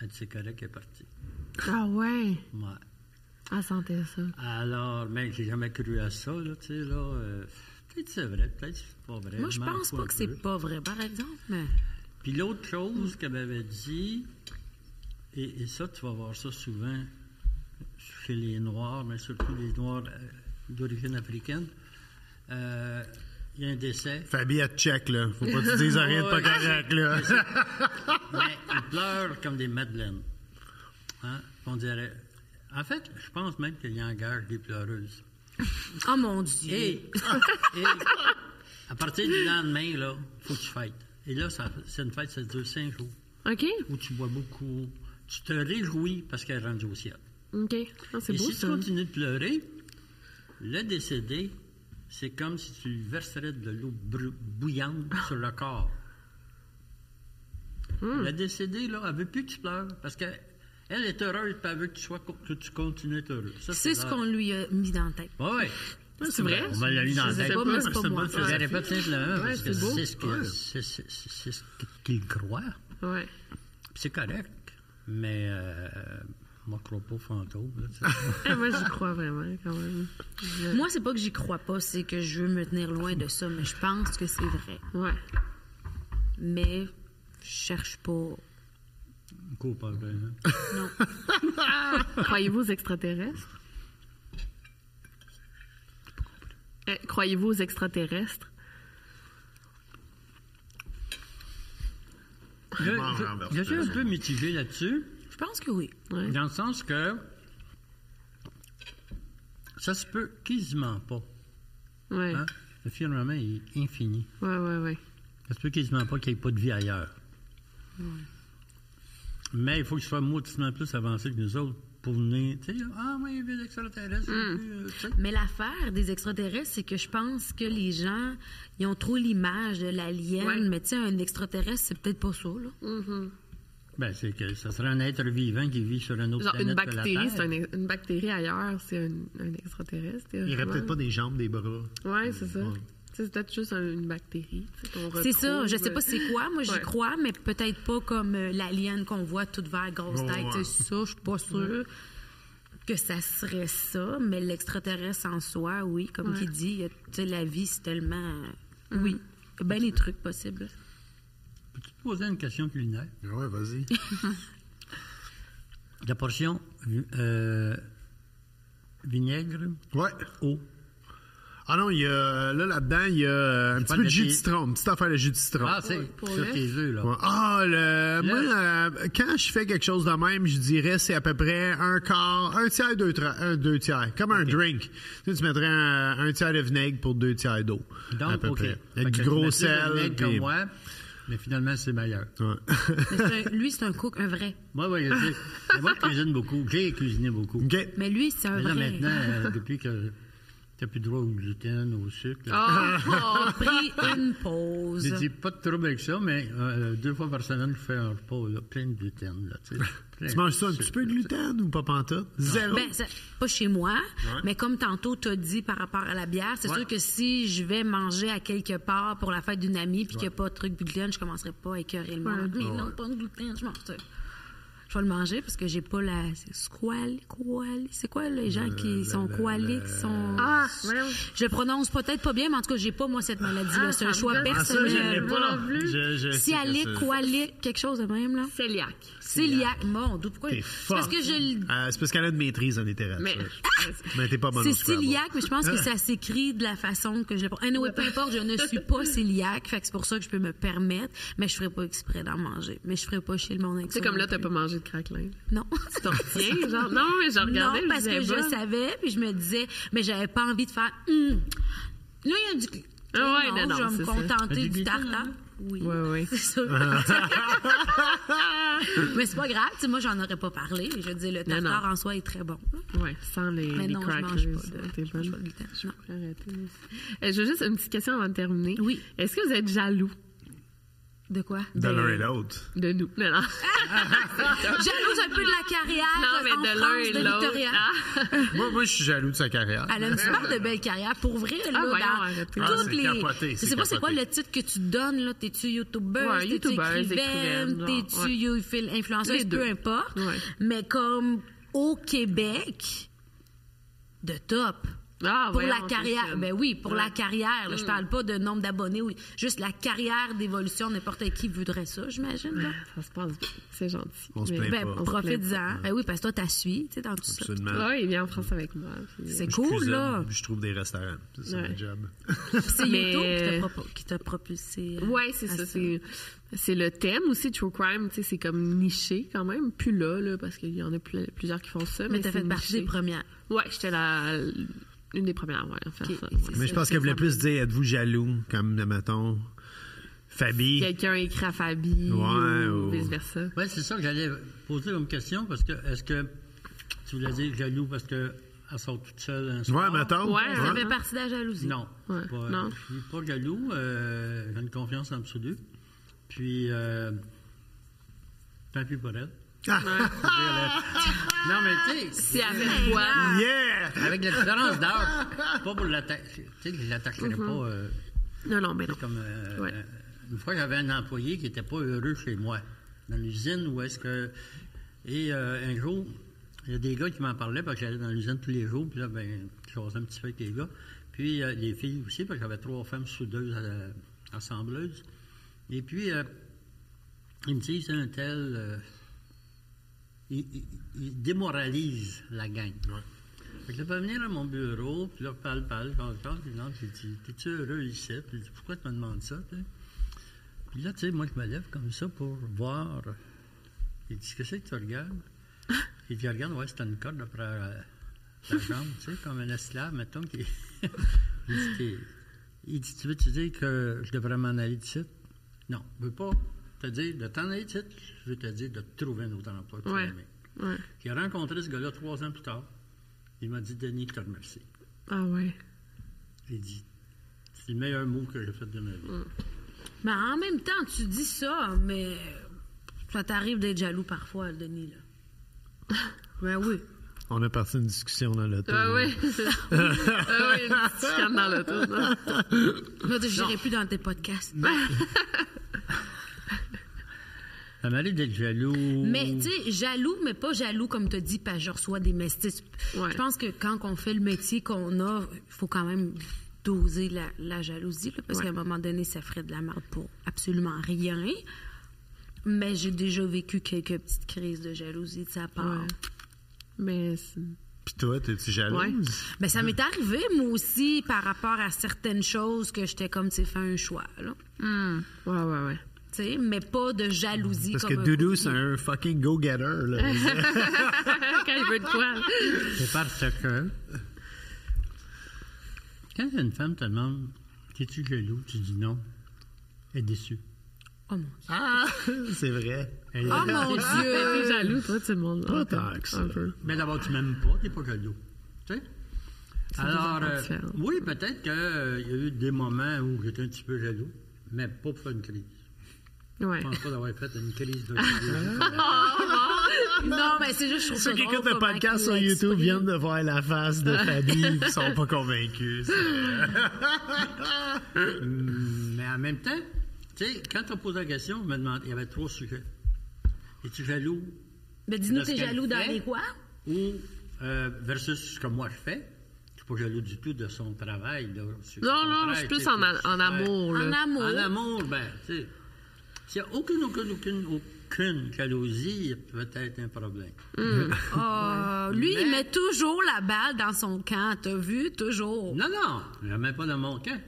S5: Elle dit, c'est correct, elle est partie.
S3: Ah ouais.
S5: Ouais.
S3: Ah, sentait ça.
S5: Alors, mec, j'ai jamais cru à ça, là, tu sais, là. euh, peut-être c'est vrai, peut-être c'est pas vrai.
S4: Moi, je
S5: m'en
S4: pense
S5: fous
S4: pas
S5: un
S4: que c'est
S5: peu.
S4: pas vrai, par exemple. Mais...
S5: Puis l'autre chose qu'elle m'avait dit, et, et ça, tu vas voir ça souvent chez les Noirs, mais surtout les Noirs euh, d'origine africaine, euh, il y a un décès.
S2: Fabi, elle te check, là. Faut pas que tu dises rien de pas correct, là.
S5: Mais ils pleurent comme des madeleines. Hein? On dirait. En fait, je pense même qu'il y a un gage des pleureuses.
S4: Oh mon Dieu.
S5: Et, et à partir du lendemain, là, faut que tu fêtes. Et là, ça- c'est une fête, ça dure cinq jours,
S3: OK.
S5: où tu bois beaucoup, tu te réjouis parce qu'elle est rendue au ciel.
S3: OK. Ah, c'est
S5: Et
S3: beau
S5: si tu
S3: ça.
S5: continues de pleurer, le décédé, c'est comme si tu lui verserais de l'eau brou- bouillante
S3: Ah.
S5: sur le corps.
S3: Hmm.
S5: Le décédé, là, elle veut plus que tu pleures parce qu'elle elle est heureuse et elle veut que tu, sois, co- que tu continues à être heureux. Ça,
S4: C'est ce
S5: rare.
S4: qu'on lui a mis dans la tête.
S5: Ouais, ouais.
S3: C'est vrai?
S5: On va lui dans la
S4: Ah, Je sais
S5: tête.
S4: pas, mais c'est pas
S2: C'est
S4: moi.
S2: bonne
S5: Je
S2: philosophie.
S5: dirais pas simplement parce que
S3: c'est beau.
S5: c'est ce que- c'est- c'est- c'est ce qu'il croit.
S3: Ouais.
S5: Puis C'est correct, mais euh, moi, je crois pas aux fantômes. là, tu sais.
S3: Ah, moi, j'y crois vraiment quand même.
S4: Moi, c'est pas que j'y crois pas, c'est que je veux me tenir loin de ça, mais je pense que c'est vrai.
S3: Ouais.
S4: Mais je cherche pas. Non.
S5: Cool, pas vrai, hein.
S3: Croyez-vous aux extraterrestres? Eh, Croyez-vous aux extraterrestres?
S5: Je- Je je suis un peu mitigé là-dessus,
S4: Je pense que oui.
S3: Ouais.
S5: dans le sens que ça se peut quasiment pas.
S3: Ouais.
S5: hein. Le firmament est infini.
S3: Ouais, ouais, ouais.
S5: Ça se peut quasiment pas qu'il n'y ait pas de vie ailleurs. Mais il faut qu'il soit mauditement plus avancé que nous autres pour venir. Tu sais, ah oui, les extraterrestres.
S3: Hmm.
S5: euh, tu sais.
S4: Mais l'affaire des extraterrestres, c'est que je pense que les gens, ils ont trop l'image de l'alien.
S3: Ouais.
S4: Mais tu sais, un extraterrestre, c'est peut-être pas ça, là.
S5: Ben, c'est que ça serait un être vivant qui vit sur une autre
S3: Genre une
S5: planète que la
S3: bactérie,
S5: Terre.
S3: c'est un ex- une bactérie ailleurs, c'est un, un extraterrestre.
S2: Il aurait peut-être pas des jambes, des bras.
S3: Ouais, c'est ça. Tu sais, C'est peut-être juste un- une bactérie. tu sais, qu'on
S4: C'est ça,
S3: retrouve,
S4: je sais
S3: euh,
S4: pas c'est quoi, moi j'y
S3: ouais.
S4: crois, mais peut-être pas comme euh, l'alien qu'on voit toute verte, grosse
S2: Ouais,
S4: tête,
S2: ouais.
S4: c'est ça, je suis pas sûre. que ça serait ça, mais l'extraterrestre en soi, oui, comme qui dit, il y a- tu sais, la vie, c'est tellement.
S3: Mm-hmm.
S4: Oui, il y a bien les trucs possibles.
S5: Peux-tu te poser une question culinaire?
S2: Ouais, vas-y.
S5: La portion euh, vinaigre,
S2: Ouais.
S5: eau.
S2: Ah non, il y a, là, là-dedans, il y a un petit
S5: parle
S2: peu de
S5: de
S2: jus de
S5: tes-
S2: citron, une petite affaire de jus de citron.
S5: Ah, c'est
S3: pour
S5: sur
S3: le-
S5: tes œufs, là.
S2: Ouais. Ah, le, moi,
S5: Yes.
S2: euh, quand je fais quelque chose de même, je dirais c'est à peu près un quart, un tiers, deux, tra- un, deux tiers. Comme un drink. Tu, sais, tu mettrais un, un tiers de vinaigre pour deux tiers d'eau. à
S5: Donc,
S2: peu
S5: OK.
S2: près.
S5: Fait
S2: Avec
S5: que
S2: du
S5: tu mets
S2: gros
S5: plus de
S2: sel.
S5: vinaigre comme
S2: puis-
S5: moi, mais finalement, c'est meilleur.
S2: Ouais.
S4: Mais c'est un- lui, c'est un cook, un vrai.
S5: Moi, oui, je sais. Mais moi, je cuisine beaucoup. J'ai cuisiné beaucoup.
S2: OK.
S4: Mais lui, c'est un
S5: Mais là,
S4: vrai.
S5: maintenant, euh, depuis que t'as plus droit au gluten, au sucre, là,
S2: Ah,
S3: Ah!
S4: a pris une pause.
S5: j'ai dit pas de trouble avec ça, mais euh, deux fois par semaine, je fais un repas là, plein de gluten. Là, tu sais. Plein
S2: Tu manges ça un
S5: de
S2: petit
S5: sucre,
S2: peu de
S5: là, tu sais.
S2: gluten ou pas pantoute? Zéro.
S4: Ben, ça- pas chez moi, mais comme tantôt tu as dit par rapport à la bière, c'est
S5: Ouais.
S4: sûr que si je vais manger à quelque part pour la fête d'une amie puis qu'il n'y a pas de truc de gluten, je commencerai pas à écœurer le monde. Mais non, pas de gluten, je mange ça. Je vais le manger parce que j'ai pas la. c'est squal- qual- C'est quoi les gens qui sont koaliques, qui sont.
S3: Ah, voyons.
S4: Je le prononce peut-être pas bien, mais en tout cas, j'ai pas moi cette maladie-là.
S3: Ah,
S4: c'est un
S3: ça me
S4: choix
S3: gosse. Ah,
S2: ça, je l'ai
S4: personnel.
S2: pas.
S3: Moi non plus.
S2: Je- je sais que
S4: Cialique,
S2: c'est-
S4: qualique, quelque chose de même, là.
S3: Celiac.
S4: Celiac. Mon Dieu, pourquoi?
S2: T'es
S4: C'est Parce
S2: fuck.
S4: que je le
S2: Euh, c'est parce qu'elle a une maîtrise en littérature.
S3: Mais.
S2: Mais t'es pas bonne au
S4: C'est
S2: Scrabble.
S4: celiac, mais je pense que ça s'écrit de la façon que je le prends. Anyway, peu importe, je ne suis pas celiac, fait que c'est pour ça que je peux me permettre, mais je ferai pas exprès d'en manger. Mais je ferai pas chez le monde avec
S3: Tu sais,
S4: ça
S3: comme
S4: non
S3: là, t'as
S4: plus.
S3: pas mangé de craquelin.
S4: Non.
S3: Tu t'en retiens, genre. Non, mais je regardais.
S4: non, parce que
S3: disais,
S4: je
S3: bah.
S4: savais, puis je me disais, mais j'avais pas envie de faire. Hum, Là, il y a du. cl-
S3: Ah ouais, non,
S4: non,
S3: non,
S4: je vais
S3: c'est
S4: me
S3: ça.
S5: Mais
S4: contenter
S5: du
S4: du
S5: gluten,
S4: tartare.
S5: hein?
S4: Oui.
S3: Ouais, ouais.
S4: C'est ça. mais c'est pas grave, tu sais, moi, j'en aurais pas parlé. Je veux dire, le
S3: Non, non.
S4: tartare en soi est très bon. là.
S3: Ouais, sans les,
S4: Mais
S3: les
S4: non, je
S3: crackers.
S4: mange pas de-
S3: T'es
S4: je
S3: bonne.
S4: mange pas de gluten.
S3: Je
S4: Non.
S3: pourrais arrêter. Euh, J'ai juste une petite question avant de terminer.
S4: Oui.
S3: Est-ce que vous êtes jaloux
S4: De quoi?
S2: De l'un et l'autre.
S3: de nous? Non, non.
S4: Ah, Jalouse un peu de la carrière
S3: Non, mais
S4: en
S3: de l'un
S4: France
S3: et
S4: de
S3: l'autre.
S4: Victoria.
S3: Ah.
S2: moi, moi, je suis jaloux de sa carrière.
S4: Elle a une super de belle carrière. Pour vrai, là,
S3: Ah, voyons,
S4: dans
S3: arrêtez.
S4: toutes
S2: Ah, c'est
S4: les...
S2: capoté,
S4: je
S2: c'est
S4: sais pas c'est quoi
S2: capoté.
S4: le titre que tu donnes, là. T'es-tu youtubeuse,
S3: Ouais,
S4: t'es-tu
S3: youtubeuse,
S4: écrivaine,
S3: écrivaine, genre,
S4: t'es-tu
S3: ouais.
S4: you- fil- influenceuse,
S3: Les
S4: peu
S3: deux.
S4: importe.
S3: Ouais.
S4: Mais comme au Québec, de top.
S3: Ah,
S4: pour
S3: voyons,
S4: la
S3: c'est
S4: carrière,
S3: fun.
S4: ben oui, pour la
S3: Ouais. Mm.
S4: carrière. là, Je parle pas de nombre d'abonnés, oui. juste la carrière d'évolution. N'importe qui voudrait ça, j'imagine. là.
S3: Ça se passe bien. C'est gentil.
S2: On se
S3: Mais-
S2: plaint
S4: Ben,
S2: pas.
S3: on se plaint
S4: profites-en. Ben oui, parce que toi, t'as suivi, tu sais, dans tout ça.
S2: Absolument.
S3: pas. Ouais, il vient en France avec moi. puis-
S4: C'est
S2: Je
S4: cool,
S2: cuisine,
S4: là.
S2: puis Je trouve des restaurants. C'est ça,
S3: Ouais.
S2: mon job.
S4: Puis c'est
S3: Mais-
S4: YouTube qui t'a propo- qui t'a propulsé. euh,
S3: Ouais, c'est
S4: à
S3: ça. C'est, c'est le thème aussi, True Crime. Tu sais, c'est comme niché quand même. Plus là, là parce qu'il y en a plus- plusieurs qui font ça. Mais,
S4: Mais t'as
S3: c'est
S4: fait partie
S3: niché.
S4: des premières.
S3: Ouais, j'étais la, une des premières ouais, à faire
S4: Ok.
S3: ça.
S4: C'est
S3: ouais.
S2: Mais je pense
S4: c'est
S2: qu'elle voulait
S4: ça.
S2: plus dire êtes-vous jaloux, comme, mettons, Fabi.
S3: Quelqu'un écrit à Fabi
S2: Ouais,
S3: ou
S2: ou-
S3: vice-versa.
S5: Oui, c'est ça que j'allais poser comme question, parce que est-ce que tu voulais dire jaloux parce qu'elle sort toute seule hein, un soir?
S2: Ouais, mettons.
S3: Ah, Ouais,
S4: Ça
S3: ouais.
S4: fait partie de la jalousie.
S5: Non.
S3: Ouais,
S5: Pas- euh,
S3: non.
S5: Je suis pas jaloux. euh, j'ai une confiance absolue. Puis, euh, tant pis pour elle.
S3: Ah!
S5: non, mais tu sais,
S3: C'est hein? avec quoi?
S2: Yeah!
S5: avec la différence d'âge, pas pour l'attaquer. Tu sais, je l'attaquerais
S3: Mm-hmm.
S5: pas. euh,
S3: Non, non, mais
S5: tu
S3: non.
S5: sais, comme, euh,
S3: Ouais.
S5: euh, une fois, j'avais un employé qui n'était pas heureux chez moi, dans l'usine où est-ce que. Et euh, un jour, il y a des gars qui m'en parlaient parce que j'allais dans l'usine tous les jours, puis là, ben, je causais un petit peu avec les gars. Puis euh, les filles aussi, parce que j'avais trois femmes soudeuses, euh, assembleuses. Et puis, euh, ils me disent, un tel. euh, il, il- il démoralise la gang. Fait que là, je vais venir à mon bureau, puis là, je parle, parle, parle, parle, puis là, j'ai dit, t'es-tu heureux ici? Puis il dit, pourquoi tu me demandes ça? tu sais? Puis là, tu sais, moi, je me lève comme ça pour voir. Il dit, qu'est-ce que tu regardes? Il dit, regarde, ouais, c'est une corde après euh, ta jambe, tu sais, comme un esclave, mettons. Qui... il, dit, T'es- il dit, tu veux-tu dire que je devrais m'en aller d'ici? Non, je veux pas te dire de t'en aller d'ici, je veux te dire de trouver un autre emploi. que tu
S3: Ouais.
S5: vas aimer.
S3: Ouais.
S5: J'ai rencontré ce gars-là trois ans plus tard. Il m'a dit, Denis, je te remercie.
S3: Ah ouais.
S5: J'ai dit, c'est le meilleur mot que j'ai fait de ma vie.
S4: Mais en même temps, tu dis ça, mais ça t'arrive d'être jaloux parfois, Denis, là. Ben oui.
S2: On a parti une discussion dans le
S3: Ah ouais. ah ouais, une petite chicane dans l'auto. non?
S4: Moi, je n'irai plus dans tes podcasts.
S5: Euh, Ça m'arrive d'être jaloux.
S4: Mais
S2: Mm.
S4: tu sais, jaloux, mais pas jaloux comme tu dit, pas je reçois des messages.
S3: Ouais.
S4: Je pense que quand on fait le métier qu'on a, il faut quand même doser la, la jalousie, là, parce
S3: Ouais.
S4: qu'à un moment donné, ça ferait de la merde pour absolument rien. Mais j'ai déjà vécu quelques petites crises de jalousie de sa part.
S3: Ouais. Mais c'est-
S2: Puis toi, t'es-tu jalouse?
S3: Ouais.
S4: Ben, ça m'est arrivé, moi aussi, par rapport à certaines choses que j'étais comme, tu sais, fais un choix, là.
S3: ouais, ouais, ouais.
S4: Tu sais, mais pas de jalousie
S2: Parce que
S4: comme un
S2: Doudou,
S4: coup-
S2: c'est un fucking go-getter. là.
S3: Ah, Quand il veut de quoi.
S5: C'est parce que quand une femme te demande T'es-tu jaloux? Tu dis non. Elle est déçue.
S4: Oh mon Dieu.
S2: ah, c'est vrai.
S5: Elle est
S4: Oh mon
S3: T'es
S4: Dieu!
S3: jaloux, toi, tout le monde.
S2: Pas
S3: Un peu,
S2: tant que ça.
S3: Un peu.
S5: Mais d'abord, tu m'aimes pas, t'es pas jaloux. Tu sais? Alors,
S3: vraiment
S5: euh,
S3: différent.
S5: oui, peut-être qu'il y a eu des moments où j'étais un petit peu jaloux, mais pas pour faire une crise.
S3: Ouais.
S5: Je pense pas d'avoir fait une crise de jalousie.
S4: Non, mais c'est juste, je trouve
S2: Ceux
S4: ça
S2: qui
S4: drôle
S2: écoutent le
S4: comment
S2: podcast
S4: qu'il
S2: sur YouTube
S4: l'exprime.
S2: viennent de voir la face de Fabi, ils sont pas convaincus. c'est vrai.
S5: Mm, mais en même temps, tu sais, quand on posait la question, on me demandait, il y avait trois sujets. Es-tu jaloux
S4: Mais Ben, dis-nous,
S5: de ce
S4: t'es
S5: qu'elle
S4: jaloux dans
S5: fait.
S4: les quoi?
S5: ou euh, versus ce que moi je fais? Je suis pas jaloux du tout de son travail. là. C'est au
S3: Non, non,
S5: contraire,
S3: je suis
S5: tu
S3: plus
S5: sais,
S3: en, a-
S5: faut
S3: en
S5: se faire-
S3: amour,
S4: En
S3: là.
S4: amour.
S5: En amour, ben, tu sais, s'il n'y a aucune, aucune, aucune, aucune jalousie, il y a peut-être un problème.
S4: Ah, lui, il met toujours la balle dans son camp, t'as vu? Toujours.
S5: Non, non, je mets pas dans mon camp.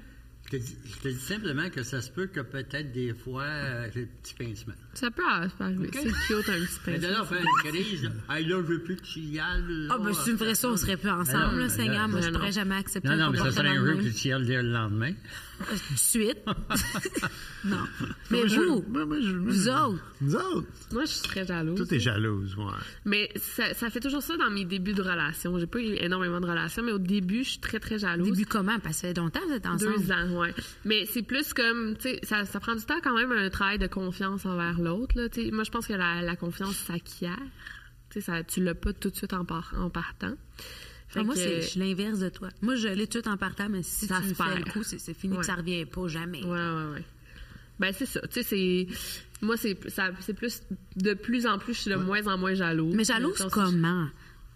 S5: Je te, dis, je te dis simplement que ça se peut que peut-être des fois, euh, j'ai des petits pincements.
S3: Ça peut ça peut arriver.
S5: Ok.
S3: C'est cute, un petit
S5: Mais de
S3: peu.
S5: là, faire une crise, hey, là, je veux plus que tu y ailles. là.
S4: Ah, ben, si tu me ferais ça, on serait plus
S5: Ben
S4: ensemble,
S5: non,
S4: là,
S5: ben
S4: Seigneur.
S5: non,
S4: Moi,
S5: ben
S4: je
S5: non.
S4: pourrais jamais accepter
S5: Non, non, mais ça serait
S4: comportement
S5: un
S4: de
S5: jeu
S4: même.
S5: que tu y ailles dès le lendemain.
S4: Euh, tout de suite. non. Mais
S2: Moi, je-
S3: Oh!
S4: vous,
S2: moi, moi, je-
S4: vous autres,
S2: Nous autres,
S3: Moi, je serais jalouse.
S2: tout est jalouse, ouais.
S3: Mais ça, ça fait toujours ça dans mes débuts de relation. J'ai pas eu énormément de relations, mais au début, je suis très, très jalouse.
S4: début comment? Parce que ça fait longtemps que vous êtes ensemble.
S3: Deux ans, ouais. Mais c'est plus comme, tu sais, ça, ça prend du temps quand même un travail de confiance envers l'autre. là. Tu sais, Moi, je pense que la, la confiance s'acquiert. Tu sais, ça- tu l'as pas tout de suite en, par- en partant.
S2: Ah,
S3: Fait
S4: Enfin, moi,
S3: que-
S4: c'est je suis l'inverse de toi. Moi, je l'ai tout de suite en partant, mais si
S3: Ça
S4: tu me
S3: se
S4: fais
S3: perd.
S4: le coup, c'est c'est fini,
S3: Ouais.
S4: puis ça revient pas jamais.
S3: Ouais, ouais, ouais. Ben, c'est ça. Tu sais, c'est. Moi, c'est ça- c'est plus. De plus en plus, je suis de moins en moins jaloux.
S4: Mais jalouse comment?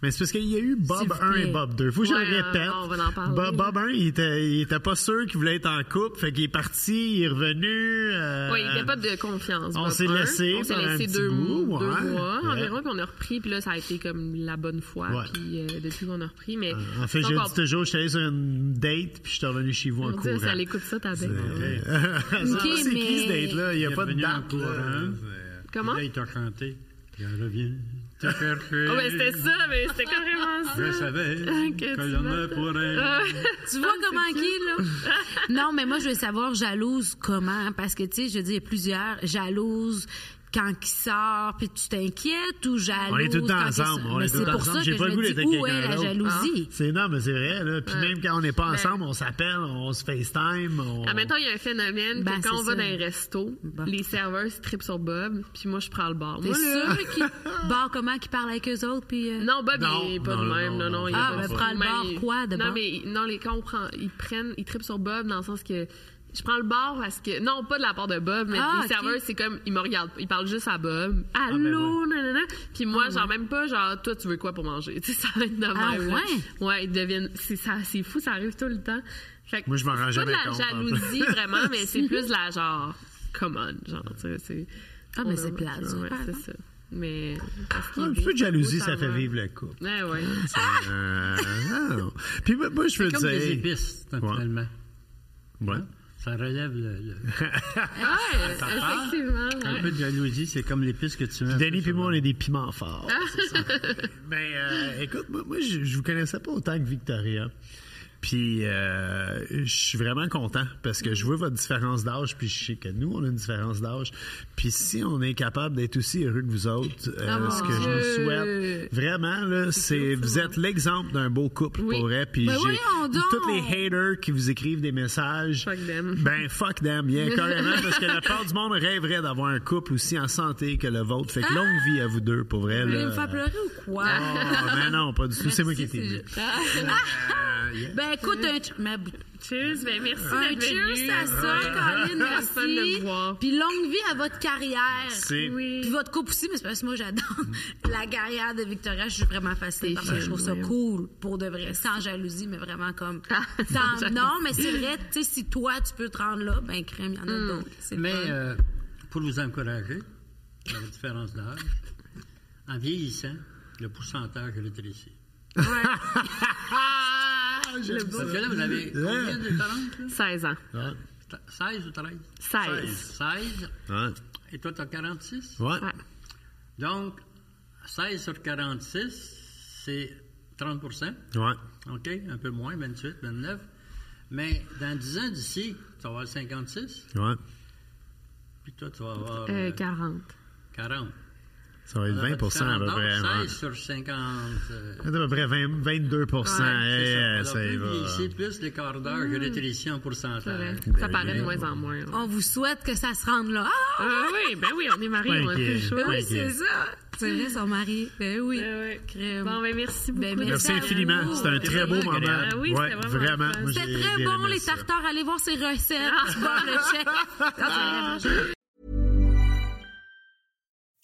S2: Mais c'est parce qu'il y a eu
S4: S'il
S2: Bob
S4: vous
S2: 1 et
S4: plaît.
S2: Bob 2. Faut que je
S3: Ouais,
S2: le répète.
S3: on va en parler.
S2: Bob, Bob 1, il était, il était pas sûr qu'il voulait être en couple. Fait qu'il est parti, il est revenu. euh,
S3: Oui, il n'y a pas de confiance.
S2: on
S3: Bob
S2: s'est
S3: un.
S2: laissé
S3: On s'est
S2: pendant un
S3: laissé
S2: petit
S3: deux,
S2: bout,
S3: mois- deux
S2: ouais.
S3: mois
S2: Ouais.
S3: environ, puis on a repris, puis là, ça a été comme la bonne foi,
S2: Ouais.
S3: puis euh, depuis qu'on a repris, mais...
S2: En fait,
S3: c'est
S2: j'ai
S3: encore-
S2: dit toujours, je suis allé sur une date, puis je suis revenu chez vous en
S3: Mon Dieu,
S2: courant.
S3: ça l'écoute ça, ta bête.
S2: C'est pas- c'est qui
S4: mais-
S2: ce date-là? Il n'y a
S5: Il est
S2: pas de
S5: revenu en
S2: date. euh. là.
S5: courant.
S3: Comment?
S5: Puis Là, il t'a chanté. Puis elle revient. T'as
S4: Ah,
S5: cherché.
S3: Oh, ben, c'était ça, mais c'était carrément ça.
S5: Je savais
S3: Que
S5: que
S3: tu
S5: l'on
S3: m'as-
S5: me pourrait.
S4: Tu vois comment qui là? non, mais moi, je veux savoir jalouse comment. Parce que, tu sais, je dis, il y a plusieurs jalouse quand qui sort, puis tu t'inquiètes ou jalouse.
S2: On est tout le temps
S4: quand qu'il
S2: ensemble.
S4: sort.
S2: On
S4: Mais
S2: est tout le
S4: C'est
S2: temps
S4: pour ça
S2: ensemble.
S4: que je
S2: J'ai pas le goût
S4: me
S2: d'être
S4: dis,
S2: avec
S4: où est
S2: quelqu'un
S4: la
S2: d'autre.
S4: jalousie?
S2: Ah, C'est non, mais c'est vrai. Là. Puis même quand on n'est
S3: Ben,
S2: pas ensemble, on s'appelle, on se FaceTime. On...
S3: En même temps, Ah, il y a un phénomène
S4: Ben,
S3: que quand
S4: c'est
S3: on va
S4: ça.
S3: dans les restos,
S4: Bon.
S3: les serveurs se trippent sur Bob, puis moi, je prends le bar.
S4: T'es
S3: Moi, là-
S4: sûr qu'il barre comment, qu'il parle avec eux autres, puis... euh,
S3: Non, Bob,
S2: Non,
S3: il est pas
S2: non,
S3: de
S2: non,
S3: même.
S2: non,
S3: Non, non,
S2: non,
S3: il est
S4: Ah,
S3: pas
S4: ben,
S3: de
S4: prends le
S3: même.
S4: bar,
S3: Il-
S4: quoi, de
S3: Non,
S4: bar?
S3: mais il- non, les, quand on prend, ils prennent, ils trippent sur Bob dans le sens que je prends le bar parce que, non, pas de la part de Bob, mais
S4: Ah,
S3: les
S4: ok.
S3: serveurs, c'est comme, ils me regardent, ils parlent juste à Bob.
S2: Ah, ben
S3: Allô, nanana. Puis moi, genre, même pas, genre, toi, tu veux quoi pour manger? Tu sais, ça va être de
S4: Ah,
S3: même, là.
S4: ouais?
S3: Ouais, ils deviennent, c'est ça, c'est fou, ça arrive tout le temps. Fait que
S2: Moi, je m'en rends
S3: c'est
S2: jamais
S3: pas de
S2: compte,
S3: la
S2: en plus.
S3: jalousie, vraiment, mais c'est plus de la, genre, come on, genre, tu sais, c'est.
S4: Ah,
S3: on
S4: mais
S3: a-
S4: c'est hein. plate, ça,
S3: Ouais,
S4: par
S3: c'est
S4: exemple.
S3: ça. Mais. parce qu'il
S2: Ah, Un
S3: est
S2: petit peu de
S3: beau,
S2: jalousie,
S3: beau
S2: ça fait
S3: serveur.
S2: vivre le couple.
S3: Ouais, Ben ouais. Ah,
S2: Euh, non. Puis moi, moi, je veux
S5: Comme des
S2: dire.
S5: épices,
S2: Ouais.
S5: finalement.
S2: Ouais.
S5: Ça relève le. le-
S3: Ouais,
S5: part.
S3: effectivement.
S5: Un
S3: ouais.
S5: peu de jalousie, c'est comme l'épice que tu mets.
S2: Denis puis moi, on est des piments forts. Mais euh, écoute, moi, moi, je, je vous connaissais pas autant que Victoria. Puis euh, je suis vraiment content parce que je vois votre différence d'âge, puis je sais que nous, on a une différence d'âge. Puis si on est capable d'être aussi heureux que vous autres, euh,
S4: Ah, mon
S2: ce que je
S3: Dieu.
S2: vous souhaite, vraiment, là, c'est vous êtes l'exemple d'un beau couple
S3: Oui.
S2: pour vrai. Puis
S4: Ben
S2: j'ai
S4: voyons donc!
S2: tous les haters qui vous écrivent des messages.
S3: Fuck them.
S2: Ben fuck them, yeah, carrément, parce que la part du monde rêverait d'avoir un couple aussi en santé que le vôtre. Fait que
S3: Ah!
S2: longue vie à vous deux, pour vrai.
S3: Ben
S4: Vous
S2: là.
S4: voulez me faire pleurer ou quoi?
S2: Ah, ben non, pas du tout. C'est moi qui ai été
S4: Merci,
S2: ému.
S4: c'est- Ben, écoute, un... ch- ma-
S3: Cheers, ben merci
S4: un
S3: d'être venu.
S4: cheers à ça, Colin,
S3: C'est fun de
S4: merci.
S3: vous voir.
S4: Puis longue vie à votre carrière.
S2: Merci.
S3: Oui.
S4: Puis votre couple aussi, mais c'est parce que moi, j'adore la carrière de Victoria. Je suis vraiment fascinée parce que je trouve ça cool, pour de vrai, sans jalousie, mais vraiment comme... sans-
S3: jalousie.
S4: non, mais c'est vrai, tu sais, si toi, tu peux te rendre là, ben crème, il y en a d'autres. C'est
S5: Mais
S4: le fun.
S5: euh, pour vous encourager, dans la différence d'âge, en vieillissant, le pourcentage rétrécit.
S2: Ah,
S3: Le beau-
S5: Parce que là, vous avez combien de talents?
S3: 16 ans.
S2: Ah,
S5: 16 ou 13?
S3: 16.
S5: 16.
S2: Ouais.
S5: Et toi, t'as 46?
S2: Ouais.
S3: Ouais.
S5: Donc, 16 sur 46, c'est 30
S2: Ouais.
S5: OK? Un peu moins, 28, 29. Mais dans 10 ans d'ici, tu vas avoir 56,
S2: Ouais.
S5: puis toi, tu vas avoir
S3: Euh,
S5: euh,
S3: 40.
S5: 40.
S2: Ça va être 20 à peu
S5: Donc,
S2: près. ouais.
S5: 16 sur 50. euh,
S2: C'est à peu près 20 22
S5: c'est
S2: Eh, eh,
S5: ça.
S2: ça y
S5: Alors, plus
S2: va.
S5: vieillissez, plus les quarts d'heure que rétrécit en pourcentage.
S2: Ben,
S3: Correct. Ça paraît de moins en moins. ouais.
S4: On vous souhaite que ça se rende là. Ah!
S3: Ah oui, ben oui, on est mariés, on a plus le
S2: Inquiet.
S3: choix.
S4: Ben oui,
S2: Ok.
S4: c'est ça. C'est vrai, son mari. Ben oui.
S3: Ah ouais.
S4: Crème.
S3: Bon, ben merci beaucoup.
S4: Ben,
S2: Merci
S4: à
S2: infiniment.
S4: vous.
S2: C'était un très beau moment.
S3: Ah oui, c'était
S2: Ouais,
S3: vraiment
S2: vraiment.
S3: le fun.
S2: Moi, j'ai
S4: C'était très
S2: bien
S4: bon,
S2: aimé
S4: les
S2: ça.
S4: tartares. Allez voir ses recettes. Bon, le chef. Ah, c'est vraiment-